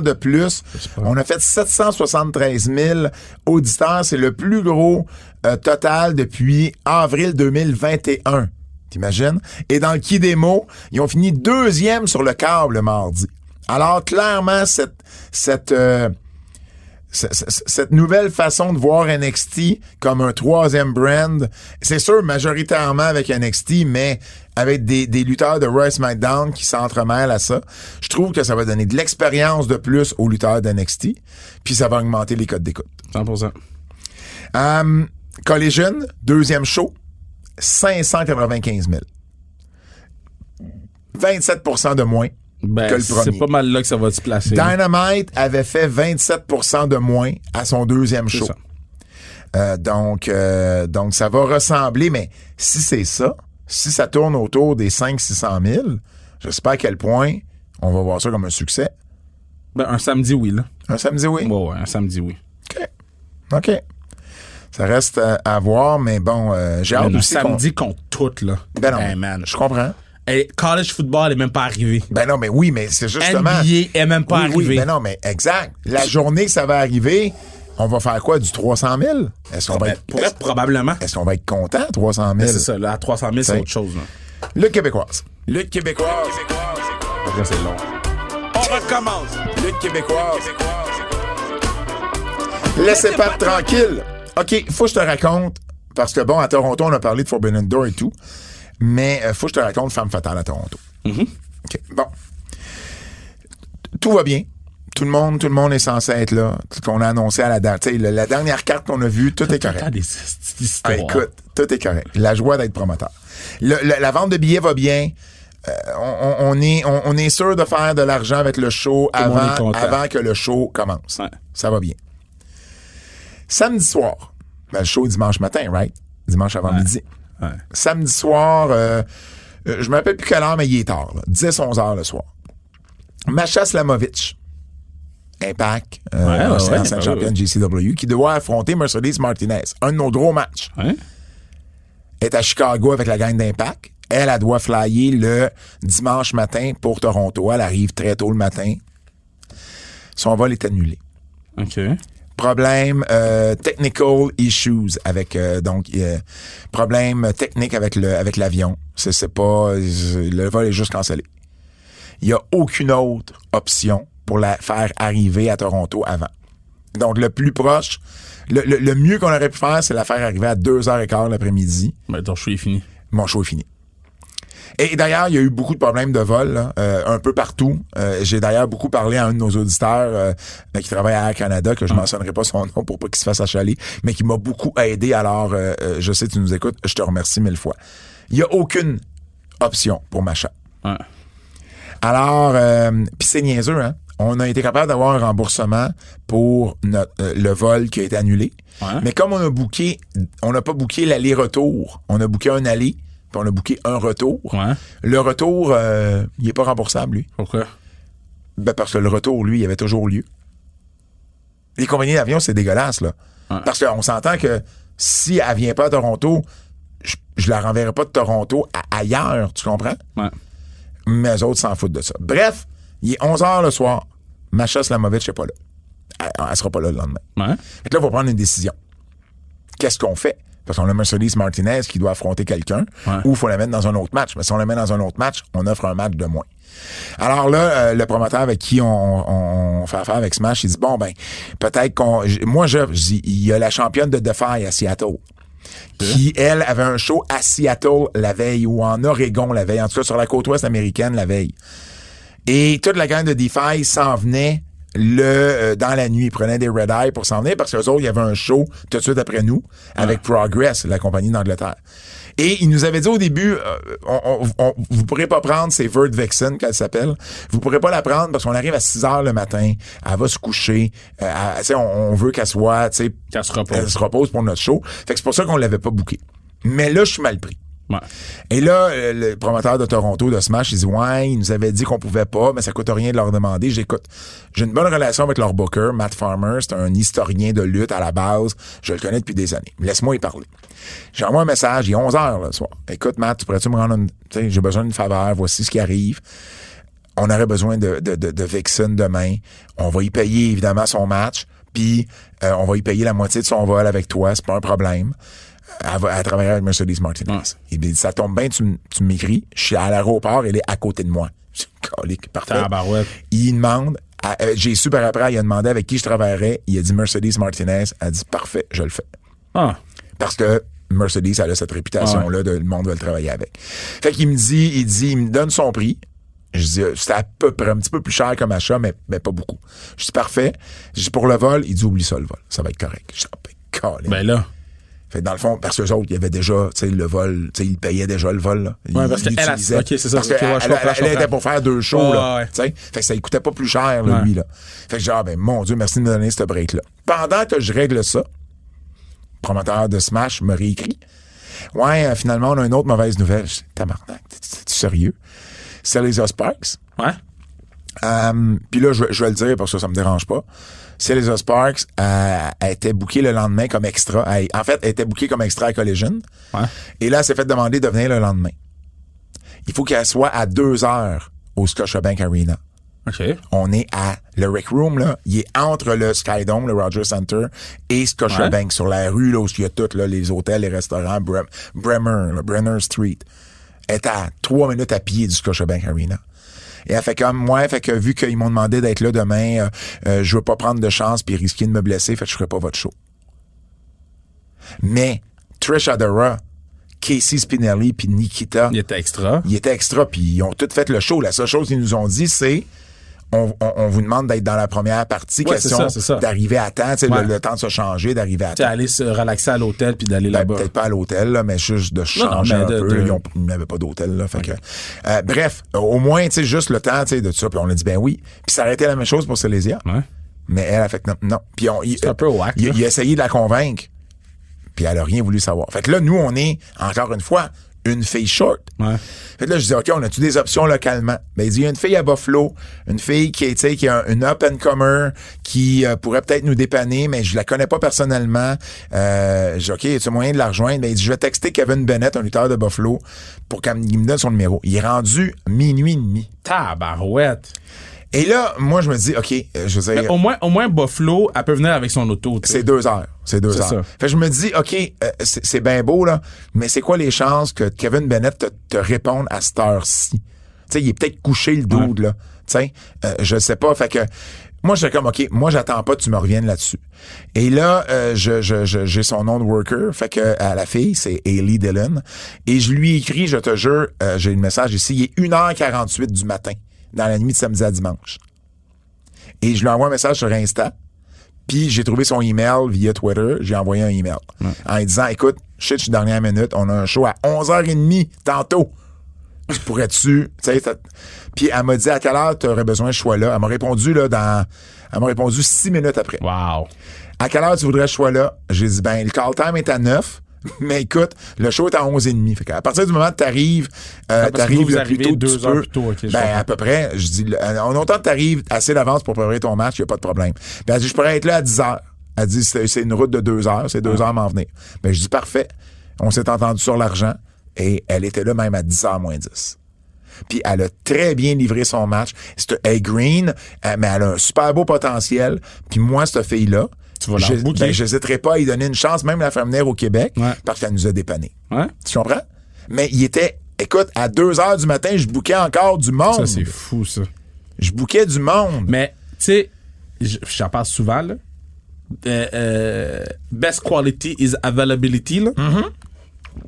S3: de plus. On a fait 773 000 auditeurs. C'est le plus gros euh, total depuis avril 2021. T'imagines? Et dans le qui démo, ils ont fini deuxième sur le câble mardi. Alors, clairement, cette, cette, euh, ce- ce- ce- cette nouvelle façon de voir NXT comme un troisième brand, c'est sûr majoritairement avec NXT, mais avec des, des lutteurs de Royce SmackDown qui s'entremêlent à ça, je trouve que ça va donner de l'expérience de plus aux lutteurs d'NXT, puis ça va augmenter les codes d'écoute.
S4: 100%.
S3: Euh, Collision, deuxième show, 595 000. 27 de moins que
S4: Ben,
S3: le premier.
S4: c'est pas mal là que ça va se placer.
S3: Dynamite avait fait 27 de moins à son deuxième show.
S4: ça.
S3: Euh, donc, euh, donc, ça va ressembler, mais si c'est ça, si ça tourne autour des 500-600 000, je sais pas à quel point on va voir ça comme un succès.
S4: Ben, un samedi, oui, là.
S3: Un samedi, oui.
S4: Ouais, ouais, un samedi, oui.
S3: OK. OK. Ça reste euh, à voir, mais bon, euh, j'ai hâte
S4: Ben, Un
S3: aussi. qu'on-
S4: samedi contre toutes, là.
S3: Ben non,
S4: Hey, man.
S3: je comprends.
S4: Hey, college football est même pas arrivé.
S3: Ben non, mais oui, mais c'est justement.
S4: NBA est même pas
S3: Oui, oui,
S4: arrivé.
S3: ben non, mais exact. La journée que ça va arriver, on va faire quoi? Du 300 000? Est-ce qu'on va
S4: Ben,
S3: être...
S4: pour- probablement.
S3: Est-ce qu'on va être content, 300 000?
S4: Ben, c'est ça, là, à 300 000, c'est
S3: C'est-
S4: autre chose. Là.
S3: Lutte québécoise. Lutte québécoise.
S4: Après, c'est long. On recommence.
S3: Lutte québécoise. Laissez pas tranquille. OK, faut que je te raconte, parce que bon, à Toronto, on a parlé de Forbidden Door et tout, mais euh, faut que je te raconte Femme Fatale à Toronto. OK, bon. Tout va bien. Tout le monde, tout le monde est censé être là. Tout ce qu'on a annoncé à la date. Tu sais, le- La dernière carte qu'on a vue, tout est correct.
S4: T'as des petites
S3: Ah,
S4: histoires.
S3: écoute,
S4: euh,
S3: tout est correct. La joie d'être promoteur. Le- le- la vente de billets va bien. Euh, on, on- on est, on, on est sûr de faire de l'argent avec le show
S4: le monde est
S3: avant,
S4: content.
S3: avant que le show commence.
S4: Ouais.
S3: Ça va bien. Samedi soir, ben, le show est dimanche matin, right? Dimanche avant midi.
S4: Ouais.
S3: Samedi soir, euh, euh, je me rappelle plus quelle heure, mais il est tard. là. 10, 11 heures le soir. Macha Slamovic, Impact, euh,
S4: Ouais, ouais,
S3: ancien-
S4: ouais,
S3: ancien
S4: ouais,
S3: champion
S4: ouais.
S3: de GCW, qui doit affronter Mercedes Martinez. Un de nos gros matchs.
S4: Hein?
S3: est à Chicago avec la gang d'Impact. Elle, elle doit flyer le dimanche matin pour Toronto. Elle arrive très tôt le matin. Son vol est annulé.
S4: OK.
S3: Problème euh, technical issues avec euh, donc euh, problème technique avec le avec l'avion. C'est, c'est pas le vol est juste cancellé. Il y a aucune autre option pour la faire arriver à Toronto avant. Donc le plus proche, le, le- le mieux qu'on aurait pu faire, c'est la faire arriver à 2h15 l'après-midi
S4: Ben, ton show est fini.
S3: mon show est fini. Et d'ailleurs, il y a eu beaucoup de problèmes de vol, là, euh, un peu partout. Euh, J'ai d'ailleurs beaucoup parlé à un de nos auditeurs euh, euh, qui travaille à Air Canada, que je mentionnerai pas son nom pour pas qu'il se fasse achaler, mais qui m'a beaucoup aidé. Alors, euh, euh, je sais, tu nous écoutes, je te remercie mille fois. Il y a aucune option pour ma chatte.
S4: Ouais.
S3: Alors, euh, puis c'est niaiseux, hein? On a été capable d'avoir un remboursement pour notre, euh, le vol qui a été annulé.
S4: Ouais.
S3: Mais comme on a booké, on n'a pas booké l'aller-retour. On a booké un aller, puis on a booké un retour.
S4: Ouais.
S3: Le retour, euh, il n'est pas remboursable, lui.
S4: Pourquoi?
S3: Ben, parce que le retour, lui, il avait toujours lieu. Les compagnies d'avion, c'est dégueulasse, là.
S4: Ouais.
S3: Parce qu'on s'entend que si elle vient pas à Toronto, je, je la renverrai pas de Toronto à- ailleurs, tu comprends?
S4: Ouais.
S3: mais eux autres s'en foutent de ça. Bref, il est 11h le soir. Macha Slamovic n'est pas là. Elle, elle sera pas là le lendemain.
S4: Ouais.
S3: Fait que là, il faut prendre une décision. Qu'est-ce qu'on fait? Parce qu'on a Mercedes Martinez qui doit affronter quelqu'un
S4: Ouais.
S3: ou il faut la mettre dans un autre match. Mais si on la met dans un autre match, on offre un match de moins. Alors là, euh, le promoteur avec qui on, on fait affaire avec Smash, il dit, bon, ben, peut-être qu'on... j- Moi, je, je dis, il y a la championne de Defy à Seattle qui, elle, avait un show à Seattle la veille ou en Oregon la veille, en tout cas sur la côte ouest américaine la veille. Et toute la gang de DeFi s'en venait le, euh, dans la nuit. Ils prenaient des red eye pour s'en venir parce qu'eux autres, il y avait un show tout de suite après nous avec Progress, la compagnie d'Angleterre. Et ils nous avaient dit au début, euh, on, on- on- vous pourrez pas prendre, c'est Vert Vexen qu'elle s'appelle, vous pourrez pas la prendre parce qu'on arrive à 6 heures le matin, elle va se coucher, euh, elle- tu sais, on, on veut qu'elle soit, tu sais,
S4: Qu'elle se repose.
S3: elle se repose pour notre show. Fait que c'est pour ça qu'on l'avait pas booké. Mais là, je suis mal pris.
S4: Ouais.
S3: Et là, euh, le promoteur de Toronto, de Smash, il dit Ouais, il nous avait dit qu'on pouvait pas, mais ça coûte rien de leur demander. J'écoute. J'ai une bonne relation avec leur booker, Matt Farmer. C'est un historien de lutte à la base. Je le connais depuis des années. Laisse-moi y parler. J'ai envoyé un message, il est 11 h le soir. Écoute, Matt, tu pourrais-tu me rendre une. tu sais, j'ai besoin d'une faveur, voici ce qui arrive. On aurait besoin de, de, de, de Vixen demain. On va y payer, évidemment, son match. Puis, euh, on va y payer la moitié de son vol avec toi. C'est pas un problème. Elle, va, elle travaillera avec Mercedes Martinez.
S4: Ouais.
S3: Il dit, ça tombe bien, tu, m- tu m'écris. Je suis à l'aéroport, elle est à côté de moi. Je suis colique, parfait.
S4: Tabarouette.
S3: Il demande, à- euh, j'ai su par après, il a demandé avec qui je travaillerais. Il a dit Mercedes Martinez. Elle a dit, parfait, je le fais.
S4: Ah.
S3: Parce que Mercedes, elle a cette réputation-là de le monde va le travailler avec. Fait qu'il me dit, il dit, il me donne son prix. Je dis, euh, c'est à peu près un petit peu plus cher comme achat, mais, mais pas beaucoup. Je dis, parfait. Je dis, pour le vol, il dit, oublie ça, le vol. Ça va être correct. Je dis, Ah, ben, câlin.
S4: Ben là.
S3: Fait que dans le fond, parce que les autres, il y avait déjà, tu sais, le vol, tu sais, ils payaient déjà le vol, là. Ils
S4: Ouais, parce que elle,
S3: l'utilisaient.
S4: elle- ok, c'est ça,
S3: Parce
S4: ok, ouais,
S3: qu'elle
S4: je comprends, je comprends.
S3: était pour faire deux shows,
S4: Ouais,
S3: là.
S4: ouais.
S3: Tu sais, fait que ça lui coûtait pas plus cher, là,
S4: Ouais.
S3: lui, là. Fait que genre, ben, mon Dieu, merci de me donner ce break-là. Pendant que je règle ça, le promoteur de Smash me réécrit. Ouais, euh, finalement, on a une autre mauvaise nouvelle. Je dis, tabarnak, t'es- t'es- t'es sérieux? C'est les Sparks.
S4: Ouais.
S3: Euh, Puis là, je, vais- je vais le dire parce que ça me dérange pas. Celesa Sparks euh, a été bookée le lendemain comme extra. Elle- en fait, elle était bookée comme extra à Collision.
S4: Ouais.
S3: Et là, elle s'est fait demander de venir le lendemain. Il faut qu'elle soit à deux heures au Scotiabank Arena.
S4: OK.
S3: On est à le Rec Room, là. Il est entre le Skydome, le Rogers Center, et Scotiabank, sur la rue, là, où il y a tout, là, les hôtels, les restaurants, Brem- Bremer, le Brenner Street. Elle est à trois minutes à pied du Scotiabank Arena. Et elle fait comme, ouais, fait que vu qu'ils m'ont demandé d'être là demain, euh, euh, je veux pas prendre de chance puis risquer de me blesser, fait que je ferai pas votre show. Mais Trish Adora, Casey Spinelli puis Nikita,
S4: Il était extra.
S3: ils étaient extra, puis ils ont tout fait le show. La seule chose qu'ils nous ont dit, c'est on, on- on vous demande d'être dans la première partie,
S4: Ouais, c'est
S3: question
S4: ça, c'est ça.
S3: d'arriver à temps, tu sais,
S4: Ouais.
S3: le, le temps de se changer, d'arriver à
S4: Tu sais,
S3: temps.
S4: aller se relaxer à l'hôtel puis d'aller
S3: Ben,
S4: là-bas.
S3: Peut-être pas à l'hôtel, là, mais juste de
S4: Non, non,
S3: changer
S4: mais
S3: un
S4: de-
S3: peu.
S4: de-
S3: Ils ont- Ils n'avaient pas d'hôtel. Là, fait que, euh, bref, au moins, tu sais, juste le temps tu sais, de tout ça. Puis on a dit, ben oui. Puis ça aurait été la même chose pour Célésia.
S4: Ouais.
S3: Mais elle a fait que non. non. Puis on, il,
S4: C'est un peu whack,
S3: il,
S4: là.
S3: il a essayé de la convaincre. Puis elle a rien voulu savoir. Fait que là, nous, on est, encore une fois, une fille short.
S4: Ouais.
S3: Fait que là, je dis, OK, on a-tu des options localement? Ben, il dit, il y a une fille à Buffalo, une fille qui est, tu sais, qui a une up-and-comer, qui euh, pourrait peut-être nous dépanner, mais je la connais pas personnellement. Euh, je dis, OK, y a moyen de la rejoindre? Ben, il dit, je vais texter Kevin Bennett, un lutteur de Buffalo, pour qu'il me donne son numéro. Il est rendu minuit et demi.
S4: Tabarouette.
S3: Et là, moi, je me dis, OK, euh, je veux dire...
S4: Au moins, au moins, Buffalo, elle peut venir avec son auto. tu sais.
S3: C'est deux heures. C'est deux
S4: C'est
S3: heures.
S4: ça.
S3: Fait que je me dis, OK, euh, c'est c'est bien beau, là, mais c'est quoi les chances que Kevin Bennett te, te réponde à cette heure-ci? Tu sais, il est peut-être couché le dude, là. Tu sais, euh, je sais pas. Fait que moi, j'étais comme, OK, moi, j'attends pas que tu me reviennes là-dessus. Et là, euh, je- je- je- j'ai son nom de worker. Fait que euh, à la fille, c'est Hailey Dillon. Et je lui écris, je te jure, euh, j'ai le message ici, il est 1h48 du matin, dans la nuit de samedi à dimanche. Et je lui envoie un message sur Insta. Puis j'ai trouvé son email via Twitter. J'ai envoyé un email en lui disant Écoute, shit, je suis dernière minute. On a un show à 11h30 tantôt. Tu pourrais-tu. Tu sais, ça- Puis elle m'a dit à quelle heure tu aurais besoin que je sois là. Elle m'a répondu là dans. Elle m'a répondu six minutes après.
S4: Wow.
S3: À quelle heure tu voudrais que je sois là? J'ai dit, ben, le call time est à 9. Mais écoute, le show est à 11h30. Fait qu'à partir du moment que t'arrives, euh,
S4: Ah, parce que vous,
S3: t'arrives
S4: vous
S3: le plus
S4: arrivez
S3: tôt que
S4: deux
S3: tu
S4: heures
S3: peux.
S4: plus tôt, ok, je
S3: ben,
S4: comprends.
S3: à peu près, je dis, le- euh, en autant que t'arrives assez d'avance pour préparer ton match, y a pas de problème. Ben, elle dit, je pourrais être là à 10h. Elle dit, c'est c'est une route de deux heures, c'est deux heures à m'en venir. Ben, je dis, parfait. On s'est entendu sur l'argent. Et elle était là même à 10h moins 10. Puis elle a très bien livré son match. C'est elle est green, euh, mais elle a un super beau potentiel. Puis moi, cette fille-là,
S4: Tu vas la
S3: je
S4: rebooker.
S3: ben, j'hésiterai pas à y donner une chance, même la faire venir au Québec,
S4: Ouais.
S3: parce qu'elle nous a dépanné.
S4: Ouais.
S3: Tu comprends? Mais il était, écoute, à 2 heures du matin, je bouquais encore du
S4: Ça,
S3: monde.
S4: c'est fou, ça.
S3: je bouquais du monde.
S4: Mais, tu sais, j- j'en parle souvent, là. Euh, euh, best quality is availability, là.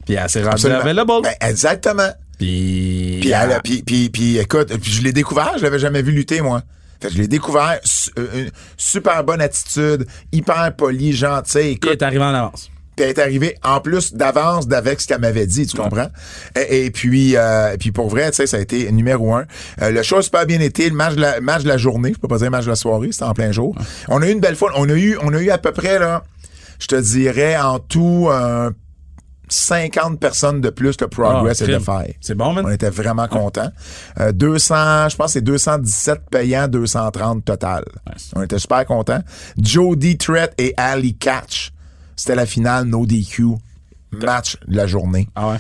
S4: Puis elle s'est rendue
S3: Absolument.
S4: available.
S3: Ben, exactement.
S4: puis,
S3: Puis, elle a- puis, puis, puis, écoute, puis je l'ai découvert, je l'avais jamais vu lutter, moi. Fait que je l'ai découvert, su- euh, une super bonne attitude, hyper poli, gentil.
S4: puis elle
S3: Écoute,
S4: est arrivée en avance.
S3: puis elle est arrivée en plus d'avance d'avec ce qu'elle m'avait dit, tu comprends? Et, et puis, euh, et puis pour vrai, tu sais, ça a été numéro un. Euh, le show a super bien été, le match de la, match de la journée, je peux pas dire match de la soirée, c'était en plein jour. On a eu une belle fois, on a eu, on a eu à peu près, là, je te dirais, en tout, euh, 50 personnes de plus que Progress
S4: Ah,
S3: et de
S4: crime.
S3: faire.
S4: C'est bon, man.
S3: On était vraiment contents. Euh, 200, je pense que c'est 217 payants, 230 total.
S4: Nice.
S3: On était super contents. Jody Trett et Ali Catch. C'était la finale no DQ match de la journée.
S4: Ah ouais.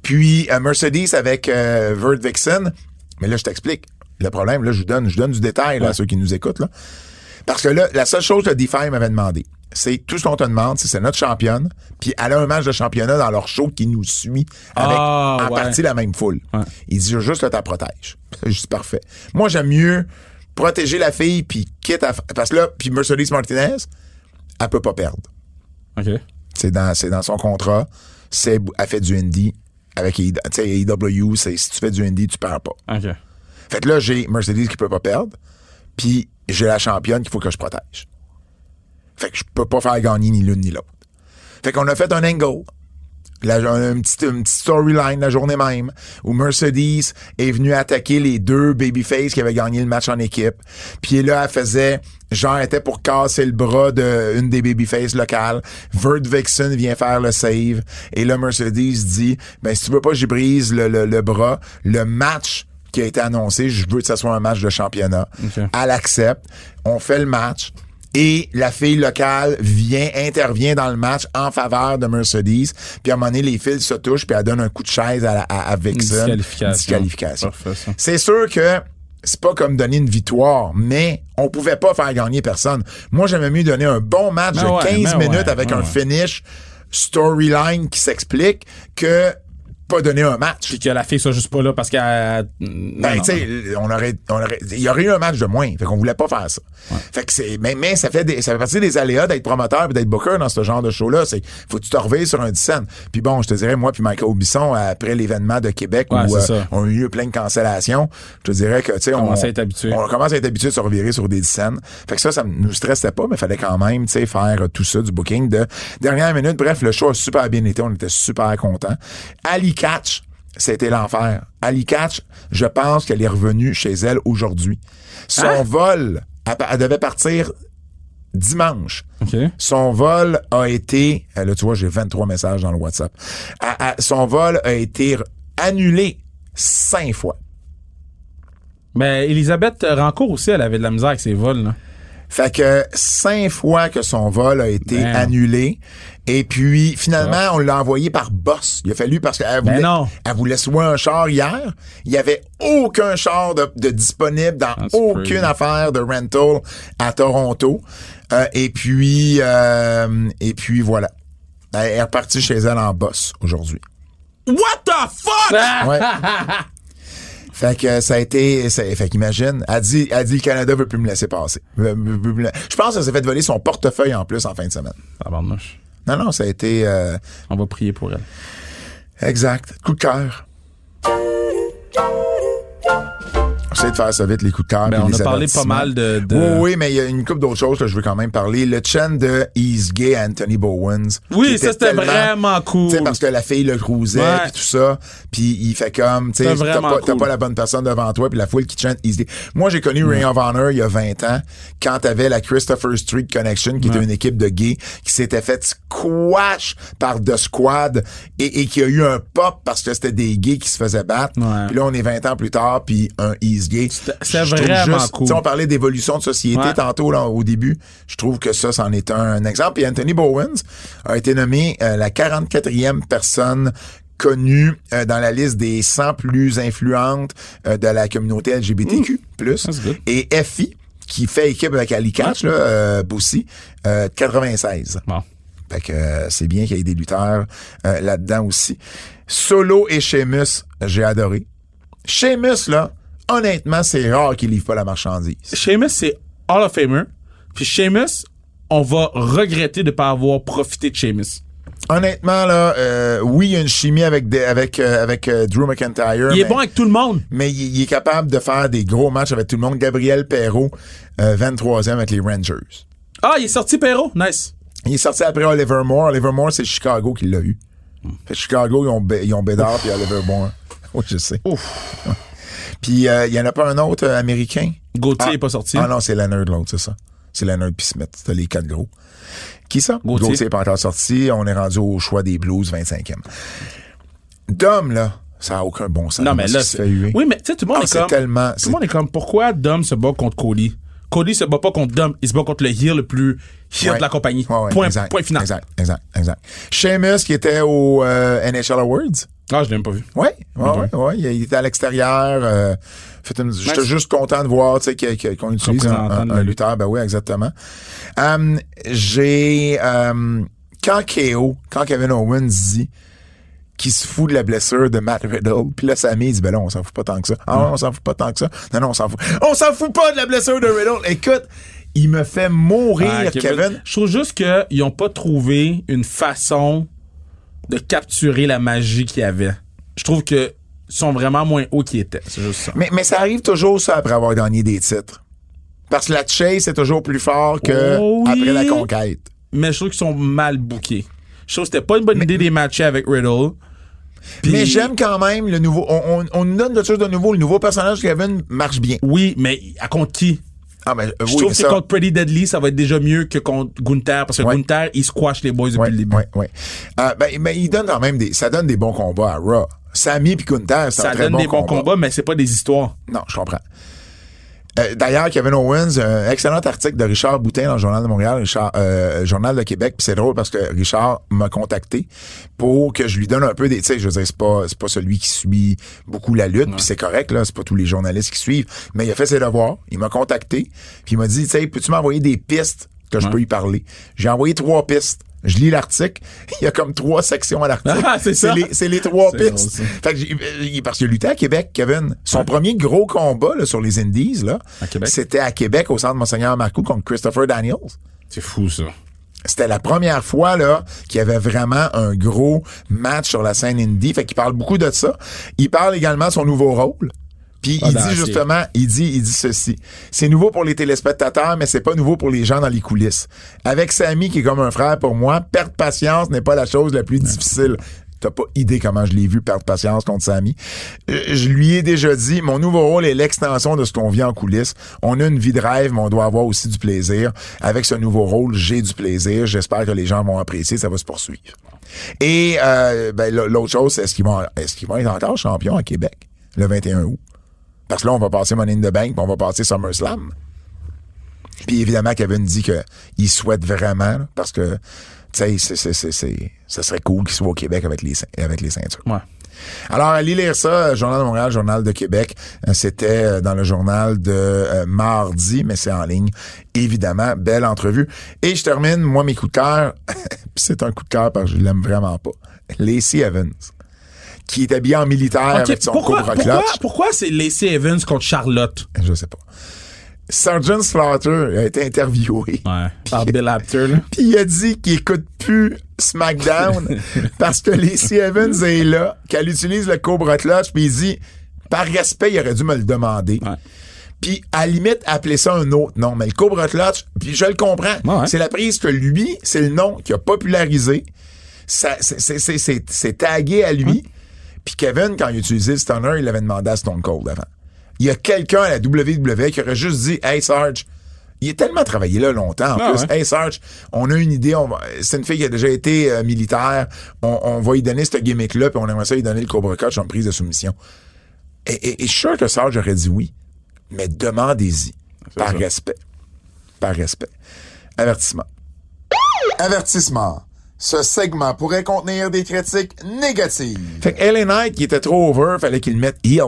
S3: Puis euh, Mercedes avec euh, Vert Vixen. Mais là, je t'explique. Le problème, là, je vous donne, je vous donne du détail là, à ceux qui nous écoutent. Là. Parce que là, la seule chose que DeFi m'avait demandé, c'est tout ce qu'on te demande, c'est c'est notre championne, puis elle a un match de championnat dans leur show qui nous suit avec
S4: Ah,
S3: en
S4: ouais.
S3: partie la même foule.
S4: Ouais.
S3: Il dit, je veux juste que tu la protèges. je dis, parfait. Moi, j'aime mieux protéger la fille, puis quitte à... fa- Parce que là, puis Mercedes Martinez, elle peut pas perdre.
S4: OK.
S3: C'est dans, c'est dans son contrat. C'est, elle fait du indie. Avec AEW, tu sais, AEW, c'est si tu fais du indie, tu perds pas.
S4: OK.
S3: Fait que là, j'ai Mercedes qui peut pas perdre, puis j'ai la championne qu'il faut que je protège. Fait que je peux pas faire gagner ni l'une ni l'autre. Fait qu'on a fait un angle. La, un petit- une petite storyline la journée même où Mercedes est venue attaquer les deux babyface qui avaient gagné le match en équipe. Puis là, elle faisait genre elle était pour casser le bras de une des babyface locales. Vert Vixen vient faire le save et là Mercedes dit ben si tu veux pas que j'y brise le, le- le bras, le match qui a été annoncé, je veux que ça soit un match de championnat.
S4: Ok.
S3: Elle accepte, on fait le match. Et la fille locale vient, intervient dans le match en faveur de Mercedes. Puis à un moment donné, les fils se touchent, puis elle donne un coup de chaise à, la- à, à Vixen.
S4: Disqualification.
S3: Disqualification.
S4: Parfait, ça.
S3: C'est sûr que c'est pas comme donner une victoire, mais on pouvait pas faire gagner personne. Moi, j'aimais mieux donner un bon match
S4: Ben
S3: de
S4: ouais,
S3: 15
S4: ben ouais,
S3: minutes avec
S4: ben
S3: un
S4: ouais.
S3: finish storyline qui s'explique que pas donner un match.
S4: Puis que la fille soit juste pas là parce qu'elle. euh,
S3: Ben, tu sais, on aurait, on aurait, il y aurait eu un match de moins. Fait qu'on voulait pas faire ça. Fait que c'est, mais, mais ça fait des, ça fait partie des aléas d'être promoteur et d'être booker dans ce genre de show-là. C'est, faut que tu te reveilles sur un 10 cents. Puis bon, je te dirais, moi puis Michael Bisson, après l'événement de Québec
S4: Ouais,
S3: où, euh,
S4: c'est ça.
S3: on a eu plein de cancellations, je te dirais que, tu sais, on,
S4: commence à être habitué.
S3: on commence à être habitué de se revirer sur des 10 cents. Fait que ça, ça nous stressait pas, mais fallait quand même, tu sais, faire euh, tout ça du booking de dernière minute. Bref, le show a super bien été. On était super contents. Ali Catch, c'était l'enfer. Ali Catch, je pense
S4: Hein?
S3: qu'elle est revenue chez elle aujourd'hui. Son vol, elle, pa- elle devait partir dimanche.
S4: OK.
S3: Son vol a été. euh, Là, tu vois, j'ai 23 messages dans le WhatsApp. À- à- son vol a été re- annulé cinq fois.
S4: Mais Ben, Elisabeth Rancourt aussi, elle avait de la misère avec ses vols. Là.
S3: Fait que cinq fois que son vol a été
S4: Ben.
S3: annulé. Et puis, finalement, on l'a envoyé par boss. Il a fallu parce qu'elle voulait,
S4: non.
S3: elle voulait se voir un char hier. Il n'y avait aucun char de, de disponible dans
S4: That's
S3: aucune
S4: crazy.
S3: affaire de rental à Toronto. Euh, et puis, euh, et puis voilà. Ben, Elle est repartie chez elle en boss aujourd'hui.
S4: What the fuck?
S3: Ouais. Fait que ça a été. ça- fait qu'imagine, elle dit, elle dit le Canada veut plus me laisser passer. Veut- veut- veut me la- Je pense qu'elle s'est fait voler son portefeuille en plus en fin de semaine.
S4: Tabarnouche.
S3: Non, non, ça a été euh,
S4: On va prier pour elle.
S3: exact. Coup de cœur. J'essaie de faire ça vite, les coups de cœur.
S4: Ben,
S3: puis
S4: on
S3: les
S4: a parlé pas
S3: avertissements.
S4: mal de- de-
S3: Oui, oui, mais il y a une couple d'autres choses que je veux quand même parler. Le chant de He's Gay Anthony Bowens.
S4: Oui,
S3: qui
S4: ça,
S3: était
S4: c'était
S3: tellement-
S4: vraiment cool.
S3: Tu sais, parce que la fille le cruisait,
S4: Ouais.
S3: puis tout ça. Puis il fait comme, tu sais,
S4: C'était
S3: t'as
S4: vraiment
S3: pas, t'as
S4: cool.
S3: pas la bonne personne devant toi, puis la foule qui chante Easy. Moi, j'ai connu Ring of Honor il y a 20 ans, quand t'avais la Christopher Street Connection, qui était une équipe de gays, qui s'était fait squash par The Squad et, et qui a eu un pop parce que c'était des gays qui se faisaient battre.
S4: Ouais.
S3: Puis là, on est 20 ans plus tard, puis un Easy gay.
S4: c'était
S3: Je trouve
S4: vraiment
S3: juste-
S4: cool.
S3: tu sais, on parlait d'évolution de société
S4: Ouais.
S3: tantôt là, au début. Je trouve que ça, c'en est un, exemple. Et Anthony Bowens a été nommé euh, la 44e personne connue euh, dans la liste des 100 plus influentes euh, de la communauté LGBTQ+.
S4: Mmh. That's good.
S3: Et FI, qui fait équipe avec Ali Catch, là, euh, Boussy, euh, 96.
S4: Bon.
S3: Fait que euh, c'est bien qu'il y ait des lutteurs euh, là-dedans aussi. Solo et Sheamus, j'ai adoré. Sheamus, là, honnêtement, c'est rare qu'il livre pas la marchandise.
S4: Seamus, c'est Hall of Famer. Puis Seamus, on va regretter de ne pas avoir profité de Seamus.
S3: Honnêtement, là, euh, oui, il y a une chimie avec, des- avec, euh, avec euh, Drew McIntyre.
S4: Il est
S3: mais-
S4: bon avec tout le monde.
S3: mais il, il est capable de faire des gros matchs avec tout le monde. Gabriel Perrault, euh, 23e avec les Rangers.
S4: Ah, il est sorti Perrault. Nice.
S3: Il est sorti après Oliver Moore. Oliver Moore, c'est Chicago qui l'a eu.
S4: Hmm.
S3: Fait que Chicago, ils ont, Bé- ils ont Bédard puis Oliver Moore. Oui, je sais. Puis euh, il y en a pas un autre euh, américain?
S4: Gauthier
S3: Ah.
S4: n'est pas sorti.
S3: Ah non, c'est Leonard l'autre, c'est ça. C'est Leonard puis Smith. C'était les quatre gros. Qui ça?
S4: Gauthier.
S3: n'est pas encore sorti. On est rendu au choix des Blues, 25e. Dom, là, ça n'a aucun bon sens.
S4: non, mais
S3: ce
S4: là.
S3: qu'il se
S4: c'est-
S3: fait huer.
S4: Oui, mais tu sais, tout le monde
S3: Ah,
S4: est
S3: c'est
S4: comme.
S3: tellement-
S4: Tout
S3: c'est-
S4: le monde est comme, pourquoi Dom se bat contre Cody? Cody se bat pas contre Dom, il se bat contre le heel le plus heel
S3: Ouais.
S4: de la compagnie.
S3: Ouais, ouais,
S4: point,
S3: exact,
S4: point final.
S3: Exact, exact, exact. Sheamus qui était au euh, NHL Awards.
S4: Ah, je l'ai même pas vu.
S3: Oui, ouais, ouais, ouais, il était à l'extérieur. euh, fait une- J'étais juste content de voir tu sais, que- que- qu'on utilise un,
S4: Représentant de
S3: un-
S4: la
S3: un
S4: lutte.
S3: lutteur. Ben oui, exactement. Hum, J'ai... hum, quand KO, quand Kevin Owens dit qu'il se fout de la blessure de Matt Riddle, puis là, Sammy il dit, ben là, on s'en fout pas tant que ça. Ah ouais, on s'en fout pas tant que ça. Non, non, on s'en fout. On s'en fout pas de la blessure de Riddle. Écoute, il me fait mourir,
S4: Ah,
S3: Kevin.
S4: Je trouve juste qu'ils n'ont pas trouvé une façon de capturer la magie qu'il y avait. Je trouve que ils sont vraiment moins hauts qu'ils étaient. C'est juste ça.
S3: Mais, mais ça arrive toujours, ça, après avoir gagné des titres. Parce que la chase est toujours plus fort que
S4: Oh oui.
S3: après la conquête.
S4: Mais je trouve qu'ils sont mal bookés. Je trouve que c'était pas une bonne idée des matchés avec Riddle. Puis-
S3: Mais j'aime quand même le nouveau. On, on, on nous donne quelque chose de nouveau. Le nouveau personnage de Kevin marche bien.
S4: Oui, mais à contre qui?
S3: Ah, mais euh,
S4: Je
S3: oui,
S4: trouve
S3: mais
S4: que
S3: ça-
S4: contre Pretty Deadly, ça va être déjà mieux que contre Gunther, parce que
S3: Ouais.
S4: Gunther, il squash les boys depuis
S3: Ouais,
S4: le début.
S3: ouais, ouais. Euh, ben, mais il donne quand même des. Ça donne des bons combats à Raw. Sammy puis Gunther, c'est un
S4: Ça
S3: très
S4: donne
S3: bon
S4: des bons
S3: combat.
S4: combats, mais c'est pas des histoires.
S3: Non, je comprends. Euh, D'ailleurs, Kevin Owens, un excellent article de Richard Boutin dans le Journal de Montréal, Richard, euh, le Journal de Québec, puis c'est drôle parce que Richard m'a contacté pour que je lui donne un peu des, tu sais, je veux dire, c'est pas, c'est pas celui qui suit beaucoup la lutte, puis c'est correct, là, c'est pas tous les journalistes qui suivent, mais il a fait ses devoirs, il m'a contacté, puis il m'a dit, tu sais, peux-tu m'envoyer des pistes que je peux y parler? J'ai envoyé trois pistes. Je lis l'article, il y a comme trois sections à l'article.
S4: Ah, c'est ça.
S3: les- C'est les trois
S4: C'est drôle,
S3: pistes.
S4: ça.
S3: Fait que j'ai- euh, il- parce qu'il a lutté à Québec, Kevin. Son premier gros combat là, sur les Indies, là,
S4: À Québec.
S3: c'était à Québec au centre Monseigneur Marcoux contre Christopher Daniels.
S4: C'est fou, ça.
S3: C'était la première fois là qu'il y avait vraiment un gros match sur la scène indie. Fait qu'il parle beaucoup de ça. Il parle également de son nouveau rôle. Puis
S4: Ah,
S3: il
S4: dans
S3: dit
S4: la
S3: justement, il dit, il dit ceci. C'est nouveau pour les téléspectateurs, mais c'est pas nouveau pour les gens dans les coulisses. Avec Samy qui est comme un frère pour moi, perdre patience n'est pas la chose la plus difficile. T'as pas idée comment je l'ai vu perdre patience contre Samy. Euh, Je lui ai déjà dit, mon nouveau rôle est l'extension de ce qu'on vit en coulisses. On a une vie de rêve, mais on doit avoir aussi du plaisir. Avec ce nouveau rôle, j'ai du plaisir. J'espère que les gens vont apprécier. Ça va se poursuivre. Et euh, ben, l- l'autre chose, c'est est-ce qu'ils vont, est-ce qu'ils vont être encore champions à Québec le 21 août? Parce que là, on va passer Money in the Bank, puis on va passer SummerSlam.
S4: Ah.
S3: Puis évidemment, Kevin dit qu'il souhaite vraiment, là, parce que, tu sais, c'est- c'est- c'est- c'est- ça serait cool qu'il soit au Québec avec les, ceint- avec les ceintures.
S4: Ouais.
S3: Alors, allez lire ça, euh, Journal de Montréal, Journal de Québec. Euh, C'était euh, dans le journal de euh, mardi, mais c'est en ligne. Évidemment, belle entrevue. Et je termine, moi, mes coups de cœur. Puis c'est un coup de cœur parce que je l'aime vraiment pas. Lacey Evans, qui est habillée en militaire
S4: Ok,
S3: avec son
S4: pourquoi,
S3: couvre
S4: pourquoi, pourquoi c'est Lacey Evans contre Charlotte?
S3: Je sais pas. Sergeant Slaughter a été interviewé.
S4: Ouais. Par Bill Apter, là.
S3: Puis il a dit qu'il écoute plus SmackDown parce que Lacey Evans est là, qu'elle utilise le Cobra Clutch, puis il dit, par respect, il aurait dû me le demander.
S4: Ouais.
S3: Puis, à la limite, appeler ça un autre nom. Mais le Cobra Clutch, puis je le comprends.
S4: Ouais, ouais.
S3: C'est la prise que lui, c'est le nom qu'il a popularisé. Ça- c'est- c'est- C'est c'est- c'est tagué à lui. Puis Kevin, quand il utilisait le stunner, il l'avait demandé à Stone Cold avant. Il y a quelqu'un à la WWE qui aurait juste dit Hey Sarge, il est tellement travaillé là longtemps en
S4: Ah
S3: plus.
S4: ouais.
S3: Hey Sarge, on a une idée, on va- c'est une fille qui a déjà été euh, militaire, on, on va lui donner ce gimmick-là, puis on aimerait ça lui donner le Cobra Clutch en prise de soumission. Et, et- et je suis sûr que Sarge aurait dit oui, mais demandez-y. Par respect. Par respect. Avertissement. Avertissement. Ce segment pourrait contenir des critiques négatives. Fait que LA Knight, qui était trop over, fallait qu'il le mette heel.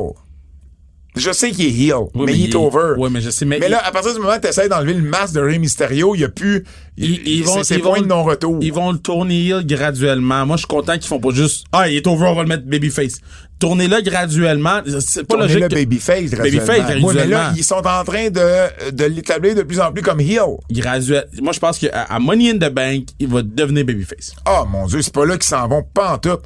S3: Je sais qu'il est heel, mais,
S4: mais
S3: il
S4: il
S3: est
S4: est-
S3: over.
S4: Ouais, mais je sais, mais il-
S3: là, à partir du moment que tu essaies d'enlever le masque de Rey Mysterio, il n'y a plus.
S4: Ils, ils vont,
S3: c'est- c'est
S4: ils vont-
S3: point de non-retour.
S4: Ils vont le tourner heel graduellement. Moi, je suis content qu'ils font pas juste Ah, il est over, on va le mettre babyface. Tournez-le graduellement. C'est pas
S3: Tourner
S4: logique.
S3: le
S4: que-
S3: babyface, graduellement.
S4: Babyface,
S3: Ouais, mais là,
S4: graduellement.
S3: ils sont en train de, de l'établir de plus en plus comme heel.
S4: Graduel- Moi, je pense qu'à à Money in the Bank, il va devenir babyface.
S3: Ah, mon Dieu, c'est pas là qu'ils s'en vont, pas en tout.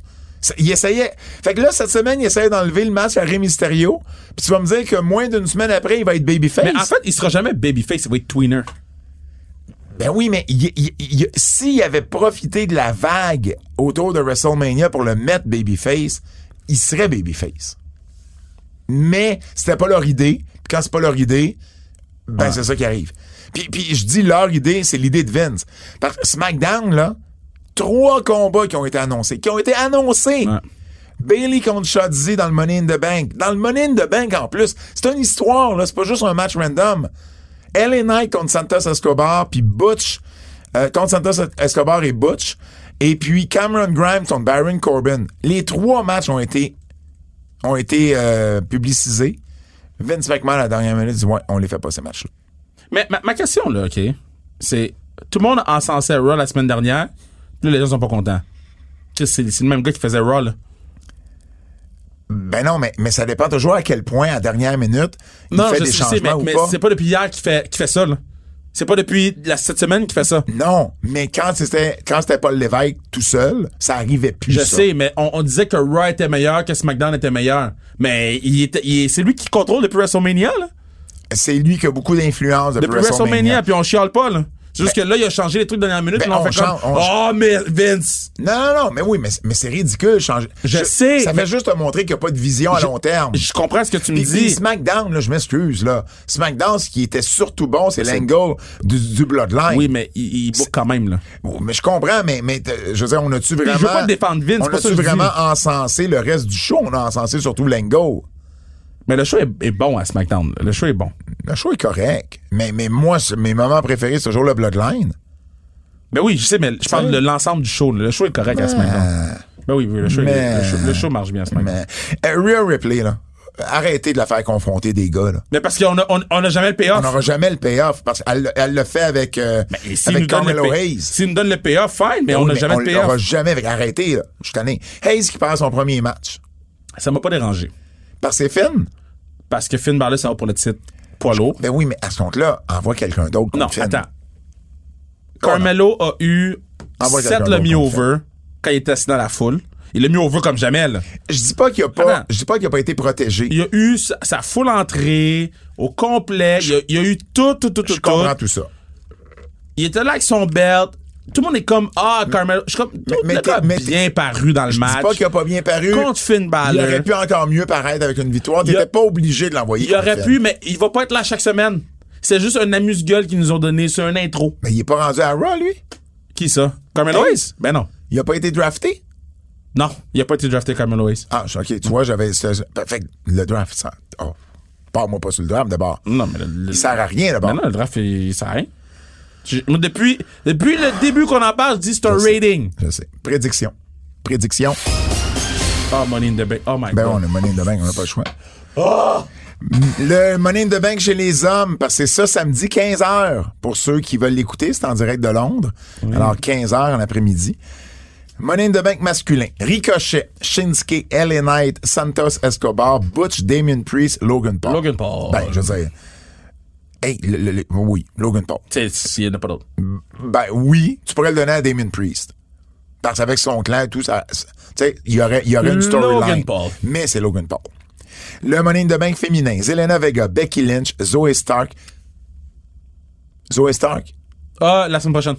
S3: Ça- Ils essayaient. Fait que là, cette semaine, ils essayaient d'enlever le masque à Rey Mysterio. Puis tu vas me dire que moins d'une semaine après, il va être babyface.
S4: Mais en fait, il sera jamais babyface, il va être tweener.
S3: ben oui, mais il- il- il- il- s'il avait profité de la vague autour de WrestleMania pour le mettre babyface, il serait babyface. Mais c'était pas leur idée. Puis quand c'est pas leur idée, ben c'est ça qui arrive. Puis, puis je dis leur idée, c'est l'idée de Vince. Parce que SmackDown, là, trois combats qui ont été annoncés. Qui ont été annoncés!
S4: Ouais.
S3: Bailey contre Shotzi dans le Money in the Bank. Dans le Money in the Bank, en plus, c'est une histoire, là. C'est pas juste un match random. LA Knight contre Santos Escobar, puis Butch euh, contre Santos Escobar et Butch. Et puis Cameron Grimes contre Baron Corbin. Les trois matchs ont été, ont été euh, publicisés. Vince McMahon, à la dernière minute, dit Ouais, on les fait pas ces matchs-là.
S4: Mais ma, ma question, là, OK, c'est tout le monde encensait Raw la semaine dernière, puis là, les gens sont pas contents. Chris, C'est c'est le même gars qui faisait Raw, là.
S3: Ben non, mais, mais ça dépend toujours à quel point, à la dernière minute, il
S4: Non,
S3: fait
S4: je
S3: des
S4: sais,
S3: changements
S4: mais,
S3: ou
S4: mais
S3: pas.
S4: c'est pas depuis hier qu'il fait, qu'il fait ça, là. C'est pas depuis la, cette semaine qu'il fait ça.
S3: Non, mais quand c'était quand c'était Paul Lévesque tout seul, ça arrivait plus.
S4: Je
S3: ça.
S4: sais, mais on, on disait que Raw était meilleur, que SmackDown était meilleur. Mais il était, il- c'est lui qui contrôle depuis WrestleMania, là.
S3: C'est lui qui a beaucoup d'influence depuis,
S4: Depuis WrestleMania, puis on chiale pas, là. C'est juste que là, il a changé les trucs de dernière minute,
S3: Ben,
S4: puis là, on,
S3: on
S4: fait
S3: change-
S4: comme,
S3: on
S4: Oh, mais Vince!
S3: Non, non, non, mais oui, mais, mais c'est ridicule. Changer.
S4: Je sais,
S3: Ça
S4: mais-
S3: fait juste te montrer qu'il n'y a pas de vision à long terme.
S4: Je comprends ce que tu me
S3: Puis, puis
S4: dis.
S3: SmackDown, là, je m'excuse, là. SmackDown, ce qui était surtout bon, c'est l'angle du, du Bloodline.
S4: Oui, mais il, il book quand même, là.
S3: Oh, Mais je comprends, mais, mais euh, je veux dire, on a-tu
S4: veux
S3: vraiment.
S4: pas défendre Vince,
S3: On
S4: c'est pas ça
S3: a-tu
S4: que je
S3: vraiment
S4: dis.
S3: encensé le reste du show? On a encensé surtout l'angle.
S4: Mais le show est, est bon à SmackDown. là. Le show est bon.
S3: Le show est correct. Mais, mais moi, c'est- mes moments préférés, c'est toujours le Bloodline.
S4: Ben oui, je sais, mais je parle de l'ensemble du show. là. Le show est correct à SmackDown. Ben oui, oui, le show, est-
S3: Mais-
S4: le show, le show marche bien à SmackDown. Mais,
S3: Mais euh, Rhea Ripley, là, arrêtez de la faire confronter des gars. Là.
S4: parce qu'on a, on, on a jamais le
S3: On
S4: payoff.
S3: n'aura jamais le payoff parce qu'elle elle le fait avec, euh,
S4: Ah, Ben, Et s'il nous
S3: avec
S4: donne le
S3: Carmelo
S4: pay-
S3: Hayes.
S4: S'il nous donne le payoff, fine, mais on
S3: Oui,
S4: n'a
S3: mais
S4: jamais
S3: on
S4: le
S3: l'aura
S4: payoff.
S3: jamais avec- Arrêtez, là. Je suis tanné. Hayes qui perd son premier match.
S4: Ça m'a pas dérangé.
S3: Parce que c'est Finn.
S4: Parce que Finn Balor, ça va pour le titre poids lourd.
S3: Ben oui, mais à ce compte-là, envoie quelqu'un d'autre.
S4: Non,
S3: contre Finn.
S4: attends. Carmelo a eu
S3: Envoie
S4: 7
S3: quelqu'un
S4: le
S3: d'autre
S4: mis
S3: comme
S4: over quand il était assis dans la foule. Il l'a mis over comme jamais, là.
S3: Je dis pas qu'il a pas,
S4: Attends.
S3: je dis pas qu'il a pas été protégé.
S4: Il a eu sa, sa full entrée au complet. Il a, il a eu tout, tout, tout, tout.
S3: Je comprends tout ça.
S4: Il était là avec son belt. tout le monde est comme Ah, Carmelo. Je suis comme tout
S3: mais
S4: le
S3: t'es-
S4: gars
S3: mais t'es-
S4: bien paru dans le
S3: Je
S4: match.
S3: dis pas qu'il a pas bien paru.
S4: Contre Finn
S3: Il
S4: Balor.
S3: aurait pu encore mieux paraître avec une victoire.
S4: Il
S3: T'étais
S4: a-
S3: pas obligé de l'envoyer.
S4: Il aurait
S3: Finn.
S4: pu, mais il va pas être là chaque semaine. C'est juste un amuse-gueule qu'ils nous ont donné. C'est un intro.
S3: Mais il est pas rendu à Raw, lui.
S4: Qui ça? Carmelo
S3: Hey.
S4: Hayes? Ben non.
S3: Il a pas été drafté.
S4: Non, il a pas été drafté Carmelo Hayes.
S3: Ah, je- ok. Tu
S4: Mm.
S3: vois, j'avais. c'est- Fait que le draft, ça. Oh. Parle-moi pas sur le draft d'abord.
S4: Non, mais le, le-
S3: Il sert à rien
S4: Ben
S3: d'abord.
S4: non, le draft, il, il sert à rien. J'ai- moi, depuis, depuis le début qu'on en parle, je dis c'est
S3: Je
S4: un
S3: sais.
S4: rating.
S3: Je sais. Prédiction. Prédiction.
S4: Oh, Money in the Bank. Oh my
S3: Ben
S4: God.
S3: on a Money in the Bank, on n'a pas le choix. Ah! Le Money in the Bank chez les hommes, parce que c'est ça samedi 15h. Pour ceux qui veulent l'écouter, c'est en direct de Londres. Alors 15h en après-midi. Money in the Bank masculin. Ricochet, Shinsuke, LA Knight, Santos Escobar, Butch, Damien Priest, Logan Paul.
S4: Logan Paul.
S3: Ben, je veux dire. Hey, le- le- le- oui, Logan Paul.
S4: Tu sais, il n'y en a pas d'autre.
S3: Ben oui, tu pourrais le donner à Damien Priest. Parce qu'avec son clan et tout, ça. ça- Tu sais, il y aurait, il y aurait une
S4: Logan
S3: storyline.
S4: Paul.
S3: Mais c'est Logan Paul. Le Money in the Bank féminin. Zelena Vega, Becky Lynch, Zoe Stark. Zoe Stark.
S4: Ah, la semaine prochaine.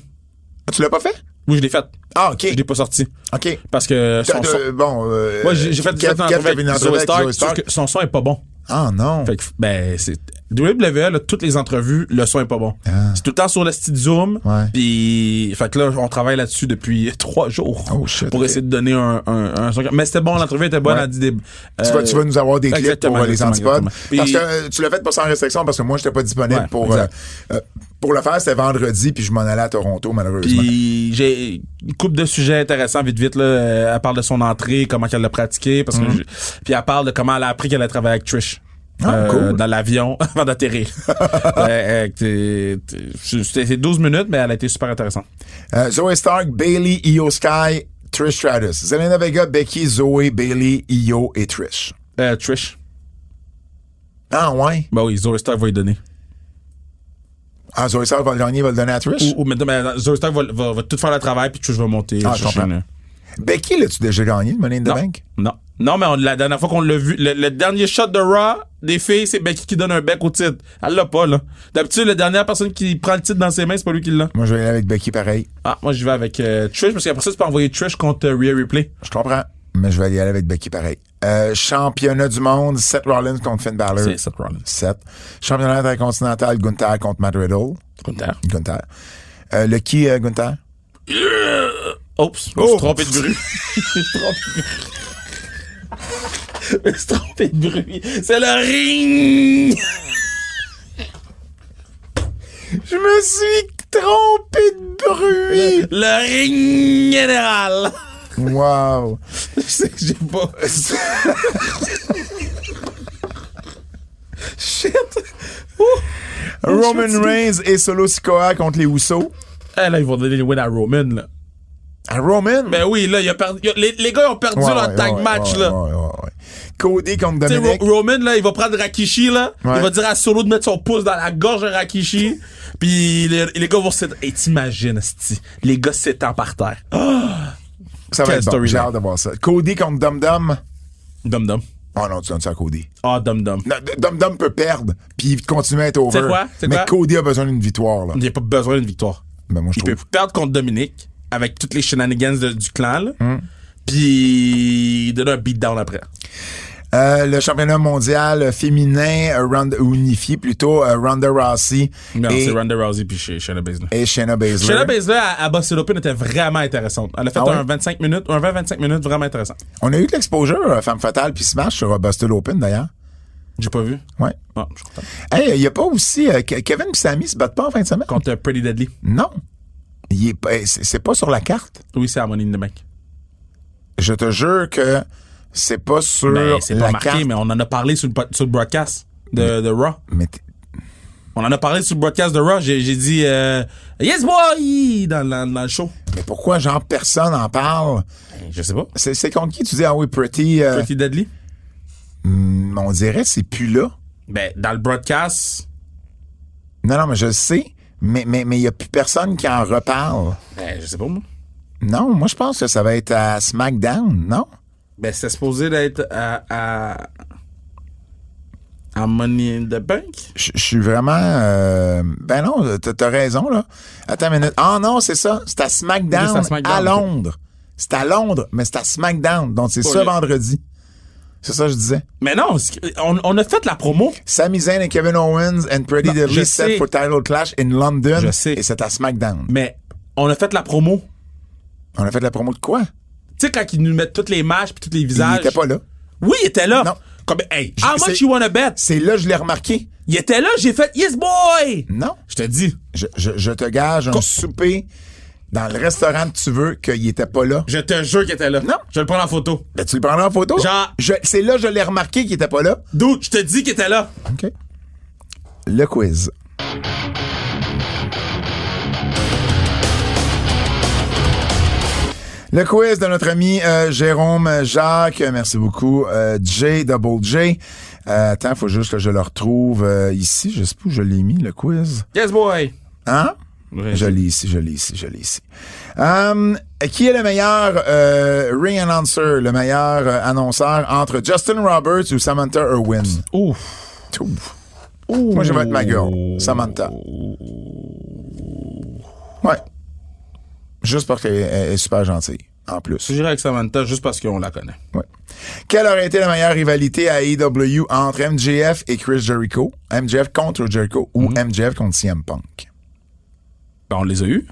S3: Tu l'as pas fait?
S4: Oui, je l'ai faite.
S3: Ah, OK.
S4: Je l'ai pas sorti.
S3: OK.
S4: Parce que son
S3: T'as-
S4: son.
S3: t'as- bon. euh,
S4: Moi, j'ai j'ai fait, j'ai
S3: Kev-
S4: fait une
S3: Kev
S4: entrevue
S3: avait une
S4: avec
S3: entrevue
S4: Zoé
S3: avec
S4: Stark,
S3: Zoe Stark.
S4: sauf que son son est pas bon.
S3: Ah, non.
S4: Fait que, ben, c'est. WWE, là, toutes les entrevues, le son est pas bon. C'est tout le temps sur le style Zoom.
S3: Ah. Ouais.
S4: Puis, fait que là, on travaille là-dessus depuis trois jours.
S3: Oh, shit,
S4: Pour
S3: ok.
S4: essayer de donner un, un, un son. Mais c'était bon, l'entrevue était bonne.
S3: Ouais.
S4: elle dit des-
S3: Tu
S4: euh,
S3: vas, tu vas nous avoir des clips
S4: exactement,
S3: pour euh, les
S4: exactement,
S3: antipodes.
S4: exactement.
S3: Parce
S4: Puis-
S3: que euh, tu l'as fait pas sans restriction parce que moi, j'étais pas disponible
S4: Ouais,
S3: pour,
S4: exact.
S3: euh, euh, pour le faire. C'était vendredi, puis je m'en allais à Toronto, malheureusement.
S4: Puis j'ai une couple de sujets intéressants vite vite là. Euh, Elle parle de son entrée, comment qu'elle l'a pratiqué, parce que je- puis elle parle de comment elle a appris qu'elle a travaillé avec Trish.
S3: Mhm.
S4: euh,
S3: Ah, cool.
S4: Dans l'avion avant d'atterrir. Euh, euh, t'es- t'es- C'était c'est 12 minutes, mais elle a été super intéressante.
S3: Euh, Zoe Stark, Bailey, Io Sky, Trish Stratus. Zelena Vega, Becky, Zoe, Bailey, Io et Trish.
S4: Euh, Trish.
S3: Ah ouais?
S4: Ben oui, Zoe Stark va y donner.
S3: Ah, Zoe Stark va le gagner, va le donner à Trish?
S4: Ou, ou, mais, mais Zoe Stark va, va- va tout faire le travail, puis Trish va monter.
S3: Ah, je
S4: chercher
S3: comprends.
S4: une-
S3: Becky, l'as-tu déjà gagné, le Money in the
S4: Non.
S3: Bank?
S4: Non. Non, mais on- la dernière fois qu'on l'a vu, le, le dernier shot de Raw des filles, c'est Becky qui donne un bec au titre. Elle l'a pas, là. D'habitude, la dernière personne qui prend le titre dans ses mains, c'est pas lui qui l'a.
S3: Moi, je vais aller avec Becky pareil.
S4: Ah, moi, j'y vais avec euh, Trish, parce qu'après ça, tu peux envoyer Trish contre euh, Rhea Ripley.
S3: Je comprends, mais je vais y aller avec Becky pareil. Euh, championnat du monde, Seth Rollins contre Finn Balor.
S4: C'est Seth Rollins.
S3: Seth. Championnat intercontinental, Gunther contre Matt Riddle.
S4: Gunther.
S3: Gunther. Euh, le qui, euh, Gunther?
S4: Oups, je me
S3: Oh!
S4: suis trompé de bruit. Je me suis trompé. Je me suis trompé de bruit. C'est le ring!
S3: Je me suis trompé de
S4: Le ring général!
S3: bruit! wow!
S4: Je sais que j'ai pas. Shit!
S3: Roman Reigns et Solo Sikoa contre les Usos.
S4: Eh, là, ils vont donner le win à Roman, là.
S3: À Roman?
S4: Ben oui, là, il a perdu. il a- les, les gars, ils ont perdu
S3: Ouais,
S4: leur
S3: ouais,
S4: tag
S3: ouais,
S4: match,
S3: ouais,
S4: là.
S3: ouais, ouais, ouais. Cody contre
S4: Tu sais,
S3: Dominic.
S4: Ro- Roman, là, il va prendre Rakishi, là.
S3: Ouais.
S4: Il va dire à Solo de mettre son pouce dans la gorge de Rakishi. Puis les, les gars vont s'étendre. Et t'imagines, esti, Les gars s'étendent par terre.
S3: ça va
S4: quelle
S3: être bon.
S4: storyline.
S3: J'ai hâte de voir ça. Cody contre Dum Dum.
S4: Dum Dum.
S3: Oh non, tu donnes ça à Cody.
S4: Ah, Dum Dum.
S3: Non, Dum Dum peut perdre, puis il continue à être over.
S4: C'est quoi? C'est
S3: Mais
S4: quoi?
S3: Cody a besoin d'une victoire, là.
S4: Il n'y a pas besoin d'une victoire.
S3: Ben, moi, je
S4: Il peut
S3: trouve.
S4: perdre contre Dominique avec toutes les shenanigans de- du clan, là.
S3: Hmm.
S4: Puis donner un beatdown après.
S3: Euh, le championnat mondial euh, féminin, euh, Ronda- unifié plutôt, euh, Ronda Rossi
S4: Non,
S3: et,
S4: c'est Ronda Rousey puis Sh- Shayna Baszler.
S3: et Shayna Baszler.
S4: Shayna Baszler à, à Boston Open était vraiment intéressante. Elle a fait
S3: Ah ouais?
S4: un 25 minutes, un 20-25 minutes vraiment intéressant.
S3: On a eu de l'exposure, euh, Femme Fatale, puis Smash sur euh, Bustle Open, d'ailleurs.
S4: J'ai pas vu.
S3: Ouais.
S4: Ah, je suis content.
S3: Hey, il y a pas aussi euh, Ke- Kevin et Sammy se battent pas en fin de semaine?
S4: Contre euh, Pretty Deadly.
S3: Non. Il est pas- eh, c'est c'est pas sur la carte.
S4: Oui, c'est à Money in the Bank.
S3: Je te jure que c'est pas sur
S4: Ben, c'est
S3: la
S4: pas marqué,
S3: carte.
S4: mais on en a parlé sur le, pod- sur le broadcast de, de Raw.
S3: Mais t-
S4: On en a parlé sur le broadcast de Raw. J'ai j'ai dit euh, Yes, boy! Dans, dans- dans le show.
S3: mais pourquoi, genre, personne en parle?
S4: Ben, Je sais pas.
S3: C'est c'est contre qui tu dis, ah oui, Pretty, euh,
S4: Pretty Deadly.
S3: hum, on dirait, c'est plus là.
S4: Ben, dans le broadcast,
S3: Non, non, mais je le sais, mais il mais, mais il y a plus personne qui en reparle.
S4: ben, je sais pas moi.
S3: Non, moi, je pense que ça va être à SmackDown, non?
S4: Ben, c'est supposé d'être à, à- En Money in the Bank?
S3: Je je suis vraiment. euh, ben non, t'as t'as raison, là. Attends une minute. Ah non, c'est ça. C'est à
S4: Oui,
S3: SmackDown,
S4: c'est à SmackDown.
S3: à Londres. C'est à Londres, mais c'est à SmackDown. Donc, c'est
S4: Oh,
S3: ce
S4: le-
S3: vendredi. C'est ça que je disais.
S4: Mais non, c'est- on, on a fait la promo.
S3: Sami Zayn et Kevin Owens and Pretty
S4: Non, je
S3: Deadly set
S4: sais.
S3: for title clash in London.
S4: Je sais.
S3: Et c'est à SmackDown.
S4: Mais on a fait la promo.
S3: On a fait de la promo de quoi?
S4: Tu sais, quand ils nous mettent toutes les matchs puis tous les visages.
S3: Il était pas là.
S4: Oui, il était là.
S3: Non.
S4: Comme, hey,
S3: Je-
S4: how
S3: c'est-
S4: much you wanna bet?
S3: C'est là que je l'ai remarqué.
S4: Il était là, j'ai fait, yes boy!
S3: Non.
S4: Je te dis,
S3: Je, je- je te gage un
S4: Com-
S3: souper dans le restaurant que tu veux qu'il était pas là.
S4: je te jure qu'il était là.
S3: Non.
S4: Je vais le prends en photo.
S3: Ben, tu le prendras en photo?
S4: Genre-
S3: Je- C'est là que je l'ai remarqué qu'il était pas là.
S4: Dude, je te dis qu'il était là.
S3: OK. Le quiz. Le quiz de notre ami euh, Jérôme Jacques. Merci beaucoup, euh, J Double J. Euh, attends, faut juste que je le retrouve euh, ici. Je sais pas où je l'ai mis, le quiz.
S4: Yes boy!
S3: Hein?
S4: Ouais.
S3: Je l'ai ici, je l'ai ici, je l'ai ici. Hum, qui est le meilleur euh, ring announcer, le meilleur euh, annonceur entre Justin Roberts ou Samantha Irwin?
S4: Ouf.
S3: Ouf. Moi, je vais être ma girl, Samantha. Ouais. Juste parce qu'elle elle est super gentille, en plus.
S4: Je dirais avec Samantha juste parce qu'on la connaît.
S3: Ouais. Quelle aurait été la meilleure rivalité à AEW entre MJF et Chris Jericho? MJF contre Jericho ou MJF contre CM Punk?
S4: Ben, on les a eus.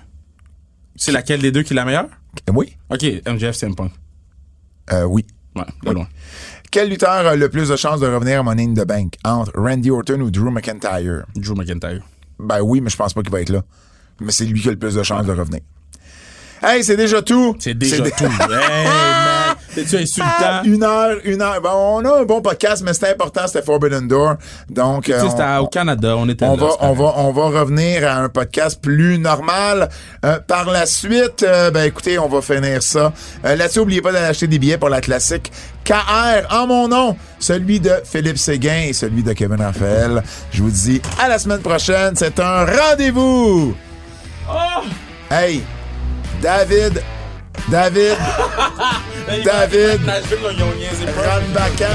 S4: C'est laquelle des deux qui est la meilleure?
S3: Euh, Oui?
S4: Ok, MJF, CM Punk.
S3: Euh, oui.
S4: Ouais, de loin.
S3: Quel lutteur a le plus de chances de revenir à Money in the Bank? Entre Randy Orton ou Drew McIntyre?
S4: Drew McIntyre.
S3: Ben oui, mais je pense pas qu'il va être là. Mais c'est lui qui a le plus de chances de revenir. Hey, c'est déjà tout!
S4: C'est déjà
S3: dé-
S4: tout. hey, man! T'es-tu
S3: Ah,
S4: insultant?
S3: Une heure, une heure. Bon, on a un bon podcast, mais c'était important, c'était Forbidden Door. Donc, euh,
S4: Tu sais,
S3: on-
S4: c'était au Canada, on était
S3: on,
S4: là.
S3: va,
S4: c'est
S3: on,
S4: pareil.
S3: va, on va revenir à un podcast plus normal. Euh, par la suite, euh, ben écoutez, on va finir ça. Euh, Là-dessus, n'oubliez pas d'aller acheter des billets pour la classique KR en mon nom, celui de Philippe Séguin et celui de Kevin Raphaël. Je vous dis à la semaine prochaine. C'est un rendez-vous. Hey, David, David,
S4: Hey,
S3: David.
S4: Nashville, ils ont niaisé.
S3: Ranbacker.